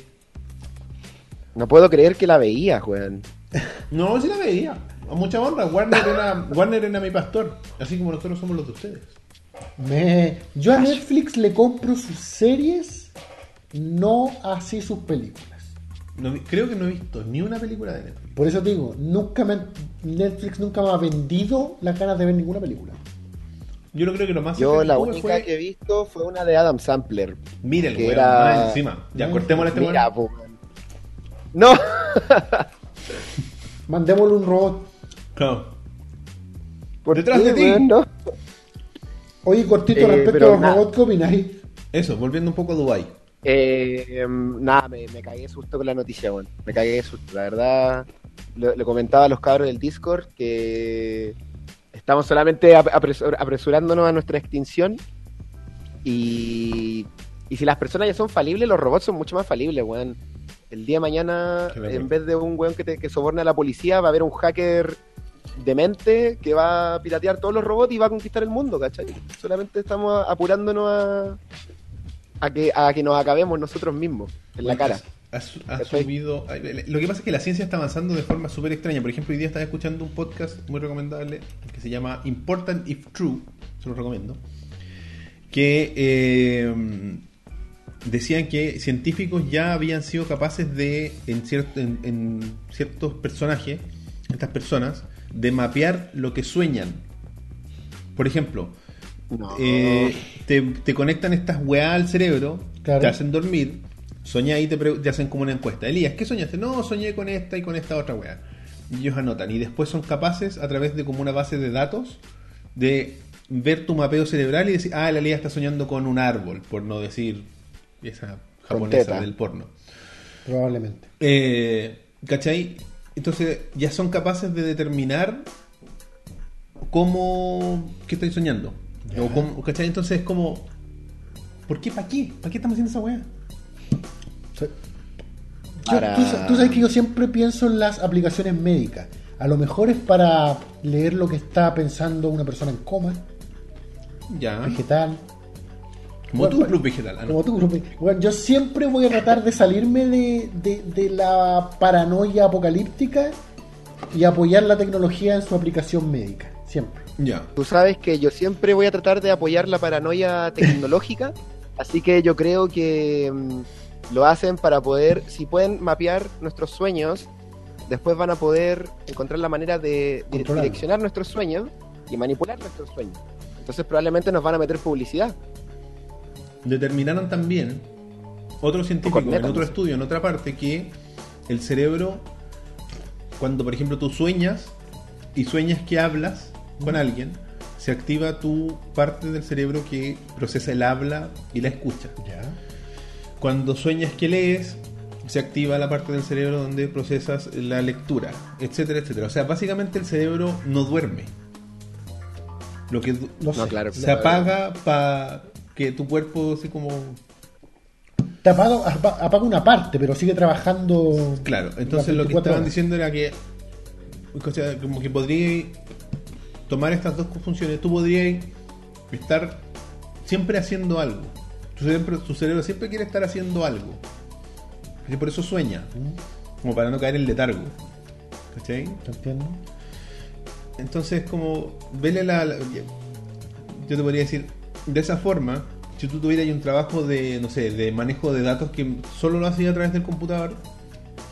Speaker 6: No puedo creer que la veía, weón.
Speaker 1: No, sí la veía. A mucha honra. Warner era, Warner era mi pastor. Así como nosotros somos los de ustedes.
Speaker 2: Me- Yo a Netflix le compro sus series, no así sus películas.
Speaker 1: No vi- creo que no he visto ni una película de Netflix.
Speaker 2: Por eso te digo, nunca me, Netflix nunca me ha vendido las ganas de ver ninguna película.
Speaker 1: Yo no creo que lo más
Speaker 6: Yo la
Speaker 1: efectivo
Speaker 6: única
Speaker 1: fue-
Speaker 6: que he visto fue una de Adam Sampler.
Speaker 1: Mira el
Speaker 6: que
Speaker 1: weón,
Speaker 6: era-
Speaker 1: más encima. Ya, cortémosle a este weón.
Speaker 6: Mira, po, weón. No.
Speaker 2: Mandémosle un robot.
Speaker 1: Claro.
Speaker 6: ¿Por
Speaker 1: Detrás
Speaker 6: qué,
Speaker 1: de ti.
Speaker 6: weón? No.
Speaker 2: Oye, cortito
Speaker 6: Eh,
Speaker 2: respecto
Speaker 6: pero
Speaker 2: a los
Speaker 6: nada.
Speaker 2: robots, ¿qué opináis?
Speaker 1: Eso, volviendo un poco a Dubai.
Speaker 6: Eh, em, nada, me, me cagué de susto con la noticia, weón. Me cagué de susto. La verdad, le, le comentaba a los cabros del Discord que estamos solamente ap- apresur- apresurándonos a nuestra extinción. Y, y si las personas ya son falibles, los robots son mucho más falibles, weón. El día de mañana,
Speaker 1: Qué vergüenza.
Speaker 6: en vez de un weón que, te- que soborna a la policía, va a haber un hacker demente que va a piratear todos los robots y va a conquistar el mundo, ¿cachai? Solamente estamos apurándonos a, a que, a que nos acabemos nosotros mismos en la cara.
Speaker 1: Ha, su- ha
Speaker 6: Perfecto.
Speaker 1: subido. Lo que pasa es que la ciencia está avanzando de forma súper extraña. Por ejemplo, hoy día estaba escuchando un podcast muy recomendable que se llama Important If True. Se lo recomiendo. Que eh, decían que científicos ya habían sido capaces de, en, cierto, en, en ciertos personajes, estas personas, de mapear lo que sueñan. Por ejemplo,
Speaker 6: No.
Speaker 1: eh, te, te conectan estas weas al cerebro,
Speaker 2: Claro.
Speaker 1: te hacen dormir, soñáis y te, pre- te hacen como una encuesta. Elías, ¿qué soñaste? No, soñé con esta y con esta otra wea. Y ellos anotan. Y después son capaces, a través de como una base de datos, de ver tu mapeo cerebral y decir, ah, el Elías está soñando con un árbol, por no decir esa
Speaker 6: Con
Speaker 1: japonesa
Speaker 6: teta.
Speaker 1: del porno.
Speaker 2: probablemente.
Speaker 1: Eh, ¿Cachai? Entonces ya son capaces de determinar cómo... ¿Qué estáis soñando? O cómo- ¿Cachai? Entonces es como... ¿Por qué? ¿Para qué? ¿Para qué estamos haciendo esa weá?
Speaker 2: Sí. Yo-
Speaker 6: Para-
Speaker 2: tú, sa- tú sabes que yo siempre pienso en las aplicaciones médicas. A lo mejor es para leer lo que está pensando una persona en coma,
Speaker 1: Ya.
Speaker 2: vegetal,
Speaker 1: Como tú,
Speaker 2: Bueno,
Speaker 1: Club Vegetal. Ah, no.
Speaker 2: como tú. Rupi. Bueno, yo siempre voy a tratar de salirme de, de- de la paranoia apocalíptica y apoyar la tecnología en su aplicación médica. Siempre.
Speaker 1: Ya.
Speaker 6: Tú sabes que yo siempre voy a tratar de apoyar la paranoia tecnológica, así que yo creo que mm, lo hacen para poder, si pueden mapear nuestros sueños, después van a poder encontrar la manera de di-
Speaker 2: Controlarlo.
Speaker 6: direccionar nuestros sueños y manipular nuestros sueños. Entonces probablemente nos van a meter publicidad.
Speaker 1: Determinaron también otro científico en
Speaker 6: cornetas,
Speaker 1: otro
Speaker 6: no sé.
Speaker 1: estudio, en otra parte, que el cerebro, cuando por ejemplo tú sueñas y sueñas que hablas con alguien, se activa tu parte del cerebro que procesa el habla y la escucha.
Speaker 2: Ya.
Speaker 1: Cuando sueñas que lees, se activa la parte del cerebro donde procesas la lectura, etcétera, etcétera. O sea, básicamente el cerebro no duerme. Lo que du-
Speaker 2: No sé.
Speaker 6: No, claro.
Speaker 1: se apaga para que tu cuerpo así como
Speaker 2: Te apago- apa- apaga una parte, pero sigue trabajando.
Speaker 1: Claro,
Speaker 2: las
Speaker 1: entonces lo que
Speaker 2: 24
Speaker 1: estaban
Speaker 2: horas.
Speaker 1: diciendo era que o sea, como que podría tomar estas dos funciones, tú podrías estar siempre haciendo algo. Tu cerebro, tu cerebro siempre quiere estar haciendo algo. Y por eso sueña, como para no caer en letargo. ¿Cachai?
Speaker 2: ¿Te entiendo?
Speaker 1: Entonces, como, vele la, la- Yo te podría decir, de esa forma, si tú tuvieras ahí un trabajo de, no sé, de manejo de datos que solo lo hacías a través del computador,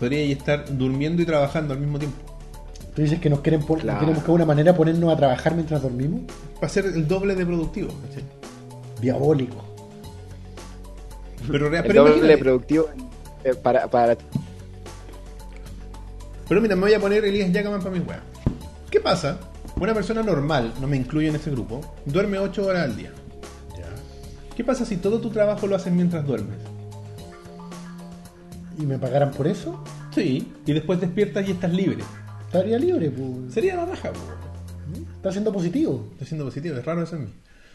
Speaker 1: podrías estar durmiendo y trabajando al mismo tiempo.
Speaker 2: Tú dices que nos quieren, pon-
Speaker 6: Claro.
Speaker 2: quieren buscar una manera de ponernos a trabajar mientras dormimos.
Speaker 1: Va a ser el doble de productivo. ¿cachai?
Speaker 2: Diabólico.
Speaker 1: Pero, rea-
Speaker 6: El
Speaker 1: pero
Speaker 6: doble
Speaker 1: imagínate,
Speaker 6: productivo eh, para, para
Speaker 1: Pero mira, me voy a poner Elías Yacaman para mis weas. ¿Qué pasa? Una persona normal, no me incluyo en ese grupo, duerme 8 horas al día. ¿Qué pasa si todo tu trabajo lo haces mientras duermes?
Speaker 2: ¿Y me pagaran por eso?
Speaker 1: Sí. Y después despiertas y estás libre.
Speaker 2: Estaría libre, pues.
Speaker 1: Sería la raja, po.
Speaker 2: Está siendo positivo.
Speaker 1: Estoy siendo positivo, es raro eso en mí.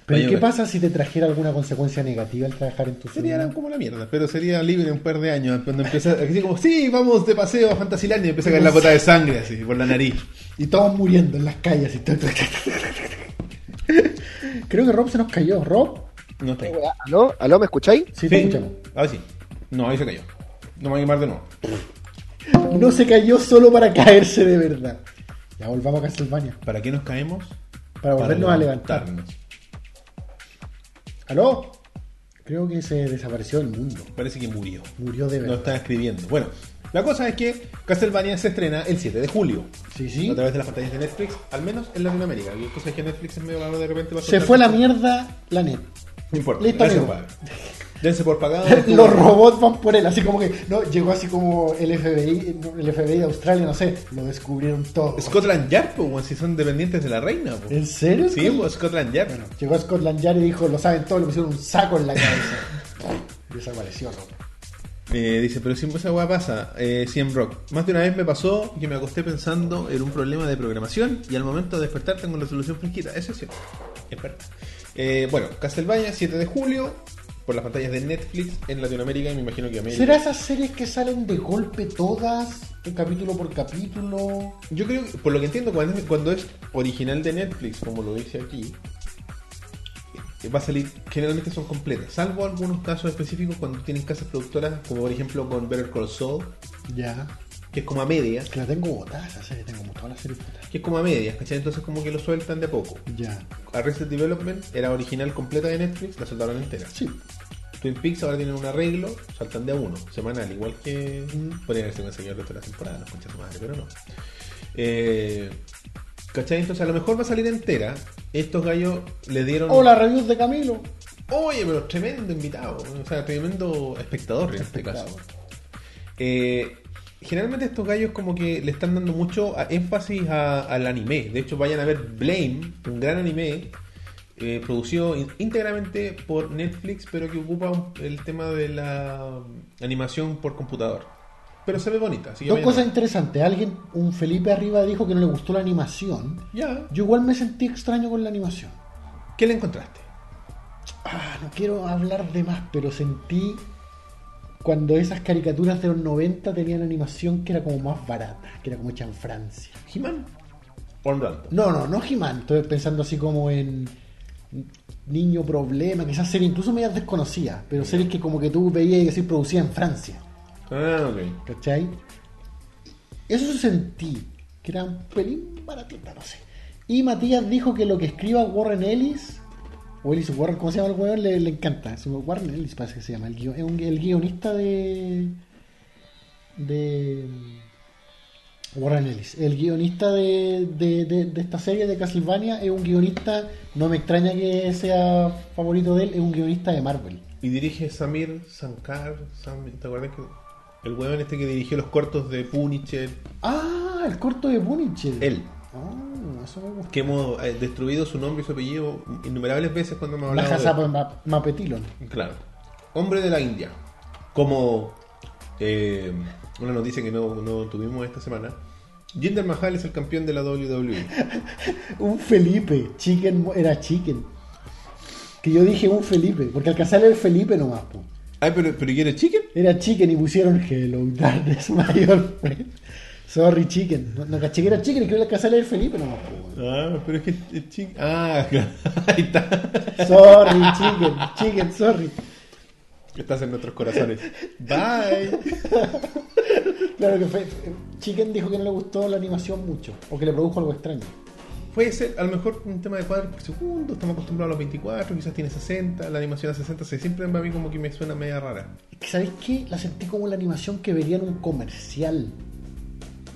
Speaker 2: Pero ¿y
Speaker 1: Oye,
Speaker 2: ¿qué
Speaker 1: oye,
Speaker 2: pasa si te trajera alguna consecuencia negativa el trabajar en tu
Speaker 1: Sería
Speaker 2: sueño?
Speaker 1: como la mierda, pero sería libre un par de años. Cuando empieza, así como, sí, vamos de paseo a Fantasilandia, y empieza a caer la gota de sangre así, por la nariz.
Speaker 2: Y todos muriendo en las calles. y todo- Creo que Rob se nos cayó. Rob,
Speaker 1: No está ahí.
Speaker 6: ¿Aló? ¿Aló? ¿Me escucháis?
Speaker 2: sí,
Speaker 1: Sí,
Speaker 2: te escuchamos.
Speaker 1: ahora sí. No, ahí se cayó. No me voy a quemar de nuevo.
Speaker 2: No se cayó solo para caerse de verdad. Ya volvamos a Castlevania.
Speaker 1: ¿Para qué nos caemos?
Speaker 2: Para volvernos a levantar.
Speaker 1: levantarnos.
Speaker 2: ¿Aló? Creo que se desapareció del mundo.
Speaker 1: Parece que murió.
Speaker 2: Murió de
Speaker 1: No
Speaker 2: verdad.
Speaker 1: está escribiendo. Bueno, la cosa es que Castlevania se estrena el 7 de julio.
Speaker 2: Sí, sí.
Speaker 1: A través de las pantallas de Netflix, al menos en Latinoamérica. La cosa es que Netflix es medio raro de repente. va a
Speaker 2: Se
Speaker 1: soltar-
Speaker 2: fue la mierda la net.
Speaker 1: No importa.
Speaker 2: Listo,
Speaker 1: dense
Speaker 2: amigo.
Speaker 1: por pagado. Dense por pagado.
Speaker 2: Los robots van por él, así como que no llegó así como el FBI, no, el FBI de Australia, no sé, lo descubrieron todo.
Speaker 1: Scotland Yard, po, weón, si son dependientes de la reina. po.
Speaker 2: ¿En serio?
Speaker 1: Sí, po, Scotland Yard.
Speaker 2: Llegó a Scotland Yard y dijo, lo saben todo, le pusieron un saco en la cabeza. Desapareció, ¿no?
Speaker 1: Eh, dice, pero siempre esa weá pasa. Eh, CM Rock. Más de una vez me pasó que me acosté pensando en un problema de programación y al momento de despertar tengo la solución fresquita. Eso es cierto. Es verdad. Eh, bueno, Castlevania, 7 de julio, por las pantallas de Netflix en Latinoamérica y me imagino que América.
Speaker 2: ¿Será esas series que salen de golpe todas, un capítulo por capítulo?
Speaker 1: Yo creo, que, por lo que entiendo, cuando es, cuando es original de Netflix, como lo dice aquí, eh, va a salir, generalmente son completas, salvo algunos casos específicos cuando tienen casas productoras, como por ejemplo con Better Call Saul,
Speaker 2: Ya.
Speaker 1: que es como a medias,
Speaker 2: Es que la tengo botada esa serie, tengo como todas las series botadas.
Speaker 1: que es como a medias, ¿cachai? Entonces como que lo sueltan de a poco.
Speaker 2: Ya.
Speaker 1: Arrested Development era original completa de Netflix, la soltaron entera.
Speaker 2: Sí.
Speaker 1: Twin Peaks ahora tienen un arreglo, saltan de a uno, semanal, igual que podrían haberse conseguido el resto de la temporada, no concha su madre, pero no. Eh, ¿Cachai? Entonces a lo mejor va a salir entera. Estos gallos le dieron.
Speaker 2: Hola, reviews de Camilo.
Speaker 1: Oye, pero tremendo invitado. O sea, tremendo espectador en este caso. Eh, generalmente estos gallos como que le están dando mucho a- énfasis a- al anime. De hecho, vayan a ver Blame, un gran anime eh, producido in- íntegramente por Netflix, pero que ocupa un- el tema de la mm, animación por computador. Pero se ve bonita, así que
Speaker 2: Dos
Speaker 1: vayan a
Speaker 2: cosas
Speaker 1: ver.
Speaker 2: interesantes. Alguien, un Felipe arriba, dijo que no le gustó la animación.
Speaker 1: Ya.
Speaker 2: Yo igual me sentí extraño con la animación.
Speaker 1: ¿Qué le encontraste?
Speaker 2: Ah, no quiero hablar de más, pero sentí cuando esas caricaturas de los 90 tenían animación que era como más barata, que era como hecha en Francia.
Speaker 1: ¿He-Man? Por un rato.
Speaker 2: No, no, no He-Man. Estoy pensando así como en Niño Problema, quizás series incluso medias desconocidas, pero series que como que tú veías y decís producida en Francia.
Speaker 1: Ah, ok.
Speaker 2: ¿Cachai? Eso sentí, que era un pelín baratita, no sé. Y Matías dijo que lo que escriba Warren Ellis, o Ellis Warren, ¿cómo se llama el weón? Le, le encanta. Se llama Warren Ellis parece que se llama, el, guio- es un- el guionista de. de. Warren Ellis, el guionista de, de, de- de esta serie de Castlevania, es un guionista, no me extraña que sea favorito de él, es un guionista de Marvel.
Speaker 1: Y dirige Samir Sankar. Sam- ¿Te acuerdas que el huevón este que dirigió los cortos de Punisher?
Speaker 2: Ah, el corto de Punisher.
Speaker 1: Él.
Speaker 2: Ah, eso me gusta.
Speaker 1: Que hemos eh, destruido su nombre y su apellido innumerables veces cuando hemos
Speaker 2: La
Speaker 1: hablado. de-
Speaker 2: casa Ma- Mapetilon.
Speaker 1: Claro. Hombre de la India. Como eh, una noticia que no, no tuvimos esta semana. Jinder Mahal es el campeón de la E. WWE.
Speaker 2: Un Felipe. Chicken mo- era Chicken. Que yo dije un Felipe. Porque al casarle el Felipe nomás, po.
Speaker 1: Ay, pero, pero ¿y era chicken?
Speaker 2: Era Chicken y pusieron Hello Darkness Mayor. friend. Sorry Chicken. No, no caché que era Chicken y que al casarle el Felipe nomás, po.
Speaker 1: Ah, pero es que es chicken. Ah, claro. ahí está.
Speaker 2: Sorry Chicken. Chicken, sorry.
Speaker 1: Estás en nuestros corazones. Bye.
Speaker 2: Claro que fue. eh, Chicken dijo que no le gustó la animación mucho. O que le produjo algo extraño.
Speaker 1: Puede ser, a lo mejor, un tema de cuadros por segundo. Estamos acostumbrados a los 24, quizás tiene 60. La animación a 60 se siempre a mí como que me suena media rara.
Speaker 2: Es que, ¿Sabéis qué? La sentí como la animación que vería en un comercial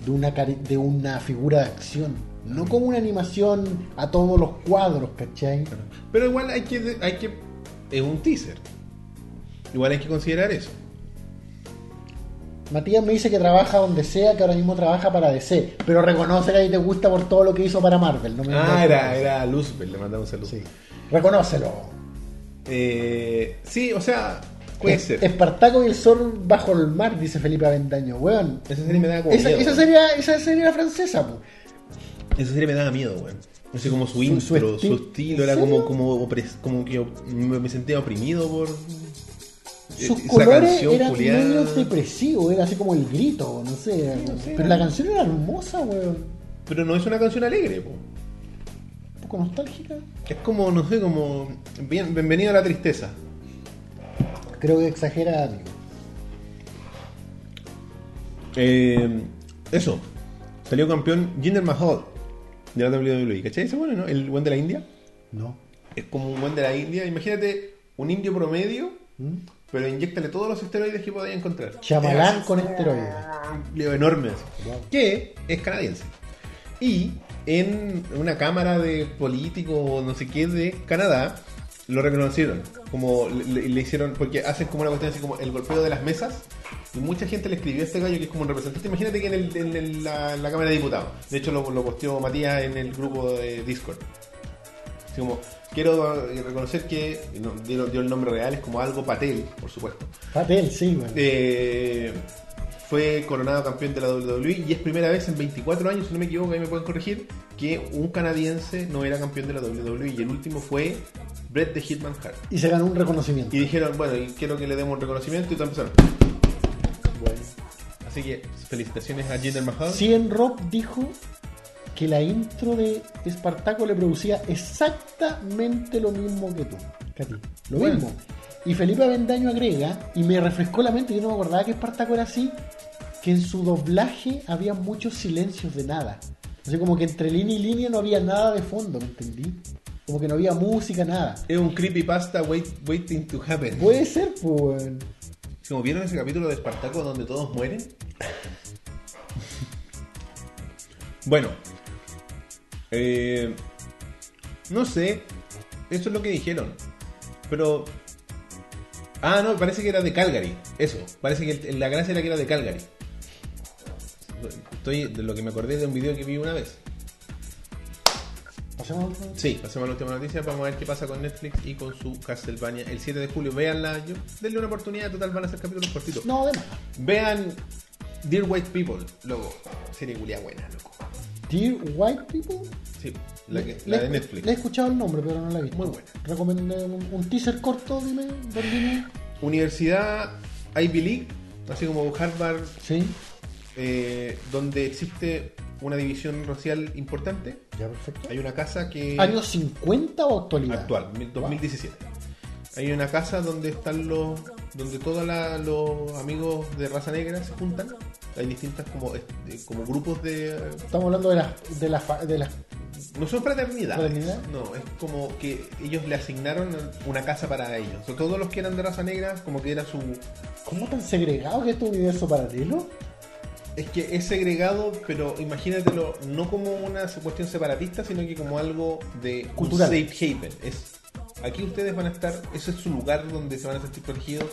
Speaker 2: de una, cari- de una figura de acción. No
Speaker 1: Mm.
Speaker 2: como una animación a todos los cuadros, ¿cachai?
Speaker 1: Pero igual hay que, hay que. Es un teaser. Igual hay que considerar eso.
Speaker 2: Matías me dice que trabaja donde sea, que ahora mismo trabaja para DC, pero reconoce que a ti te gusta por todo lo que hizo para Marvel. No me
Speaker 1: Ah,
Speaker 2: no-
Speaker 1: era, era Luzbel, le mandamos saludos.
Speaker 2: Sí. Reconócelo.
Speaker 1: Eh, sí, o sea, puede
Speaker 2: Es-
Speaker 1: ser.
Speaker 2: Espartaco y el sol bajo el mar, dice Felipe Avendaño, weón.
Speaker 1: esa serie me daba como
Speaker 2: Esa,
Speaker 1: miedo.
Speaker 2: esa,
Speaker 1: weón.
Speaker 2: serie, esa serie era francesa, po.
Speaker 1: Esa serie me daba miedo, weón. No sé cómo su,
Speaker 2: Su- su
Speaker 1: intro, su
Speaker 2: esti-
Speaker 1: estilo,
Speaker 2: ¿En
Speaker 1: era como,
Speaker 2: serio?
Speaker 1: como, opres- como que op- me, me sentía oprimido por. eh,
Speaker 2: Sus
Speaker 1: esa
Speaker 2: colores
Speaker 1: canción
Speaker 2: eran
Speaker 1: culiada.
Speaker 2: medio depresivos, era así como el grito, no sé. era como-
Speaker 1: sé,
Speaker 2: pero
Speaker 1: era-
Speaker 2: la canción era hermosa, weón.
Speaker 1: Pero no es una canción alegre, po.
Speaker 2: Un poco nostálgica.
Speaker 1: Es como, no sé, como. Bien, bienvenido a la tristeza.
Speaker 2: Creo que exagera, amigo.
Speaker 1: Eh, eso. Salió campeón Jinder Mahal de la WWE. ¿Cachai? Ese bueno, ¿no? El buen de la India.
Speaker 2: No.
Speaker 1: Es como un buen de la India. Imagínate un indio promedio, pero inyectale todos los esteroides que podía encontrar.
Speaker 2: Chamalán con esteroides.
Speaker 1: Leo enorme. así. Que es canadiense. Y en una cámara de político o no sé qué de Canadá lo reconocieron. Como le, le- le hicieron, porque hacen como una cuestión así como el golpeo de las mesas. Y mucha gente le escribió a este gallo que es como un representante. Imagínate que en, el- en el- la, la Cámara de Diputados. De hecho, lo, lo posteó Matías en el grupo de Discord. Así como, quiero eh, reconocer que, no, dio, dio el nombre real, es como algo Patel, por supuesto.
Speaker 2: Patel, sí, weón.
Speaker 1: Eh, fue coronado campeón de la WWE y es primera vez en 24 años, si no me equivoco, ahí me pueden corregir, que un canadiense no era campeón de la WWE y el último fue Bret de Hitman Hart.
Speaker 2: Y se ganó un reconocimiento.
Speaker 1: Y dijeron, bueno, y quiero que le demos un reconocimiento y todo empezaron. Así que felicitaciones a Jinder Mahal.
Speaker 2: Cien Rob dijo que la intro de Espartaco le producía exactamente lo mismo que tú, que a ti. Lo
Speaker 1: Bueno.
Speaker 2: mismo. Y Felipe Avendaño agrega, y me refrescó la mente, yo no me acordaba que Espartaco era así, que en su doblaje había muchos silencios de nada. O sea, como que entre línea y línea no había nada de fondo, ¿me entendí? Como que no había música, nada.
Speaker 1: Es un creepypasta wait, waiting to happen.
Speaker 2: Puede ser, pues. weón.
Speaker 1: Como vieron ese capítulo de Espartaco donde todos mueren. bueno, Eh, no sé, eso es lo que dijeron. Pero. Ah, no, parece que era de Calgary. Eso, parece que el- la gracia era que era de Calgary. Estoy de lo que me acordé de un video que vi una vez.
Speaker 2: Pasemos a-
Speaker 1: Sí, pasemos a la última noticia. Vamos a ver qué pasa con Netflix y con su Castlevania. El 7 de julio, véanla. Yo, denle una oportunidad, total, van a ser capítulos cortitos.
Speaker 2: No, además.
Speaker 1: Vean Dear White People, loco. Serie culia buena, loco.
Speaker 2: Dear White People.
Speaker 1: Sí, la, que- la de
Speaker 2: Le-
Speaker 1: Netflix.
Speaker 2: Le he escuchado el nombre, pero no la he visto.
Speaker 1: Muy buena.
Speaker 2: Recomendé un, un teaser corto, dime, dos líneas.
Speaker 1: Universidad Ivy League, así como Harvard,
Speaker 2: Sí,
Speaker 1: eh, donde existe una división racial importante.
Speaker 2: ya perfecto.
Speaker 1: Hay una casa que...
Speaker 2: ¿Años 50 o actualidad?
Speaker 1: actual, mil- 2017. Hay una casa donde están los donde todos la- los amigos de raza negra se juntan. Hay distintas como este, como grupos de
Speaker 2: Estamos hablando de las. De las fa- de las
Speaker 1: no son fraternidades.
Speaker 2: ¿Fraternidad?
Speaker 1: No, es como que ellos le asignaron una casa para ellos. O sea, todos los que eran de raza negra como que era su
Speaker 2: ¿Cómo tan segregado que es tu universo paralelo?
Speaker 1: es que es segregado, pero imagínatelo no como una cuestión separatista, sino que como algo de un
Speaker 2: Cultural.
Speaker 1: safe haven. Es aquí ustedes van a estar, ese es su lugar donde se van a sentir protegidos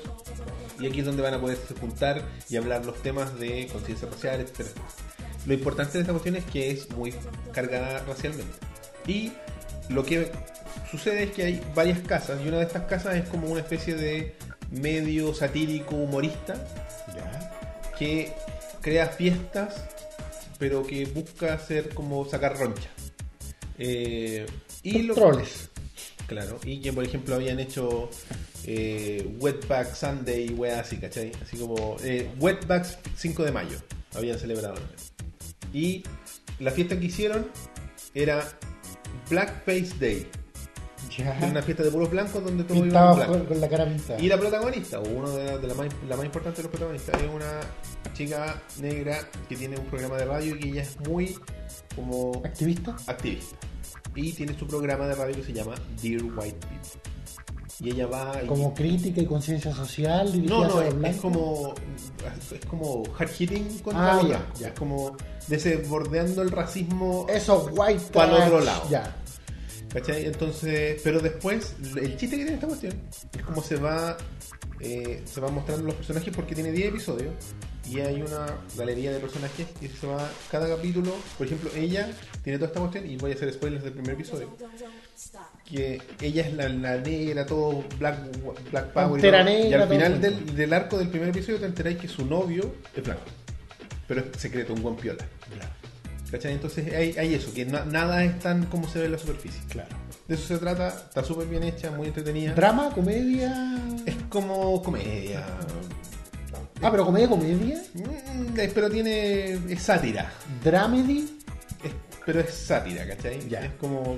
Speaker 1: y aquí es donde van a poder juntar y hablar los temas de conciencia racial, etc. Lo importante de esta cuestión es que es muy cargada racialmente. Y lo que sucede es que hay varias casas y una de estas casas es como una especie de medio satírico humorista
Speaker 2: Ya.
Speaker 1: que crea fiestas, pero que busca hacer como sacar roncha. Eh, y lo-
Speaker 2: Troles.
Speaker 1: Claro, y que por ejemplo habían hecho eh, Wetback Sunday y weas así, ¿cachai? Así como eh, Wetbacks 5 de mayo habían celebrado. Y la fiesta que hicieron era Blackface Day. Era una
Speaker 2: Ya.
Speaker 1: fiesta de puros blancos donde todos iban en
Speaker 2: Y estaba
Speaker 1: blanco.
Speaker 2: con, con la cara pintada.
Speaker 1: Y la protagonista, o una de, la- de la más, la más importante de los protagonistas, es una chica negra que tiene un programa de radio y que ella es muy como
Speaker 2: ¿Activista?
Speaker 1: activista. Y tiene su programa de radio que se llama Dear White People. Y ella va y...
Speaker 2: Como crítica y conciencia social. dirigida
Speaker 1: no, no,
Speaker 2: hacia los
Speaker 1: es, es
Speaker 2: blancos.
Speaker 1: como es como hard hitting contra
Speaker 2: Ah,
Speaker 1: ella.
Speaker 2: ya, ya.
Speaker 1: Es como desbordeando el racismo
Speaker 2: Esos white
Speaker 1: Pa'l
Speaker 2: trash.
Speaker 1: otro lado.
Speaker 2: Ya.
Speaker 1: ¿Cachai? Entonces, pero después, el chiste que tiene esta cuestión es como se va eh, se van mostrando los personajes porque tiene 10 episodios y hay una galería de personajes y se va cada capítulo, por ejemplo, ella tiene toda esta cuestión y voy a hacer spoilers del primer episodio. Que ella es la, la negra, todo black, black power. Y,
Speaker 2: Pantera
Speaker 1: todo. Y
Speaker 2: negra,
Speaker 1: al
Speaker 2: todo
Speaker 1: final
Speaker 2: junto.
Speaker 1: del, del arco del primer episodio te enteráis que su novio es blanco, pero es secreto, un buen piola. ¿Cachai? Entonces hay, hay eso, que na- nada es tan como se ve en la superficie.
Speaker 2: Claro.
Speaker 1: De eso se trata, está súper bien hecha, muy entretenida.
Speaker 2: Drama, comedia.
Speaker 1: es como comedia.
Speaker 2: Ah, pero comedia, comedia.
Speaker 1: Mm, eh, Pero tiene. es sátira.
Speaker 2: Dramedy.
Speaker 1: Es- pero es sátira, ¿cachai?
Speaker 2: Ya.
Speaker 1: Es como.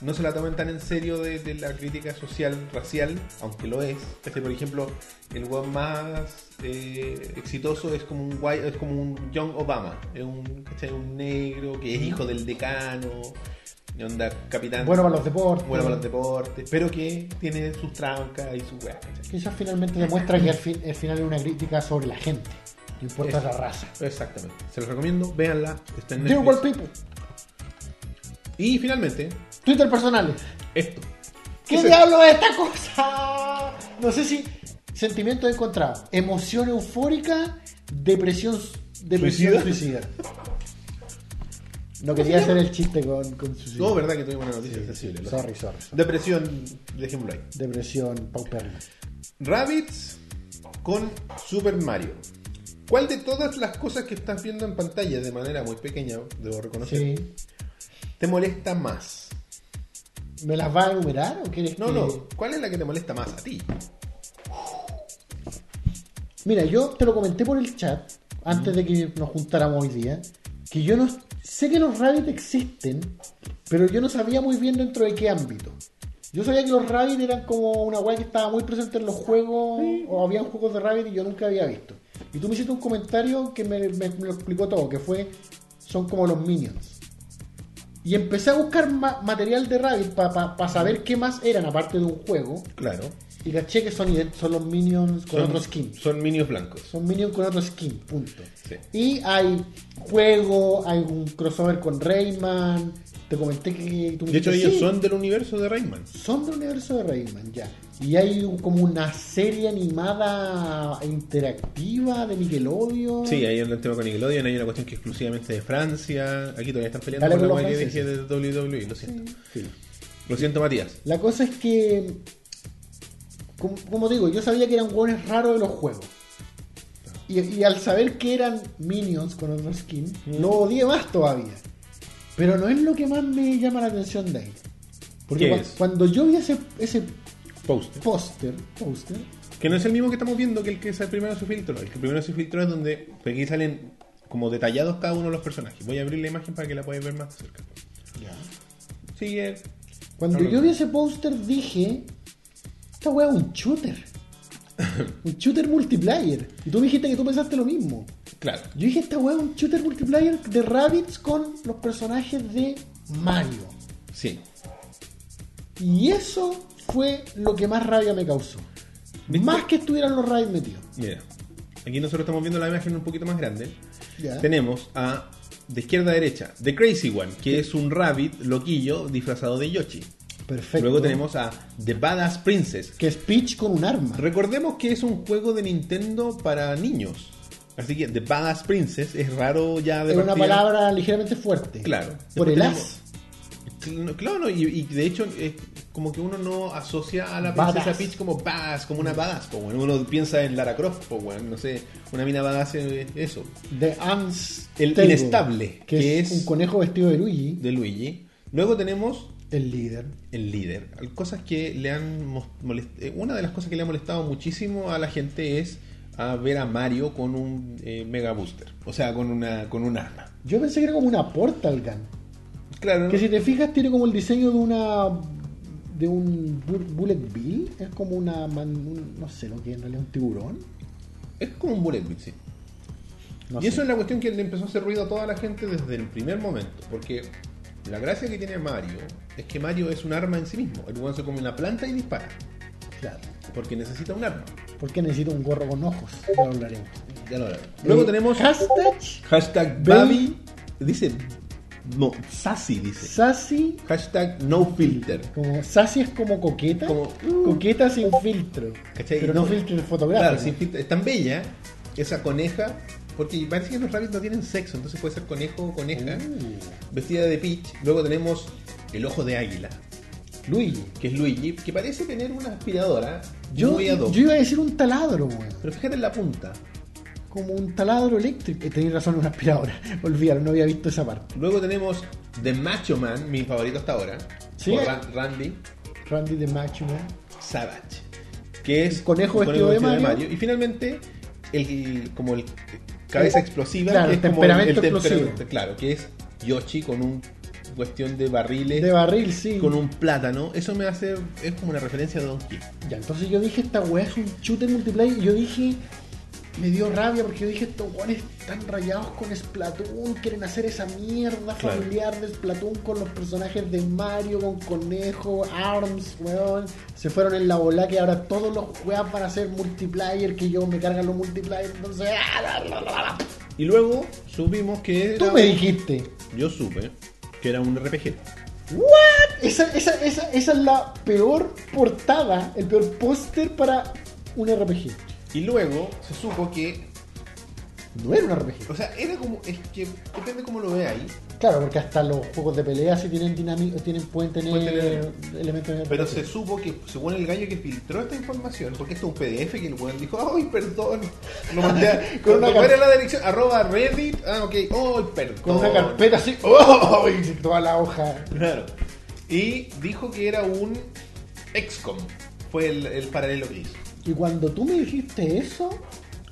Speaker 1: No se la tomen tan en serio de, de la crítica social, racial, aunque lo es. ¿Cachai? Por ejemplo, el weón más eh, exitoso es como un guay- es como un Young Obama. Es un, ¿cachai? un negro que es hijo del decano. y Onda, capitán.
Speaker 2: Bueno para los deportes.
Speaker 1: bueno para los deportes. Pero que tiene sus trancas y sus weas, ¿cachai?
Speaker 2: Que eso finalmente demuestra que al, fin- al final es una crítica sobre la gente. No importa
Speaker 1: Eso.
Speaker 2: la raza.
Speaker 1: Exactamente. Se los recomiendo, véanla. Está en
Speaker 2: Dear
Speaker 1: Netflix.
Speaker 2: World People.
Speaker 1: Y finalmente,
Speaker 2: Twitter personales.
Speaker 1: esto.
Speaker 2: ¿Qué
Speaker 1: ¿Qué
Speaker 2: diablo es esta cosa? No sé si sentimientos encontrados, emoción eufórica, depresión, depresión suicida. No quería hacer el chiste con, con suicidio.
Speaker 1: No, verdad que tuvimos una noticia sensible. lo
Speaker 2: Sorry,
Speaker 1: sé.
Speaker 2: sorry. sorry.
Speaker 1: Depresión, dejémoslo ahí.
Speaker 2: Depresión pauperna.
Speaker 1: Rabbits con Super Mario. ¿Cuál de todas las cosas que estás viendo en pantalla de manera muy pequeña, debo reconocer,
Speaker 2: Sí.
Speaker 1: te molesta más?
Speaker 2: ¿Me las va a enumerar o quieres
Speaker 1: No,
Speaker 2: que-
Speaker 1: no. ¿Cuál es la que te molesta más a ti?
Speaker 2: Mira, yo te lo comenté por el chat antes de que nos juntáramos hoy día. Que yo no sé que los rabbits existen, pero yo no sabía muy bien dentro de qué ámbito. Yo sabía que los rabbits eran como una weá que estaba muy presente en los juegos, o habían juegos de rabbit y yo nunca había visto. Y tú me hiciste un comentario que me, me- me lo explicó todo, que fue, son como los minions. Y empecé a buscar ma- material de rabbit para saber qué más eran aparte de un juego.
Speaker 1: Claro.
Speaker 2: Y caché que son, ident- son los minions con otros skins.
Speaker 1: Son minios blancos.
Speaker 2: Son minions con otro skin, punto.
Speaker 1: Sí.
Speaker 2: Y hay juego, hay un crossover con Rayman, Te comenté que tú me
Speaker 1: De hecho,
Speaker 2: dijiste,
Speaker 1: ellos
Speaker 2: Mm, "Sí,
Speaker 1: son del universo de Rayman.
Speaker 2: son del universo de Rayman, ya. Y hay un- como una serie animada interactiva de Nickelodeon.
Speaker 1: Sí, ahí anda el tema con Nickelodeon, hay una cuestión que es exclusivamente de Francia. Aquí todavía están peleando
Speaker 2: Dale
Speaker 1: con la
Speaker 2: con
Speaker 1: weá
Speaker 2: los
Speaker 1: que dije de
Speaker 2: franceses.
Speaker 1: WWE, lo siento.
Speaker 2: Sí.
Speaker 1: Lo siento, Matías.
Speaker 2: La cosa es que, como, como digo, yo sabía que eran hueones raros de los juegos. Y, y al saber que eran minions con otro skin,
Speaker 1: Mm.
Speaker 2: lo odié más todavía. Pero no es lo que más me llama la atención de ahí. Porque
Speaker 1: ¿Qué
Speaker 2: cua-
Speaker 1: es?
Speaker 2: cuando yo vi ese, ese
Speaker 1: Post.
Speaker 2: póster, póster,
Speaker 1: Que no es el mismo que estamos viendo que el que es el primero se filtró. El que primero se filtró es donde aquí salen como detallados cada uno de los personajes. Voy a abrir la imagen para que la podáis ver más cerca. eh, Sigue.
Speaker 2: cuando
Speaker 1: No, no,
Speaker 2: yo
Speaker 1: no.
Speaker 2: vi ese póster dije, esta wea es un shooter. un shooter multiplayer. Y tú me dijiste que tú pensaste lo mismo.
Speaker 1: Claro.
Speaker 2: Yo dije, esta weá es un shooter multiplayer de Rabbids con los personajes de Mario.
Speaker 1: Sí.
Speaker 2: Y eso fue lo que más rabia me causó.
Speaker 1: ¿Viste?
Speaker 2: Más que estuvieran los Rabbids metidos.
Speaker 1: Mira. Aquí nosotros estamos viendo la imagen un poquito más grande.
Speaker 2: Ya.
Speaker 1: Tenemos a, de izquierda a derecha, The Crazy One, que es un rabbit loquillo disfrazado de Yoshi.
Speaker 2: Perfecto.
Speaker 1: Luego tenemos a The Badass Princess.
Speaker 2: Que es Peach con un arma.
Speaker 1: Recordemos que es un juego de Nintendo para niños. Así que The Badass Princess es raro ya de
Speaker 2: es una
Speaker 1: partida.
Speaker 2: palabra ligeramente fuerte.
Speaker 1: Claro. Después
Speaker 2: Por el
Speaker 1: tenemos-
Speaker 2: as.
Speaker 1: No, Claro, no, y, y de hecho es como que uno no asocia a la
Speaker 2: Badass.
Speaker 1: princesa Peach como badass, como una badass. po, weón. uno piensa en Lara Croft, po, weón, no sé, una mina badass es eso,
Speaker 2: The Ans.
Speaker 1: El
Speaker 2: Table,
Speaker 1: inestable,
Speaker 2: Que,
Speaker 1: que
Speaker 2: es,
Speaker 1: es-
Speaker 2: un conejo vestido de Luigi,
Speaker 1: de Luigi. Luego tenemos
Speaker 2: el líder.
Speaker 1: el líder. Cosas que le han mos- molest- eh, Una de las cosas que le ha molestado muchísimo a la gente es a ver a Mario con un eh, Mega Booster, o sea, con una con un arma.
Speaker 2: Yo pensé que era como una Portal Gun.
Speaker 1: Claro,
Speaker 2: Que si te fijas tiene como el diseño de una de un bu- bullet bill, es como una man- un- no sé lo que en realidad es un tiburón.
Speaker 1: es como un bullet bill, sí.
Speaker 2: No
Speaker 1: y
Speaker 2: sé.
Speaker 1: eso es la cuestión que le empezó a hacer ruido a toda la gente desde el primer momento. Porque la gracia que tiene Mario es que Mario es un arma en sí mismo. El weón se come una planta y dispara.
Speaker 2: Claro.
Speaker 1: Porque necesita un arma.
Speaker 2: Porque necesito un gorro con ojos. Ya lo hablaremos.
Speaker 1: Ya lo verán. Luego
Speaker 2: Eh,
Speaker 1: tenemos
Speaker 2: hashtag
Speaker 1: hashtag
Speaker 2: Baby-
Speaker 1: Babi. Dice. No, Sassy dice.
Speaker 2: sassy
Speaker 1: Hashtag no filter.
Speaker 2: como sassy es como coqueta,
Speaker 1: Como-
Speaker 2: coqueta sin filtro,
Speaker 1: ¿Cachai?
Speaker 2: pero
Speaker 1: No-
Speaker 2: no, filtro fotográfico.
Speaker 1: Claro, sin filter. Es tan bella esa coneja. Porque parece que los rabbits no tienen sexo. Entonces puede ser conejo o coneja.
Speaker 2: Uh,
Speaker 1: Vestida de Peach. Luego tenemos el ojo de águila.
Speaker 2: Luigi,
Speaker 1: que es Luigi, que parece tener una aspiradora
Speaker 2: yo,
Speaker 1: muy ad hoc.
Speaker 2: yo iba a decir un taladro, weón.
Speaker 1: Pero fíjate en la punta.
Speaker 2: como un taladro eléctrico. Eh, Tenéis razón, una aspiradora. Olvídalo, no había visto esa parte.
Speaker 1: Luego tenemos The Macho Man, mi favorito hasta ahora.
Speaker 2: Sí.
Speaker 1: por Ra- Randy
Speaker 2: Randy the Macho Man.
Speaker 1: Savage. Que es
Speaker 2: El conejo vestido de Mario.
Speaker 1: Y finalmente, el, como el cabeza
Speaker 2: El-
Speaker 1: explosiva.
Speaker 2: Eh, claro,
Speaker 1: que
Speaker 2: el
Speaker 1: es como
Speaker 2: temperamento explosivo.
Speaker 1: Claro, que es Yoshi con un cuestión de barriles.
Speaker 2: De barril, sí.
Speaker 1: con un plátano, eso me hace. es como una referencia a Donkey.
Speaker 2: Ya, entonces yo dije, esta weá es un shooter multiplayer. Y yo dije, me dio rabia porque yo dije, estos weones están rayados con Splatoon. Quieren hacer esa mierda
Speaker 1: Claro.
Speaker 2: familiar de Splatoon con los personajes de Mario, con Conejo, Arms, weón. Se fueron en la bola que ahora todos los weas van a ser multiplayer. Que yo me cargan los multiplayer. Entonces, ¡ah, la, la, la, la!
Speaker 1: Y luego supimos que.
Speaker 2: tú
Speaker 1: era
Speaker 2: me
Speaker 1: un-
Speaker 2: dijiste.
Speaker 1: Yo supe que era un RPG.
Speaker 2: ¿What? Esa, esa, esa, esa es la peor portada, el peor póster para un RPG.
Speaker 1: Y luego se supo que,
Speaker 2: No era un RPG.
Speaker 1: o sea, era como, es que depende cómo lo veáis,
Speaker 2: Claro, porque hasta los juegos de pelea sí tienen dinámica, tienen, pueden tener,
Speaker 1: Pueden tener-
Speaker 2: elementos de
Speaker 1: pero
Speaker 2: RPG.
Speaker 1: se supo que, según el gallo que filtró esta información, porque esto es un PDF que el weón dijo, ay, perdón, lo mandé a,
Speaker 2: Con una
Speaker 1: cuando fuera
Speaker 2: car-
Speaker 1: la dirección, arroba reddit, ah, ok, oh, perdón.
Speaker 2: Con una carpeta así, ¡oh! Y toda la hoja.
Speaker 1: Claro. Y dijo que era un XCOM, fue el, el paralelo que hizo.
Speaker 2: Y cuando tú me dijiste eso,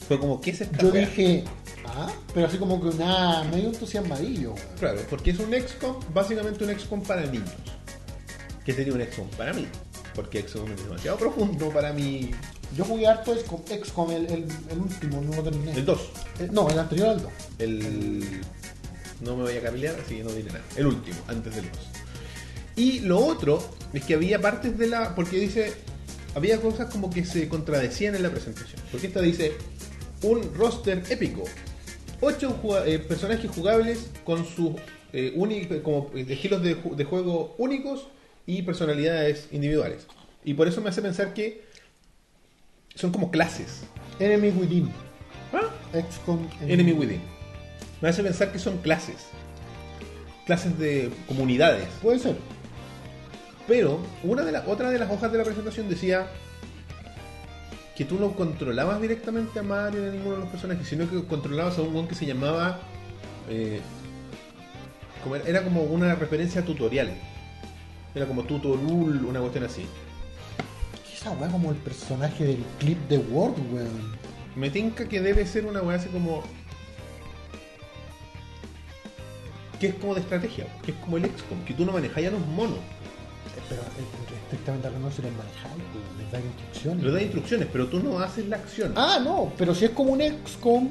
Speaker 1: Fue como, ¿qué es esta
Speaker 2: yo
Speaker 1: weá?
Speaker 2: dije, ah, pero así como que una medio entusiasmadillo. weón.
Speaker 1: Claro, porque es un XCOM, básicamente un XCOM para niños. Que sería un XCOM para mí, porque XCOM es demasiado profundo para mí.
Speaker 2: Yo jugué harto XCOM, XCOM el, el, el último, no lo terminé.
Speaker 1: El 2.
Speaker 2: Eh, no, el anterior al 2.
Speaker 1: El... No me voy a capilear, así que no diré nada. El último, antes del 2. Y lo otro es que había partes de la... Porque dice... Había cosas como que se contradecían en la presentación. Porque esta dice... Un roster épico. Ocho jugua- eh, personajes jugables con sus eh, uni- como eh, estilos de, ju- de juego únicos y personalidades individuales. Y por eso me hace pensar que son como clases.
Speaker 2: Enemy Within.
Speaker 1: ¿Ah?
Speaker 2: XCOM
Speaker 1: Enemy
Speaker 2: Mm.
Speaker 1: Within. Me hace pensar que son clases. Clases de comunidades.
Speaker 2: Puede ser.
Speaker 1: Pero una de la- otra de las hojas de la presentación decía que tú no controlabas directamente a Mario ni a ninguno de los personajes, sino que controlabas a un weón que se llamaba. eh, como era, era como una referencia tutorial. Era como Tutorul, una cuestión así.
Speaker 2: ¿Qué esa weá como el personaje del clip de Word, weón?
Speaker 1: Me tinca que debe ser una weá así como. que es como de estrategia, que es como el XCOM, que tú no manejas a los monos.
Speaker 2: Pero eh, estrictamente hablando se los manejáis, weón. Les da instrucciones.
Speaker 1: Le das instrucciones, pero tú no haces la acción.
Speaker 2: Ah, no, pero si es como un XCOM,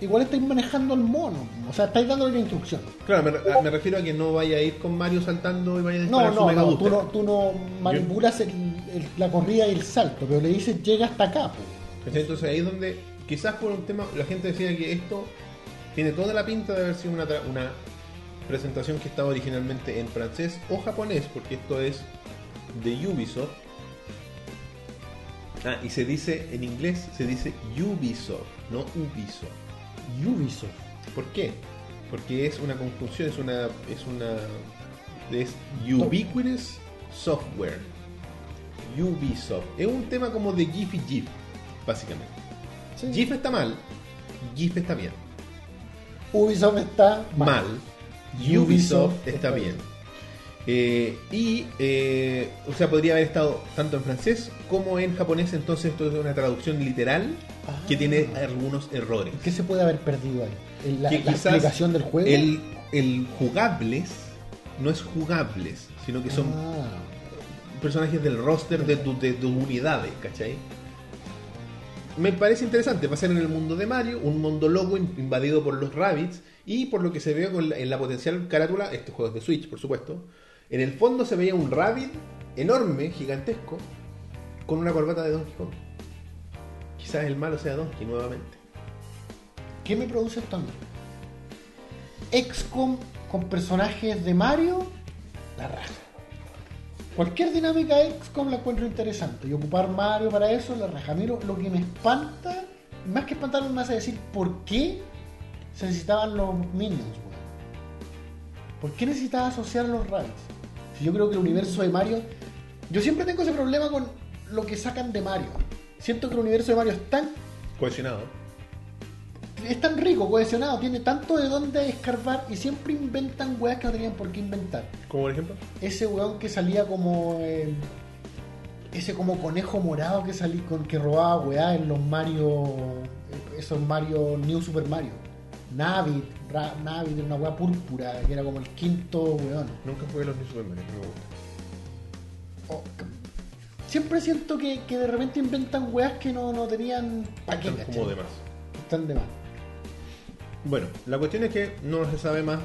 Speaker 2: igual estáis manejando al mono. O sea, estáis dándole la instrucción.
Speaker 1: Claro, me, re- me refiero a que no vaya a ir con Mario saltando y vaya a
Speaker 2: No,
Speaker 1: disparar su
Speaker 2: no,
Speaker 1: mega
Speaker 2: no,
Speaker 1: booster.
Speaker 2: tú no, tú no manipulas el- el- la corrida y el salto, pero le dices llega hasta acá. pues.
Speaker 1: ¿Cachai? Entonces ahí es donde, quizás por un tema, la gente decía que esto tiene toda la pinta de haber sido una, tra- una presentación que estaba originalmente en francés o japonés, porque esto es de Ubisoft. Ah, y se dice en inglés, se dice Ubisoft, no Ubisoft.
Speaker 2: Ubisoft.
Speaker 1: ¿Por qué? Porque es una conjunción, es una. es una. es ubiquitous software. Ubisoft. Es un tema como de GIF y GIF, básicamente.
Speaker 2: Sí.
Speaker 1: GIF está mal, GIF está bien.
Speaker 2: Ubisoft está
Speaker 1: Mal, Ubisoft,
Speaker 2: Ubisoft
Speaker 1: está
Speaker 2: está
Speaker 1: bien. Eh, y, eh, o sea, podría haber estado tanto en francés como en japonés, entonces esto es una traducción literal
Speaker 2: Ah.
Speaker 1: que tiene algunos errores.
Speaker 2: ¿Qué se puede haber perdido ahí? ¿En la,
Speaker 1: Que
Speaker 2: la
Speaker 1: quizás
Speaker 2: explicación del juego?
Speaker 1: El, el jugables no es jugables, sino que son
Speaker 2: Ah,
Speaker 1: personajes del roster de tus de tus unidades, ¿cachai? Me parece interesante, va a ser en el mundo de Mario, un mundo loco in- invadido por los rabbits y por lo que se ve con la- en la potencial carátula, estos juegos de Switch, por supuesto, en el fondo se veía un rabbit enorme, gigantesco, con una corbata de Donkey Kong. Quizás el malo sea Donkey nuevamente.
Speaker 2: ¿Qué me produce esto a mí? XCOM con personajes de Mario, la raja. Cualquier dinámica XCOM la encuentro interesante. Y ocupar Mario para eso, la raja. A mí lo, lo que me espanta, más que espantarme, me hace decir por qué se necesitaban los Minions, weón. ¿Por qué necesitaba asociar los Rabbids? Si yo creo que el universo de Mario. Yo siempre tengo ese problema con lo que sacan de Mario. Siento que el universo de Mario es tan
Speaker 1: Cohesionado.
Speaker 2: es tan rico, cohesionado, tiene tanto de dónde escarbar y siempre inventan weas que no tenían por qué inventar.
Speaker 1: Como por ejemplo.
Speaker 2: Ese weón que salía como. eh, ese como conejo morado que salí con que robaba weá en los Mario. Esos Mario New Super Mario. Navi, Ra- Navi de una wea púrpura, que era como el quinto weón.
Speaker 1: Nunca jugué los New Super Mario, no me gusta.
Speaker 2: O- siempre siento que, que de repente inventan weas que no, no tenían pa' qué,
Speaker 1: Están
Speaker 2: ¿cachai?
Speaker 1: como de más.
Speaker 2: Están de más.
Speaker 1: Bueno, la cuestión es que no se sabe más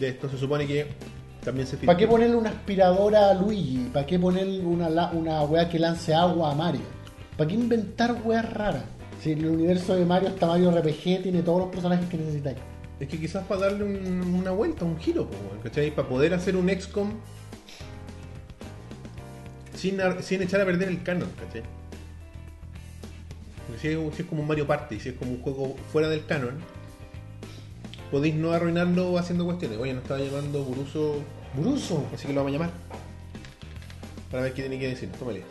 Speaker 1: de esto. Se supone que también se
Speaker 2: ¿Para qué ponerle una aspiradora a Luigi? ¿Para qué ponerle una, la- una weá que lance agua a Mario? ¿Para qué inventar weas raras? Si en el universo de Mario está Mario RPG, tiene todos los personajes que necesitáis.
Speaker 1: Es que quizás para darle un- una vuelta, un giro, po, weón, ¿cachai? Para poder hacer un XCOM sin, ar- sin echar a perder el canon, ¿cachai? Porque si es, si es como un Mario Party, si es como un juego fuera del canon, podéis no arruinarlo haciendo cuestiones. Oye, nos estaba llamando Buruso,
Speaker 2: Bruso.
Speaker 1: así que lo vamos a llamar. Para ver qué tiene que decir. Tómale.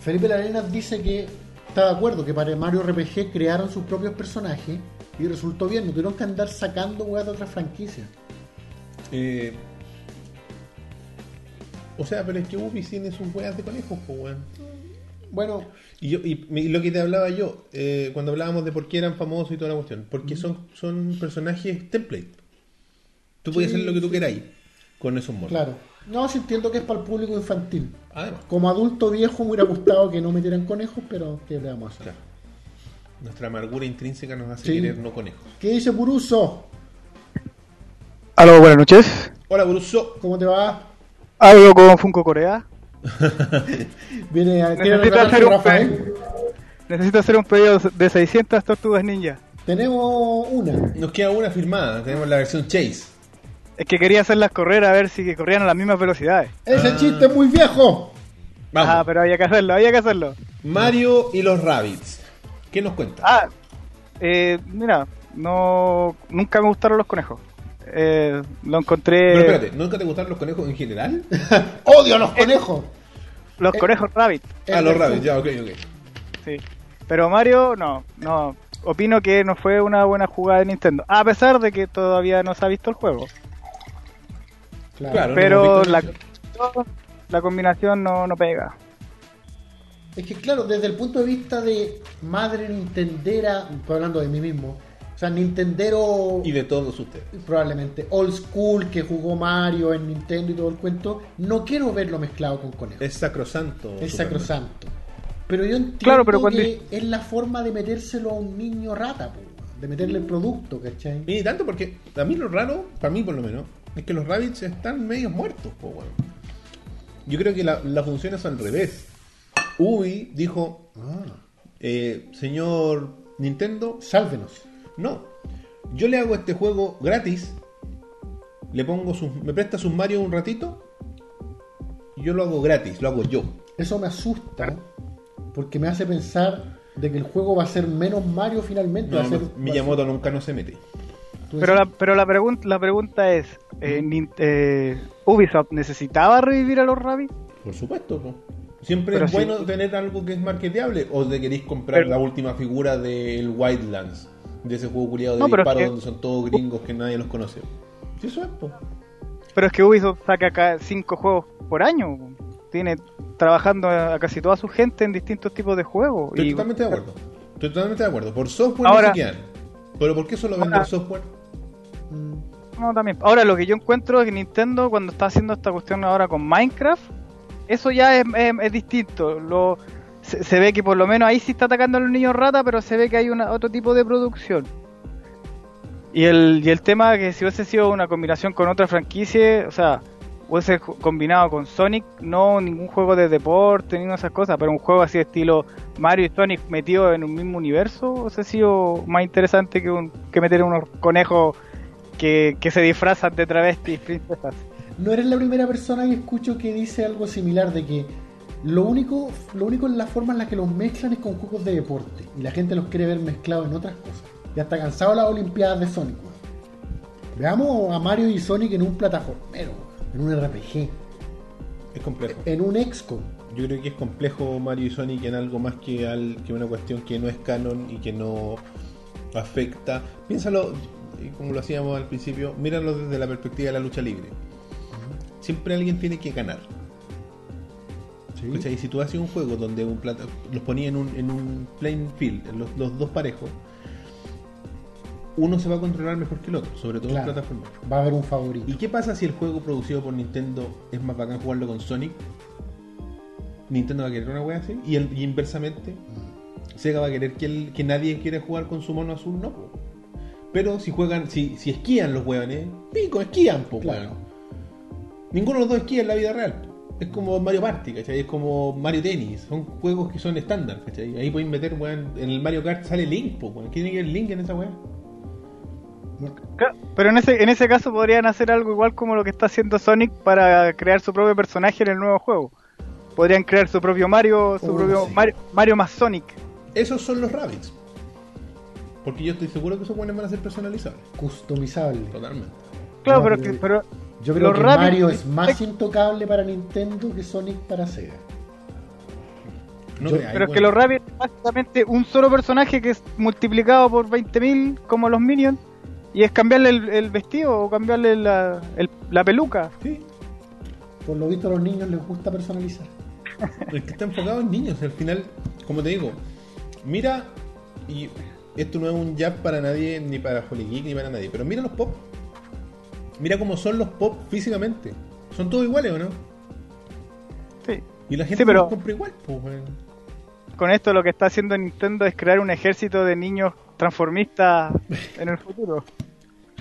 Speaker 2: Felipe Larenas dice que está de acuerdo que para el Mario RPG crearon sus propios personajes y resultó bien, no tuvieron que andar sacando weas de otras franquicias.
Speaker 1: Eh, o sea, pero es que Ubisoft tiene sus weas de conejos, pues, weón.
Speaker 2: Bueno,
Speaker 1: Y, yo, y, mi- lo que te hablaba yo, eh, cuando hablábamos de por qué eran famosos y toda la cuestión, porque son, son personajes template. Tú puedes hacer lo que tú queráis con esos monos.
Speaker 2: claro. No, sí entiendo que es para el público infantil.
Speaker 1: Además,
Speaker 2: Como adulto viejo me hubiera gustado que no metieran conejos, pero ¿qué le vamos a hacer?
Speaker 1: claro. Nuestra amargura intrínseca nos hace
Speaker 2: Sí.
Speaker 1: querer no conejos.
Speaker 2: ¿Qué dice Buruso?
Speaker 4: Aló, buenas noches.
Speaker 1: Hola, Bruso.
Speaker 2: ¿Cómo te va?
Speaker 4: Hablo con Funko Corea.
Speaker 2: Viene a quiere
Speaker 4: Necesito
Speaker 2: reclamar
Speaker 4: hacer
Speaker 2: con
Speaker 4: un
Speaker 2: Rafael.
Speaker 4: Necesito hacer un pedido de 600 tortugas ninja.
Speaker 2: Tenemos una.
Speaker 1: Nos queda una firmada, tenemos la versión Chase.
Speaker 7: Es que quería hacerlas correr a ver si corrían a las mismas velocidades.
Speaker 2: Ese chiste es muy viejo.
Speaker 1: Vamos.
Speaker 7: Ah, pero había que hacerlo, había que hacerlo.
Speaker 1: Mario y los Rabbits. ¿Qué nos cuenta?
Speaker 7: Ah, eh, mira, no, nunca me gustaron los conejos. Eh, lo encontré.
Speaker 1: Pero espérate, ¿nunca te gustaron los conejos en general? Ah,
Speaker 2: Odio a los conejos.
Speaker 7: Los
Speaker 2: eh.
Speaker 7: conejos rabbit,
Speaker 1: Ah, los Rabbits, ya, ok, ok.
Speaker 7: sí. Pero Mario, no, no. Opino que no fue una buena jugada de Nintendo. A pesar de que todavía no se ha visto el juego.
Speaker 2: Claro.
Speaker 1: Claro, no
Speaker 7: pero
Speaker 1: hemos
Speaker 7: la,
Speaker 1: visto
Speaker 7: la combinación no, no pega.
Speaker 2: Es que claro, desde el punto de vista de madre nintendera, estoy hablando de mí mismo, o sea, nintendero
Speaker 1: Y de todos ustedes.
Speaker 2: probablemente old school que jugó Mario en Nintendo y todo el cuento, no quiero verlo mezclado con conejos.
Speaker 1: Es sacrosanto. Superman.
Speaker 2: Es sacrosanto. Pero yo entiendo
Speaker 7: Claro, pero cuando-
Speaker 2: que es la forma de metérselo a un niño rata, po, de meterle el producto, ¿cachai?
Speaker 1: Y ni tanto porque a mí lo raro, para mí por lo menos, es que los rabbits están medio muertos, po, weón. Yo creo que la, la función es al revés. Ubi dijo, eh, señor Nintendo,
Speaker 2: Sálvenos.
Speaker 1: no, yo le hago este juego gratis, le pongo sus, me presta sus Mario un ratito, y yo lo hago gratis, lo hago yo.
Speaker 2: Eso me asusta porque me hace pensar de que el juego va a ser menos Mario finalmente.
Speaker 1: No,
Speaker 2: va a ser,
Speaker 1: no,
Speaker 2: va a
Speaker 1: Miyamoto nunca no se mete.
Speaker 2: ser- tú
Speaker 7: Pero la,
Speaker 2: decís,
Speaker 7: pero la, pregunta la pregunta es, eh, Nin- eh, ¿Ubisoft necesitaba revivir a los Rabbits?
Speaker 1: Por supuesto, po. Siempre
Speaker 7: Pero
Speaker 1: es
Speaker 7: sí.
Speaker 1: bueno tener algo que es marketeable. O te queréis comprar
Speaker 7: Pero-
Speaker 1: la última figura del Wildlands. De ese juego culiado de
Speaker 7: No, pero es
Speaker 1: disparos
Speaker 7: que-
Speaker 1: donde son todos gringos que nadie los conoce. Sí, eso es, po.
Speaker 7: Pero es que Ubisoft saca acá cinco juegos por año. Tiene trabajando a casi toda su gente en distintos tipos de juegos.
Speaker 1: Estoy
Speaker 7: Y-
Speaker 1: totalmente de acuerdo. Estoy totalmente de acuerdo. Por software
Speaker 7: Ahora-
Speaker 1: no se quedan. Pero ¿por qué solo venden
Speaker 7: Ahora-
Speaker 1: software?
Speaker 7: No, también. Ahora lo que yo encuentro es que Nintendo cuando está haciendo esta cuestión ahora con Minecraft, eso ya es, es- es distinto. Lo, se, se ve que por lo menos ahí sí está atacando a los niños rata, pero se ve que hay una, otro tipo de producción. Y el, y el tema que si hubiese sido una combinación con otra franquicia, o sea, hubiese ju- combinado con Sonic, no ningún juego de deporte, ni ninguna de esas cosas, pero un juego así estilo Mario y Sonic metidos en un mismo universo, hubiese sido más interesante que, un, que meter unos conejos que, que se disfrazan de travestis princesas.
Speaker 2: No eres la primera persona que escucho que dice algo similar de que lo único, lo único en la forma en la que los mezclan es con juegos de deporte y la gente los quiere ver mezclados en otras cosas. Ya está cansado las Olimpiadas de Sonic. weón. Veamos a Mario y Sonic en un plataformero, weón, en un RPG,
Speaker 1: Es complejo.
Speaker 2: en un XCOM.
Speaker 1: Yo creo que es complejo Mario y Sonic en algo más que, al, que una cuestión que no es canon y que no afecta. Piénsalo, y como lo hacíamos al principio, míralo desde la perspectiva de la lucha libre. Siempre alguien tiene que ganar. ¿Cachai? Y si tú haces un juego donde un plata- los ponía en un, en un playing field, los, los dos parejos, uno se va a controlar mejor que el otro, sobre todo
Speaker 2: Claro.
Speaker 1: en plataformas.
Speaker 2: Va a haber un favorito.
Speaker 1: ¿Y qué pasa si el juego producido por Nintendo es más bacán jugarlo con Sonic? Nintendo va a querer una wea así. Y, el, y inversamente,
Speaker 2: Mm.
Speaker 1: Sega va a querer que, el- que nadie quiera jugar con su mono azul, no. po. Pero si juegan, si, si esquían los weones, pico, esquían, po,
Speaker 2: Claro.
Speaker 1: weón. Ninguno de los dos esquía en la vida real. Es como Mario Party, ¿cachai? Es como Mario Tennis. Son juegos que son estándar, ¿cachai? Ahí pueden meter, weón, en el Mario Kart sale Link, po, weón. ¿Quién tiene que ver Link en esa wea?
Speaker 7: Claro, Pero en ese, en ese caso podrían hacer algo igual como lo que está haciendo Sonic para crear su propio personaje en el nuevo juego. Podrían crear su propio Mario, su
Speaker 2: Oh,
Speaker 7: propio
Speaker 2: sí.
Speaker 7: Mario, Mario más Sonic.
Speaker 1: Esos son los Rabbits. Porque yo estoy seguro que esos weones van a ser personalizables.
Speaker 2: Customizable.
Speaker 1: Totalmente.
Speaker 7: Claro,
Speaker 2: No,
Speaker 7: pero,
Speaker 2: yo-
Speaker 7: que- pero
Speaker 2: Yo creo
Speaker 7: Los
Speaker 2: que
Speaker 7: Rabbids-
Speaker 2: Mario es más intocable para Nintendo que Sonic para Sega.
Speaker 1: No
Speaker 2: Yo-
Speaker 1: creáis,
Speaker 7: Pero es
Speaker 1: bueno.
Speaker 7: que los Rabbids es básicamente un solo personaje que es multiplicado por 20.000 como los Minions y es cambiarle el, el vestido o cambiarle la, el- la peluca.
Speaker 1: Sí,
Speaker 2: Por lo visto a los niños les gusta personalizar.
Speaker 1: el que está enfocado en niños. Al final, como te digo, mira, y esto no es un jab para nadie, ni para Holy Geek, ni para nadie, pero mira los pop. Mira cómo son los pop físicamente. Son todos iguales, ¿o no?
Speaker 7: Sí.
Speaker 1: Y la gente
Speaker 7: Sí, pero-
Speaker 1: los compra igual, pues, weón.
Speaker 7: Con esto lo que está haciendo Nintendo es crear un ejército de niños transformistas en el futuro.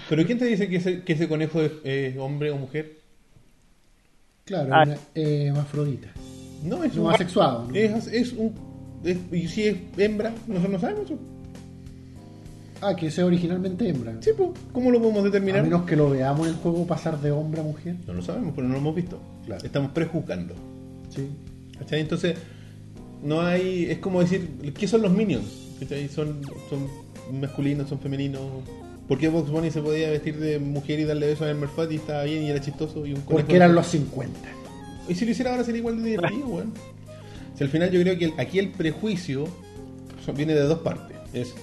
Speaker 1: Pero ¿quién te dice que ese, que ese conejo es eh, hombre o mujer?
Speaker 2: Claro,
Speaker 7: Ah.
Speaker 2: una eh, hermafrodita.
Speaker 1: No, es
Speaker 2: No
Speaker 1: un.
Speaker 2: asexuado. ¿no?
Speaker 1: Es, es un. es- y si es hembra, nosotros no sabemos eso.
Speaker 2: Ah, que sea originalmente hembra.
Speaker 1: Sí, pues, ¿cómo lo podemos
Speaker 2: A
Speaker 1: determinar?
Speaker 2: menos que lo veamos en el juego pasar de hombre a mujer.
Speaker 1: No lo sabemos, porque no lo hemos visto.
Speaker 2: Claro.
Speaker 1: Estamos prejuzgando.
Speaker 2: Sí.
Speaker 1: ¿Cachai? Entonces, no hay. Es como decir, ¿qué son los minions? ¿Cachai? Son, son masculinos, son femeninos. ¿Por qué Box Bunny se podía vestir de mujer y darle besos a Elmer Fudd y estaba bien y era chistoso? Y un conejo-
Speaker 2: Porque eran los 50.
Speaker 1: Y si lo hiciera ahora sería igual de divertido, weón. Si al final yo creo que el- aquí el prejuicio son- viene de dos partes. Es,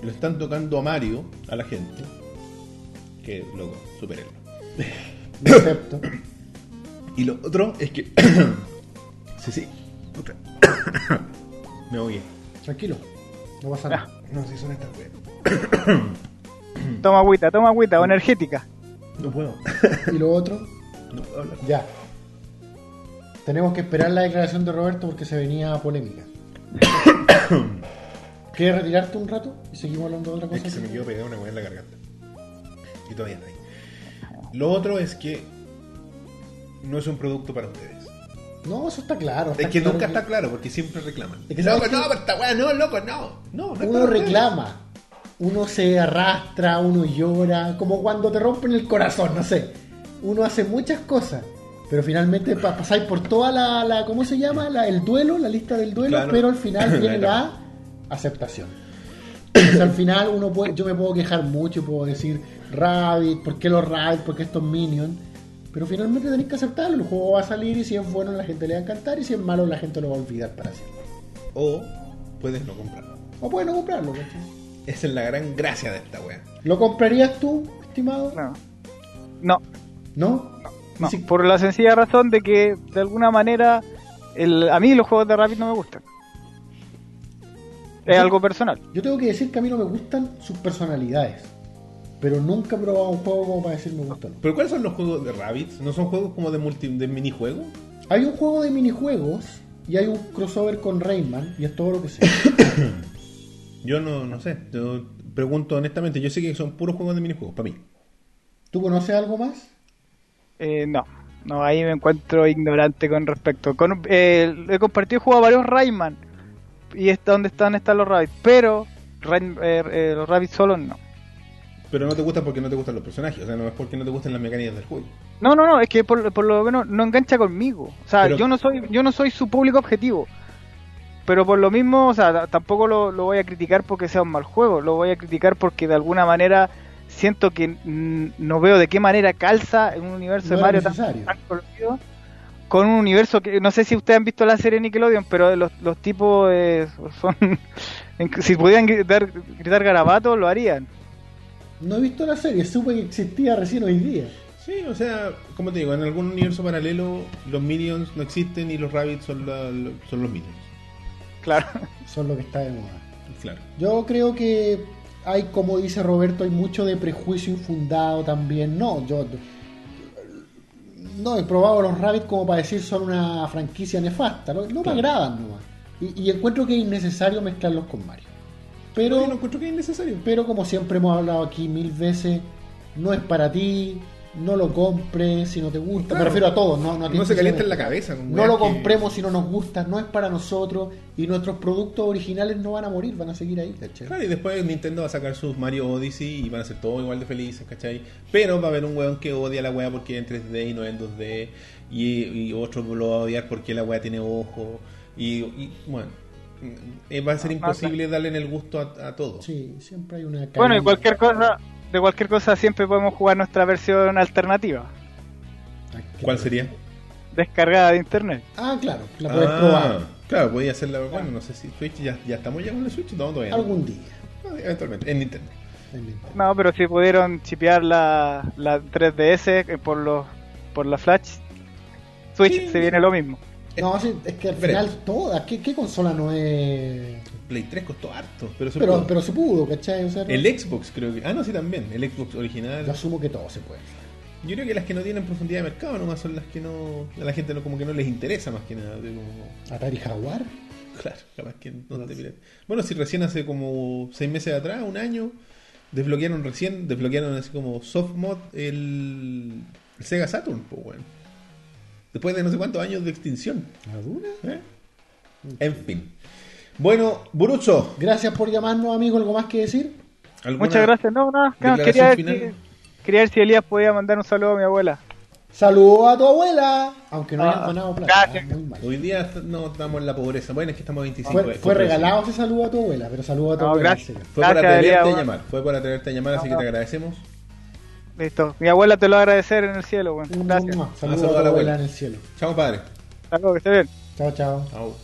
Speaker 1: lo están tocando a Mario, a la gente. Que, loco, superélo.
Speaker 2: Excepto.
Speaker 1: Y lo otro es que. sí, sí. Puta. Me oye.
Speaker 2: Tranquilo. No pasa nada.
Speaker 1: No, si son estas weas.
Speaker 7: Toma agüita, toma agüita, o energética.
Speaker 1: No puedo.
Speaker 2: Y lo otro,
Speaker 1: No puedo hablar.
Speaker 2: ya. Tenemos que esperar la declaración de Roberto porque se venía polémica. ¿Quieres retirarte un rato y seguimos hablando de otra
Speaker 1: Es
Speaker 2: cosa?
Speaker 1: que se me quedó pegada una weá en la garganta. Y todavía está ahí. Lo otro es que. No es un producto para ustedes.
Speaker 2: No, eso está claro.
Speaker 1: Es que
Speaker 2: claro
Speaker 1: nunca está claro, porque siempre reclaman.
Speaker 2: Es que
Speaker 1: loco,
Speaker 2: sabes
Speaker 1: no,
Speaker 2: que-
Speaker 1: pero esta weá, no, loco, no. No, no es para
Speaker 2: Uno
Speaker 1: ustedes.
Speaker 2: reclama, uno se arrastra, uno llora, como cuando te rompen el corazón, no sé. Uno hace muchas cosas, pero finalmente pa- pasáis por toda la, la- ¿cómo se llama? La- el duelo, la lista del duelo,
Speaker 1: Claro.
Speaker 2: pero al final viene la
Speaker 1: Claro.
Speaker 2: aceptación. Entonces, al final uno puede, yo me puedo quejar mucho, puedo decir Rabbit, ¿por qué los Rabbit? ¿Por qué estos Minions? Pero finalmente tenéis que aceptarlo, el juego va a salir y si es bueno la gente le va a encantar y si es malo la gente lo va a olvidar para siempre.
Speaker 1: O puedes no comprarlo.
Speaker 2: O pueden no comprarlo, ¿cachai?
Speaker 1: Esa es la gran gracia de esta weá.
Speaker 2: ¿Lo comprarías tú, estimado?
Speaker 7: No. No,
Speaker 2: ¿No?
Speaker 7: no.
Speaker 2: Sí.
Speaker 7: Por la sencilla razón de que, de alguna manera, el, a mí los juegos de Rapid no me gustan. Es
Speaker 2: Yo-
Speaker 7: algo personal.
Speaker 2: Yo tengo que decir que a mí no me gustan sus personalidades. Pero nunca he probado un juego como para decir me gusta. o no.
Speaker 1: ¿Pero cuáles son los juegos de Rabbids? ¿No son juegos como de, multi, de minijuego?
Speaker 2: Hay un juego de minijuegos y hay un crossover con Rayman y es todo lo que sé.
Speaker 1: Yo no, no sé. Yo pregunto honestamente. Yo sé que son puros juegos de minijuegos, para mí.
Speaker 2: ¿Tú conoces algo más?
Speaker 7: Eh, no, no, ahí me encuentro ignorante con respecto. Con, eh, he compartido y jugado varios Rayman. Y es donde están, están los Rabbits. Pero Rain- eh, eh, los Rabbits solos no.
Speaker 1: Pero no te gustan porque no te gustan los personajes. O sea, no es porque no te gustan las mecánicas del juego.
Speaker 7: No, no, no, es que por, por lo menos no engancha conmigo. O sea,
Speaker 1: Pero-
Speaker 7: yo no soy yo no soy su público objetivo. Pero por lo mismo, o sea, ta- tampoco lo, lo voy a criticar porque sea un mal juego. Lo voy a criticar porque de alguna manera siento que mm, no veo de qué manera calza en un universo
Speaker 2: No
Speaker 7: de
Speaker 2: era
Speaker 7: Mario tan,
Speaker 2: necesario.
Speaker 7: tan colorido con un universo que no sé si ustedes han visto la serie Nickelodeon, pero los, los tipos eh, son. si pudieran gritar, gritar garabato, lo harían.
Speaker 2: No he visto la serie, supe que existía recién hoy día.
Speaker 1: Sí, o sea, como te digo, en algún universo paralelo los minions no existen y los rabbits son, la- lo- son los minions.
Speaker 7: Claro.
Speaker 2: Son lo que está de moda.
Speaker 1: Claro.
Speaker 2: Yo creo que hay, como dice Roberto, hay mucho de prejuicio infundado también. No, yo no he probado los Rabbit como para decir son una franquicia nefasta. No, no me agradan nomás. Y, y encuentro que es innecesario mezclarlos con Mario.
Speaker 1: Pero yo no
Speaker 2: Pero,
Speaker 1: encuentro que es innecesario.
Speaker 2: pero como siempre hemos hablado aquí mil veces, no es para ti, no lo compres si no te gusta.
Speaker 1: Claro.
Speaker 2: Me refiero a todos, no, no a ti
Speaker 1: No se calienta en
Speaker 2: específicamente.
Speaker 1: la cabeza. con
Speaker 2: No
Speaker 1: weas
Speaker 2: lo
Speaker 1: que-
Speaker 2: compremos si no nos gusta, no es para nosotros y nuestros productos originales no van a morir, van a seguir ahí, ¿cachai?
Speaker 1: Claro, y después Nintendo va a sacar sus Mario Odyssey y van a ser todos igual de felices, ¿cachai? Pero va a haber un weón que odia la wea porque es en 3D y no es en 2D. Y, y otro lo va a odiar porque la wea tiene ojo. Y, y, bueno, eh, va a ser imposible darle en el gusto a, a todos.
Speaker 2: Ah, Sí, siempre hay una
Speaker 7: Bueno,
Speaker 2: caída.
Speaker 7: y cualquier cosa, de cualquier cosa siempre podemos jugar nuestra versión alternativa,
Speaker 2: Ah,
Speaker 1: ¿Cuál
Speaker 2: claro.
Speaker 1: sería?
Speaker 7: descargada de internet.
Speaker 2: Ah, claro, la puedes
Speaker 1: Ah,
Speaker 2: probar
Speaker 1: Claro, podía hacerla. Bueno, no sé si Switch ya, ya estamos ya con la Switch. No, todavía no.
Speaker 2: algún día.
Speaker 1: No, Eventualmente, en Nintendo.
Speaker 2: también.
Speaker 7: No, pero si pudieron chipear la, la 3DS que eh, por los por la Flash Switch,
Speaker 1: Sí.
Speaker 7: se viene lo mismo.
Speaker 2: No, sí, es que al
Speaker 1: Veremos.
Speaker 2: final todas, ¿qué, qué consola no es?
Speaker 1: Play 3 costó harto, pero se
Speaker 2: Pero,
Speaker 1: pudo.
Speaker 2: pero se pudo, ¿cachai? O sea, no-
Speaker 1: El Xbox creo que... Ah, no, sí, también. El Xbox
Speaker 2: yo
Speaker 1: original.
Speaker 2: asumo que todo se puede.
Speaker 1: Yo creo que las que no tienen profundidad de mercado nomás son las que no... A la gente no, como que no les interesa más que nada. de como-
Speaker 2: Atari Jaguar,
Speaker 1: Claro, capaz que no te miran. Bueno, si recién hace como seis meses atrás, un año, desbloquearon recién, desbloquearon así como soft mod el, el Sega Saturn, pues bueno. Después de no sé cuántos años de extinción.
Speaker 2: ¿Madura?
Speaker 1: ¿eh? En fin. Bueno, Burucho,
Speaker 2: Gracias por llamarnos, amigo, ¿algo más que decir?
Speaker 1: ¿Alguna
Speaker 7: Muchas gracias. No, nada. claro,
Speaker 1: declaración
Speaker 7: quería, ver
Speaker 1: final?
Speaker 7: si, quería ver si Elías podía mandar un saludo a mi abuela.
Speaker 2: Saludo a tu abuela, aunque no hayan
Speaker 7: Ah,
Speaker 2: ganado plata.
Speaker 7: gracias.
Speaker 2: muy mal.
Speaker 1: Hoy día est- no estamos en la pobreza. Bueno, es que estamos a 25.
Speaker 2: Fue,
Speaker 1: eh,
Speaker 2: fue
Speaker 1: compré.
Speaker 2: regalado ese saludo a tu abuela, pero saludo a tu
Speaker 7: No,
Speaker 2: abuela.
Speaker 7: gracias.
Speaker 2: en serio.
Speaker 1: Fue para
Speaker 7: Gracias,
Speaker 1: atreverte a
Speaker 7: Elías,
Speaker 1: llamar. Fue para atreverte a llamar, así que te agradecemos.
Speaker 7: Listo. Mi abuela te lo va a agradecer en el cielo, weón.
Speaker 2: Un
Speaker 7: Gracias.
Speaker 2: mua.
Speaker 1: Ah,
Speaker 2: Saludo
Speaker 1: saludo
Speaker 2: a tu abuela. en el cielo.
Speaker 1: Chao, padre.
Speaker 7: Hasta luego, que esté bien.
Speaker 2: Chao, chao.
Speaker 1: Au.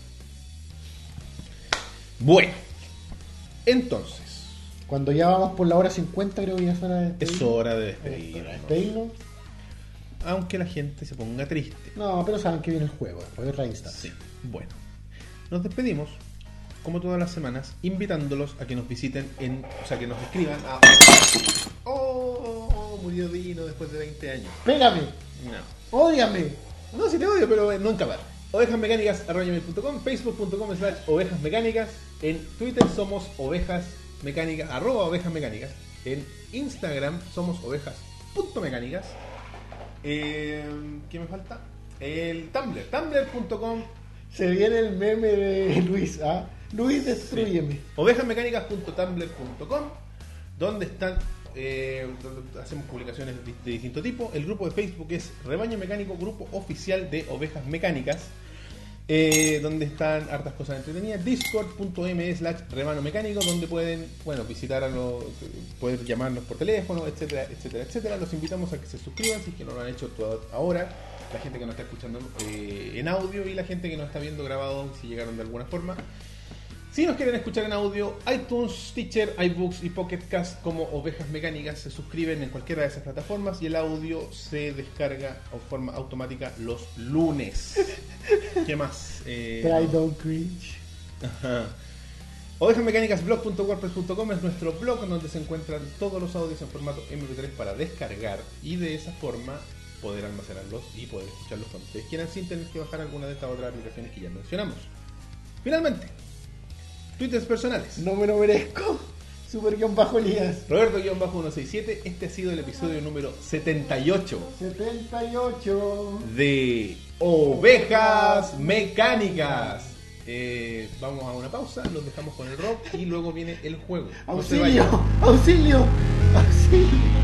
Speaker 1: Bueno, entonces,
Speaker 2: Cuando ya vamos por la hora 50, creo que ya es hora de
Speaker 1: es
Speaker 2: despedirnos.
Speaker 1: hora de
Speaker 2: Hora de
Speaker 1: despedirnos.
Speaker 2: despedirnos.
Speaker 1: Aunque la gente se ponga triste.
Speaker 2: No, pero saben que viene el juego, después otra
Speaker 1: Sí,
Speaker 2: instancia.
Speaker 1: bueno. Nos despedimos, como todas las semanas, invitándolos a que nos visiten en. O sea, que nos escriban a. Oh, oh, oh, murió Dino después de 20 años.
Speaker 2: Pégame,
Speaker 1: No.
Speaker 2: ódiame.
Speaker 1: No, si te odio, pero eh, nunca para. Ovejasmecánicas.com, facebook.com slash ovejasmecánicas. En Twitter somos ovejasmecánicas, arroba ovejasmecánicas. En Instagram somos ovejas.mecánicas. Eh, ¿Qué me falta? El Tumblr, tumblr.com,
Speaker 2: Se viene el meme de Luis, ¿ah? Luis, destruyeme.
Speaker 1: ovejasmecánicas.tumblr.com, donde están... eh, donde hacemos publicaciones de, de distinto tipo. El grupo de Facebook es Rebaño Mecánico, grupo oficial de ovejas mecánicas. eh, donde están hartas cosas entretenidas, discord.me slash remano mecánico, donde pueden, bueno, visitar a los, poder llamarnos por teléfono, etcétera, etcétera, etcétera. Los invitamos a que se suscriban si es que no lo han hecho to- ahora, la gente que nos está escuchando eh, en audio y la gente que nos está viendo grabado, si llegaron de alguna forma. Si nos quieren escuchar en audio, iTunes, Teacher, iBooks y Pocket Cast como Ovejas Mecánicas se suscriben en cualquiera de esas plataformas y el audio se descarga de forma automática los lunes. ¿Qué más? Eh,
Speaker 2: Try don't cringe.
Speaker 1: Ajá. Ovejasmecánicasblog.wordpress.com es nuestro blog donde se encuentran todos los audios en formato MP3 para descargar y de esa forma poder almacenarlos y poder escucharlos cuando ustedes quieran sin tener que bajar alguna de estas otras aplicaciones que ya mencionamos. Finalmente, tweets personales.
Speaker 2: No me lo merezco. Super guión bajo Elías.
Speaker 1: Roberto-167, este ha sido el episodio número 78
Speaker 2: 78.
Speaker 1: de Ovejas Mecánicas. Eh, vamos a una pausa, los dejamos con el rock y luego viene el juego. No se vayan.
Speaker 2: Auxilio, auxilio, auxilio.